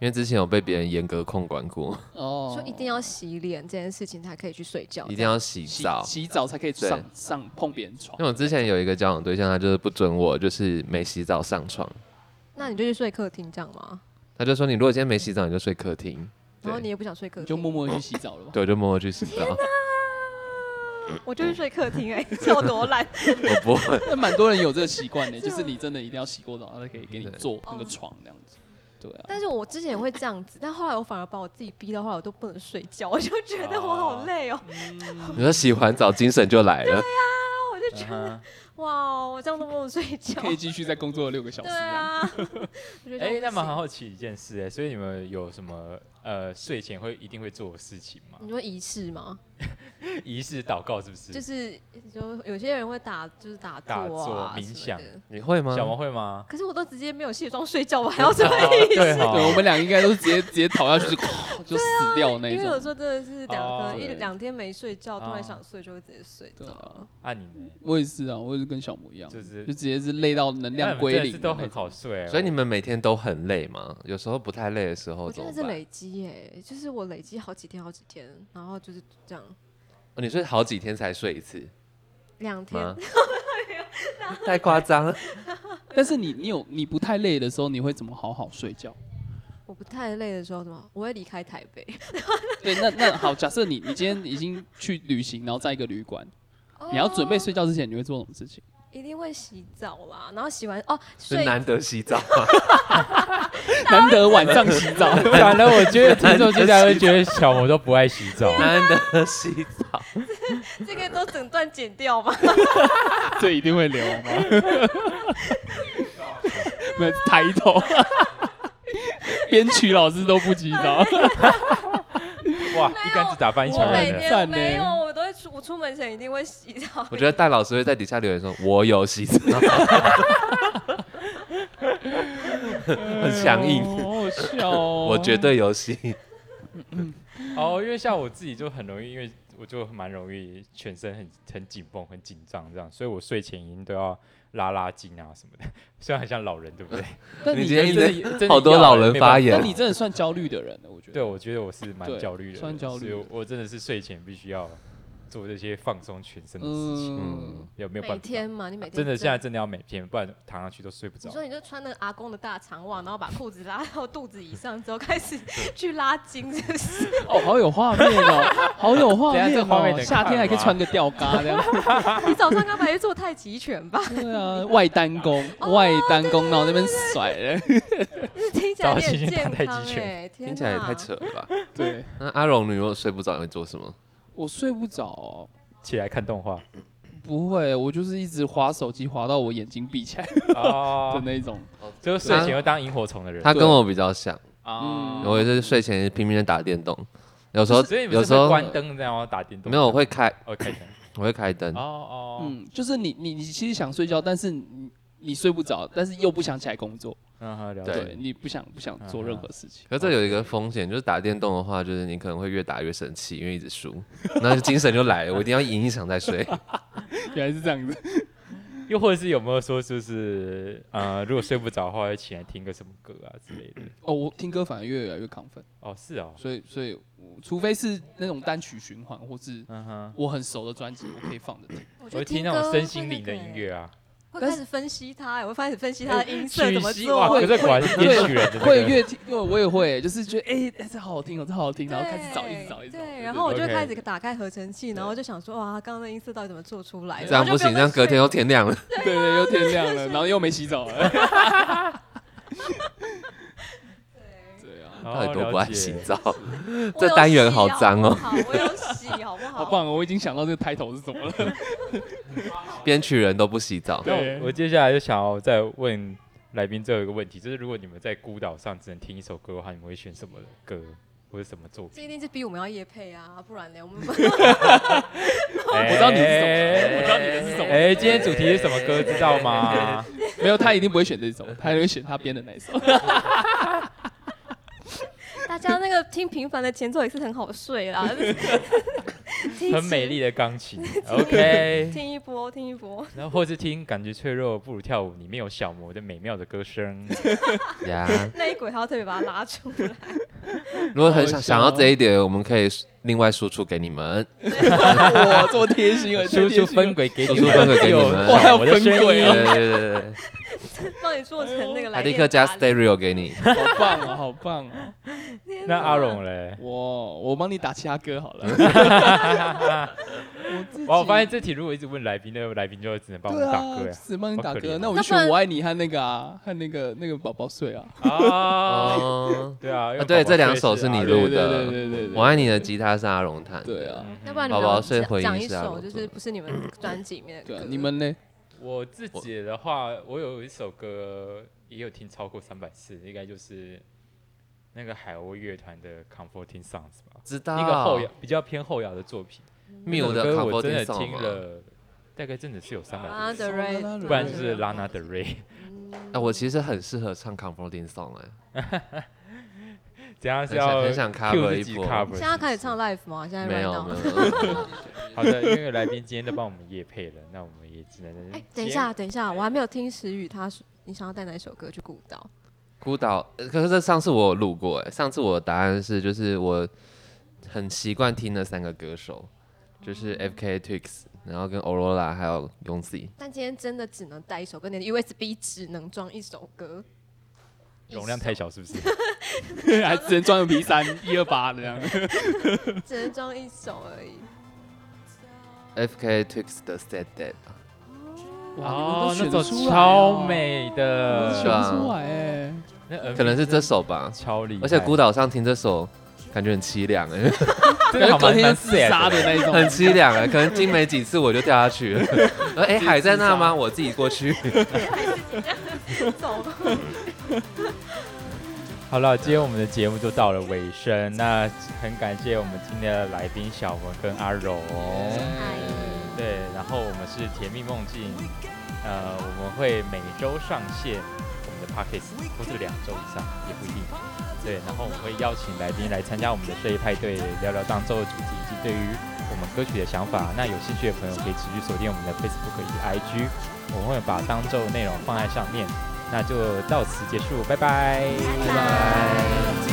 [SPEAKER 6] 因为之前有被别人严格控管过，
[SPEAKER 4] 哦
[SPEAKER 1] 说一定要洗脸这件事情才可以去睡
[SPEAKER 3] 哦
[SPEAKER 1] 觉，
[SPEAKER 6] 一定要洗
[SPEAKER 4] 洗
[SPEAKER 6] 澡。
[SPEAKER 4] 洗澡才可以
[SPEAKER 6] 对
[SPEAKER 4] 上上碰别人床
[SPEAKER 6] 因为。我之前有一个交往对象，他就是不准我，就是没洗澡上床。
[SPEAKER 1] 那你就去睡客厅这样吗？
[SPEAKER 6] 他就说：“你如果今天没洗澡，你就睡客厅。”
[SPEAKER 1] 然后你
[SPEAKER 6] 对，
[SPEAKER 1] 也不想睡客
[SPEAKER 4] 你
[SPEAKER 1] 厅，
[SPEAKER 4] 就默默地去洗澡了吧？
[SPEAKER 6] 对，我就默默去洗澡。
[SPEAKER 1] 我就去睡客厅 哎、欸，超多懒。
[SPEAKER 6] 我不会，
[SPEAKER 4] 那蛮多人有这个习惯 的，
[SPEAKER 1] 是啊
[SPEAKER 4] 就
[SPEAKER 1] 吗
[SPEAKER 4] 是你真的一定要洗过澡，他才可以给你
[SPEAKER 6] 对
[SPEAKER 4] 做那个床这样子。
[SPEAKER 1] 哦
[SPEAKER 4] 对啊，
[SPEAKER 1] 但是我之前也会这样子，但后来我反而把我自己逼到后来我都不能睡觉，我就觉得我好累哦、
[SPEAKER 6] 你说洗完澡精神就来了。
[SPEAKER 1] 然后我就觉得、
[SPEAKER 3] 嗯哼
[SPEAKER 1] 哇，我这样都不能睡觉
[SPEAKER 4] 啊可。以继续再工作 六个小时
[SPEAKER 1] 对
[SPEAKER 4] 这样。
[SPEAKER 1] 啊，我觉得
[SPEAKER 3] 哎、那蛮
[SPEAKER 1] 好。
[SPEAKER 3] 好奇一件事哎、所以你们有什么呃睡前会一定会做的事情吗？
[SPEAKER 1] 你说仪式吗？
[SPEAKER 3] 仪式祷告是不是？
[SPEAKER 1] 就是就有些人会打，就是打坐
[SPEAKER 3] 打坐
[SPEAKER 1] 啊
[SPEAKER 3] 冥
[SPEAKER 1] 什么
[SPEAKER 3] 想
[SPEAKER 1] 的
[SPEAKER 6] 你会吗？
[SPEAKER 3] 小王会 吗？
[SPEAKER 1] 可是我都直接没有卸妆睡觉，我还要什么
[SPEAKER 3] 哦
[SPEAKER 1] 仪
[SPEAKER 3] 对
[SPEAKER 1] 式？
[SPEAKER 3] 哈
[SPEAKER 4] 对，，我们俩应该都是直接直接倒下去就 就死掉那一
[SPEAKER 1] 啊因为有时
[SPEAKER 4] 种。
[SPEAKER 1] 候真的是两
[SPEAKER 3] 哦
[SPEAKER 1] 个、一
[SPEAKER 4] 对
[SPEAKER 1] 两天没睡觉，突
[SPEAKER 3] 哦
[SPEAKER 1] 然想睡就会直接睡
[SPEAKER 4] 对
[SPEAKER 1] 着。
[SPEAKER 4] 啊，
[SPEAKER 3] 啊你呢？
[SPEAKER 4] 我也是啊，我也是跟小魔一样，
[SPEAKER 3] 就
[SPEAKER 4] 就是直接是累到能
[SPEAKER 3] 那
[SPEAKER 4] 量
[SPEAKER 3] 你们
[SPEAKER 4] 归
[SPEAKER 3] 哎真的
[SPEAKER 4] 零
[SPEAKER 3] 是
[SPEAKER 4] 的
[SPEAKER 3] 都
[SPEAKER 4] 那
[SPEAKER 3] 很
[SPEAKER 4] 种。
[SPEAKER 3] 好睡、欸，
[SPEAKER 6] 所以你们每天都很累吗？有时候不太累的时候
[SPEAKER 1] 我
[SPEAKER 6] 怎
[SPEAKER 1] 真
[SPEAKER 6] 么
[SPEAKER 1] 的
[SPEAKER 6] 办？
[SPEAKER 1] 是累积耶、就是我累积好几天好几天，然后就是这样
[SPEAKER 6] 哦你睡好几天才睡一次
[SPEAKER 3] 嗯
[SPEAKER 1] 两天。
[SPEAKER 6] 吗？ 太夸张了。
[SPEAKER 4] 但是你你有你不太累的时候，你会怎么好好睡觉？
[SPEAKER 1] 我不太累的时候，什么我会离开台北。
[SPEAKER 4] 对，那那好，假设你你今天已经去旅行，然后在一个旅馆，你要准备
[SPEAKER 1] 哦
[SPEAKER 4] 睡觉之前，你会做什么事情？
[SPEAKER 1] 一定会洗澡啦，然后洗完哦，
[SPEAKER 6] 是
[SPEAKER 1] 睡
[SPEAKER 6] 难得洗澡 啊吗？
[SPEAKER 4] 难得晚上洗澡，
[SPEAKER 3] 反正我觉得听众现在会觉得小魔都不爱洗澡。
[SPEAKER 6] 难得洗 澡，
[SPEAKER 1] 这个都整段剪掉吧。
[SPEAKER 4] 这一定会留吗？没有抬头，编曲老师都不知道。
[SPEAKER 3] 哇，一竿子打翻一
[SPEAKER 1] 我
[SPEAKER 3] 船
[SPEAKER 1] 每
[SPEAKER 3] 人欸。
[SPEAKER 1] 天
[SPEAKER 4] 赞呢
[SPEAKER 1] 没有，我都会出，我出门前一定会洗澡。
[SPEAKER 6] 我觉 得戴老师会在底下留言说：“我有洗澡。” 很强硬，
[SPEAKER 4] 好好笑哦！
[SPEAKER 6] 我绝对有洗。
[SPEAKER 3] 哦，因为像我自己就很容易，因为我就蛮容易全身很很紧绷、很紧张这样，所以我睡前一定都要拉拉筋啊什么的。 虽然很像老人，对不对？
[SPEAKER 4] 但
[SPEAKER 6] 你
[SPEAKER 4] 你
[SPEAKER 6] 今天
[SPEAKER 4] 真
[SPEAKER 6] 一
[SPEAKER 4] 的，
[SPEAKER 6] 直
[SPEAKER 3] 真的
[SPEAKER 6] 好多
[SPEAKER 3] 要
[SPEAKER 6] 老
[SPEAKER 3] 欸
[SPEAKER 6] 人
[SPEAKER 3] 没
[SPEAKER 6] 发
[SPEAKER 3] 办法
[SPEAKER 6] 言
[SPEAKER 4] 但，你真的算焦虑的人了，我觉得。
[SPEAKER 3] 对，我觉得我是蛮
[SPEAKER 4] 对
[SPEAKER 3] 焦虑的人，
[SPEAKER 4] 算焦虑
[SPEAKER 3] 所以我我真的是睡前必须要做这些放松全身的事情，
[SPEAKER 4] 嗯，
[SPEAKER 3] 有没有办
[SPEAKER 1] 每
[SPEAKER 3] 法？
[SPEAKER 1] 天嘛，你每天
[SPEAKER 3] 真的
[SPEAKER 1] 这
[SPEAKER 3] 现在
[SPEAKER 1] 样
[SPEAKER 3] 真的要每天，不然躺上去都睡不着
[SPEAKER 1] 你。说你就穿那个阿公的大长袜，然后把裤子拉到肚子以上之后开始去拉筋，是不是？
[SPEAKER 4] 哦，好有画面哦，好有画
[SPEAKER 3] 等一下
[SPEAKER 4] 面
[SPEAKER 3] 这画面
[SPEAKER 4] 哦，
[SPEAKER 3] 能
[SPEAKER 4] 夏天还可以
[SPEAKER 3] 看吗
[SPEAKER 4] 穿个吊嘎这样，
[SPEAKER 1] 你早上该不会去做太极拳吧？
[SPEAKER 4] 对啊， 外单弓，外单弓，然后那边甩了，
[SPEAKER 1] 听起来有
[SPEAKER 3] 早起
[SPEAKER 1] 点
[SPEAKER 3] 去打
[SPEAKER 1] 健
[SPEAKER 3] 太
[SPEAKER 1] 康
[SPEAKER 3] 极拳
[SPEAKER 1] 哎、天
[SPEAKER 6] 听起来也
[SPEAKER 1] 哪
[SPEAKER 6] 太扯了吧？
[SPEAKER 4] 对
[SPEAKER 6] 那阿荣，你如果睡不着，你会做什么？
[SPEAKER 4] 我睡不着哦，
[SPEAKER 3] 起来看动画
[SPEAKER 4] 不会，我就是一直滑手机滑到我眼睛闭起来 的
[SPEAKER 3] 哦，
[SPEAKER 4] 那一种，
[SPEAKER 3] 就是睡前会当萤火虫的人
[SPEAKER 6] 他跟我比较像，
[SPEAKER 3] 啊。
[SPEAKER 6] 我也是睡前拼命的打电动，有时候
[SPEAKER 3] 所以你们
[SPEAKER 6] 有时
[SPEAKER 3] 是会
[SPEAKER 6] 候
[SPEAKER 3] 关灯然后打电动？
[SPEAKER 6] 没有，我会开，
[SPEAKER 3] 哦，开灯。
[SPEAKER 6] 我会开灯
[SPEAKER 3] 哦。哦，
[SPEAKER 4] 嗯，就是你你你其实想睡觉，但是你你睡不着，但是又不想起来工作，
[SPEAKER 3] 嗯哼，了
[SPEAKER 6] 对
[SPEAKER 3] 解。
[SPEAKER 4] 对你不想不想做任何事情，
[SPEAKER 6] 可是这有一个风险，就是打电动的话，就是你可能会越打越生气，因为一直输，那就精神就来了，我一定要赢一场 再睡。
[SPEAKER 4] 原来是这样子，
[SPEAKER 3] 又或者是有没有说，就是呃，如果睡不着的话，会起来听个什么歌啊之类的？
[SPEAKER 4] 哦，我听歌反而越来越亢奋，
[SPEAKER 3] 哦，是哦，
[SPEAKER 4] 所以所以我除非是那种单曲循环或是。
[SPEAKER 3] 嗯哼，
[SPEAKER 4] 我很熟的专辑，我可以放着听。
[SPEAKER 1] 我
[SPEAKER 3] 我
[SPEAKER 1] 觉得
[SPEAKER 3] 会听
[SPEAKER 1] 歌
[SPEAKER 3] 那种身
[SPEAKER 1] 会
[SPEAKER 3] 心
[SPEAKER 1] 那
[SPEAKER 3] 灵的
[SPEAKER 1] 个
[SPEAKER 3] 音
[SPEAKER 1] 欸，
[SPEAKER 3] 乐啊，
[SPEAKER 1] 会
[SPEAKER 4] 但
[SPEAKER 1] 开
[SPEAKER 4] 是
[SPEAKER 1] 始分析它欸，我会开始分析它的音色
[SPEAKER 3] 曲
[SPEAKER 1] 怎么
[SPEAKER 3] 析哇，
[SPEAKER 1] 做
[SPEAKER 3] 可。是果然是 编曲人，真的
[SPEAKER 4] 会越听，因为我也会，就是觉得哎、欸这好好听哦，这好好听，然后开始找，一直找，一直找。
[SPEAKER 1] 对，然后我就
[SPEAKER 3] OK
[SPEAKER 1] 开始打开合成器，然后就想说，哇，刚刚那音色到底怎么做出来的？
[SPEAKER 6] 这样
[SPEAKER 1] 然后
[SPEAKER 6] 不
[SPEAKER 1] 就
[SPEAKER 6] 行，
[SPEAKER 1] 用
[SPEAKER 6] 这样
[SPEAKER 1] 再
[SPEAKER 6] 隔天
[SPEAKER 1] 睡
[SPEAKER 6] 又天亮了。
[SPEAKER 4] 对
[SPEAKER 1] 哎
[SPEAKER 4] 对，又天亮了，然后又没洗 澡了。对啊，
[SPEAKER 3] 哦
[SPEAKER 6] 到底多不
[SPEAKER 3] 了
[SPEAKER 6] 爱
[SPEAKER 3] 解
[SPEAKER 6] 洗澡？
[SPEAKER 1] 我
[SPEAKER 6] 这
[SPEAKER 1] 有
[SPEAKER 6] 单元
[SPEAKER 1] 洗
[SPEAKER 6] 好
[SPEAKER 1] 好
[SPEAKER 6] 脏
[SPEAKER 1] 不
[SPEAKER 6] 哦
[SPEAKER 1] 好，我有洗，好不好？
[SPEAKER 4] 好棒哦！我已经想到这个抬头是什么了。
[SPEAKER 6] 编曲人都不洗澡，
[SPEAKER 3] 那
[SPEAKER 4] 对
[SPEAKER 3] 哦我我接下来就想要再问来宾最后一个问题，就是如果你们在孤岛上只能听一首歌的话，你们会选什么歌或者什么作
[SPEAKER 1] 这
[SPEAKER 3] 品？
[SPEAKER 1] 一定是逼我们要夜配啊，不然呢，我们
[SPEAKER 3] 我
[SPEAKER 4] 哦知道你是什么我知道你的是什么
[SPEAKER 3] 哎，今天主题是什么歌，知道 吗？
[SPEAKER 4] 没有，他一定不会选这 首，他会选他编的那 一首。
[SPEAKER 1] 大家那个听平凡的前奏也是很好睡 啦，听一
[SPEAKER 3] 很美
[SPEAKER 1] 集
[SPEAKER 3] 丽的钢琴，OK。
[SPEAKER 1] 听一波，听一波。
[SPEAKER 3] 然后或是听《感觉脆弱不如跳舞》，里面有小魔的美妙的歌 声。
[SPEAKER 6] 哎呀，
[SPEAKER 1] 那一轨还要特别把它拉出来，
[SPEAKER 6] 如果很
[SPEAKER 3] 哦
[SPEAKER 6] 想
[SPEAKER 4] 好
[SPEAKER 6] 想到
[SPEAKER 4] 笑
[SPEAKER 6] 这一点，我们可以另外输出给你们。
[SPEAKER 4] 哇，这么贴心啊！
[SPEAKER 3] 输出
[SPEAKER 4] 这么贴心
[SPEAKER 3] 分轨给你
[SPEAKER 6] 输出分轨给你
[SPEAKER 3] 有
[SPEAKER 6] 们
[SPEAKER 4] 哇还有
[SPEAKER 3] 我的声
[SPEAKER 4] 分轨
[SPEAKER 3] 音
[SPEAKER 4] 啊
[SPEAKER 6] 对对对对对，
[SPEAKER 1] 帮你做成那个来
[SPEAKER 6] 他立
[SPEAKER 1] 电
[SPEAKER 6] 刻加
[SPEAKER 1] 卡
[SPEAKER 6] stereo 给你。
[SPEAKER 4] 好棒哦，好棒哦！
[SPEAKER 3] 那阿荣嘞？
[SPEAKER 4] 我我帮你打其他歌 好了。我自己
[SPEAKER 3] 哇，我发现这题如果一直问来宾，那个来宾就只能帮我
[SPEAKER 4] 对
[SPEAKER 3] 们打
[SPEAKER 4] 啊
[SPEAKER 3] 歌，呀。
[SPEAKER 4] 只帮你
[SPEAKER 3] 好
[SPEAKER 4] 打
[SPEAKER 3] 可
[SPEAKER 4] 歌，
[SPEAKER 3] 怜
[SPEAKER 4] 那
[SPEAKER 3] 哦
[SPEAKER 4] 我就选《我爱你》和那个啊，和那个那个宝宝睡啊。
[SPEAKER 3] 啊，
[SPEAKER 6] 哦，
[SPEAKER 3] 对啊，因为
[SPEAKER 6] 啊对
[SPEAKER 3] 宝宝
[SPEAKER 6] 这两
[SPEAKER 3] 睡
[SPEAKER 6] 首
[SPEAKER 3] 是啊
[SPEAKER 6] 是你
[SPEAKER 3] 阿
[SPEAKER 6] 录
[SPEAKER 3] 荣
[SPEAKER 4] 对
[SPEAKER 6] 录
[SPEAKER 4] 对对
[SPEAKER 6] 的
[SPEAKER 4] 对对对，啊
[SPEAKER 6] 我爱你的吉他是阿荣弹。
[SPEAKER 4] 对啊，
[SPEAKER 1] 要不然你
[SPEAKER 6] 宝
[SPEAKER 1] 们
[SPEAKER 6] 宝
[SPEAKER 1] 要
[SPEAKER 6] 睡
[SPEAKER 1] 讲
[SPEAKER 6] 回
[SPEAKER 1] 讲
[SPEAKER 6] 忆
[SPEAKER 1] 一
[SPEAKER 6] 是啊
[SPEAKER 1] 首，
[SPEAKER 6] 我
[SPEAKER 1] 就是不是你们专辑里面
[SPEAKER 4] 对
[SPEAKER 1] 的
[SPEAKER 4] 啊
[SPEAKER 1] 歌。，
[SPEAKER 4] 你们呢？
[SPEAKER 3] 我自己的话，我有一首歌也有听超过三百次，应该就是那个海鸥乐团的《Comforting Songs》吧，
[SPEAKER 6] 知
[SPEAKER 3] 一个后
[SPEAKER 6] 道
[SPEAKER 3] 摇。比较偏后摇的作品。
[SPEAKER 6] 缪
[SPEAKER 3] 那
[SPEAKER 6] 啊的
[SPEAKER 3] 首歌我真
[SPEAKER 6] comforting
[SPEAKER 3] 的
[SPEAKER 6] song 啊
[SPEAKER 3] 听
[SPEAKER 6] 吗？
[SPEAKER 3] 了，大概真的是有三百
[SPEAKER 1] 啊
[SPEAKER 3] 多次，
[SPEAKER 1] ，The Ray，
[SPEAKER 3] 不然就是 Lana Del Rey。
[SPEAKER 6] 啊，我其实很适合唱 comforting song 哎，
[SPEAKER 3] 怎样是
[SPEAKER 6] 很想
[SPEAKER 3] 要
[SPEAKER 6] 很想
[SPEAKER 3] cue
[SPEAKER 6] cover
[SPEAKER 3] 自
[SPEAKER 6] 一
[SPEAKER 3] 己
[SPEAKER 6] 波。
[SPEAKER 3] cover？
[SPEAKER 1] 现在开始
[SPEAKER 3] 是不
[SPEAKER 1] 唱 live 吗？现在
[SPEAKER 6] 没
[SPEAKER 1] right
[SPEAKER 6] 有
[SPEAKER 1] now
[SPEAKER 6] 没有，
[SPEAKER 3] 是。好的，因为来宾今天都帮我们夜配了，那我们也只能
[SPEAKER 1] 哎，等一下，等一下，我还没有听石宇，他是你想要带哪一首歌去孤岛？
[SPEAKER 6] 孤岛，呃可是这上次我有录过哎，上次我的答案是就是我很习惯听的三个歌手，就是 FK Twix，然后跟 Aurora 还有 y o n c
[SPEAKER 1] 但今天真的只能带一首歌，你的 USB 只能装一首歌，
[SPEAKER 3] 容量太小，是不是？
[SPEAKER 4] 还只能装个 P 三一二八这样。
[SPEAKER 1] 只能装一首而已。
[SPEAKER 6] FK Twix 的 Sad Dead，
[SPEAKER 4] 哇，你
[SPEAKER 3] 那
[SPEAKER 4] 们都
[SPEAKER 3] 首
[SPEAKER 4] 选
[SPEAKER 1] 啊
[SPEAKER 4] 出来哦
[SPEAKER 3] 超，美
[SPEAKER 4] 我
[SPEAKER 3] 的
[SPEAKER 4] 选，不出来哎。
[SPEAKER 3] 那 MV
[SPEAKER 6] 可能是这首吧。
[SPEAKER 3] 超厉害，
[SPEAKER 6] 而且孤岛上听这首，感觉很凄凉哎，
[SPEAKER 3] 这个
[SPEAKER 4] 感觉
[SPEAKER 3] 好
[SPEAKER 4] 啊隔
[SPEAKER 3] 蛮
[SPEAKER 4] 天要
[SPEAKER 3] 蛮
[SPEAKER 4] 自杀
[SPEAKER 3] sad
[SPEAKER 4] 的
[SPEAKER 3] 的。
[SPEAKER 4] 那一种，
[SPEAKER 6] 很凄凉哎，可能听没几次我就掉下去了。 呃哎，海在那吗？我自己过去。
[SPEAKER 1] 走吧，
[SPEAKER 3] 好了，今天我们的节目就到了尾声，那很感谢我们今天的来宾小文跟阿荣。对，然后我们是甜蜜梦境，呃，我们会每周上线我们的 podcast，或是两周以上也不一定。对，然后我们会邀请来宾来参加我们的睡衣派对，聊聊当周的主题以及对于我们歌曲的想法。那有兴趣的朋友可以持续锁定我们的 Facebook 以及 IG，我们会把当周的内容放在上面。那就到此结束，拜拜。
[SPEAKER 1] 拜拜。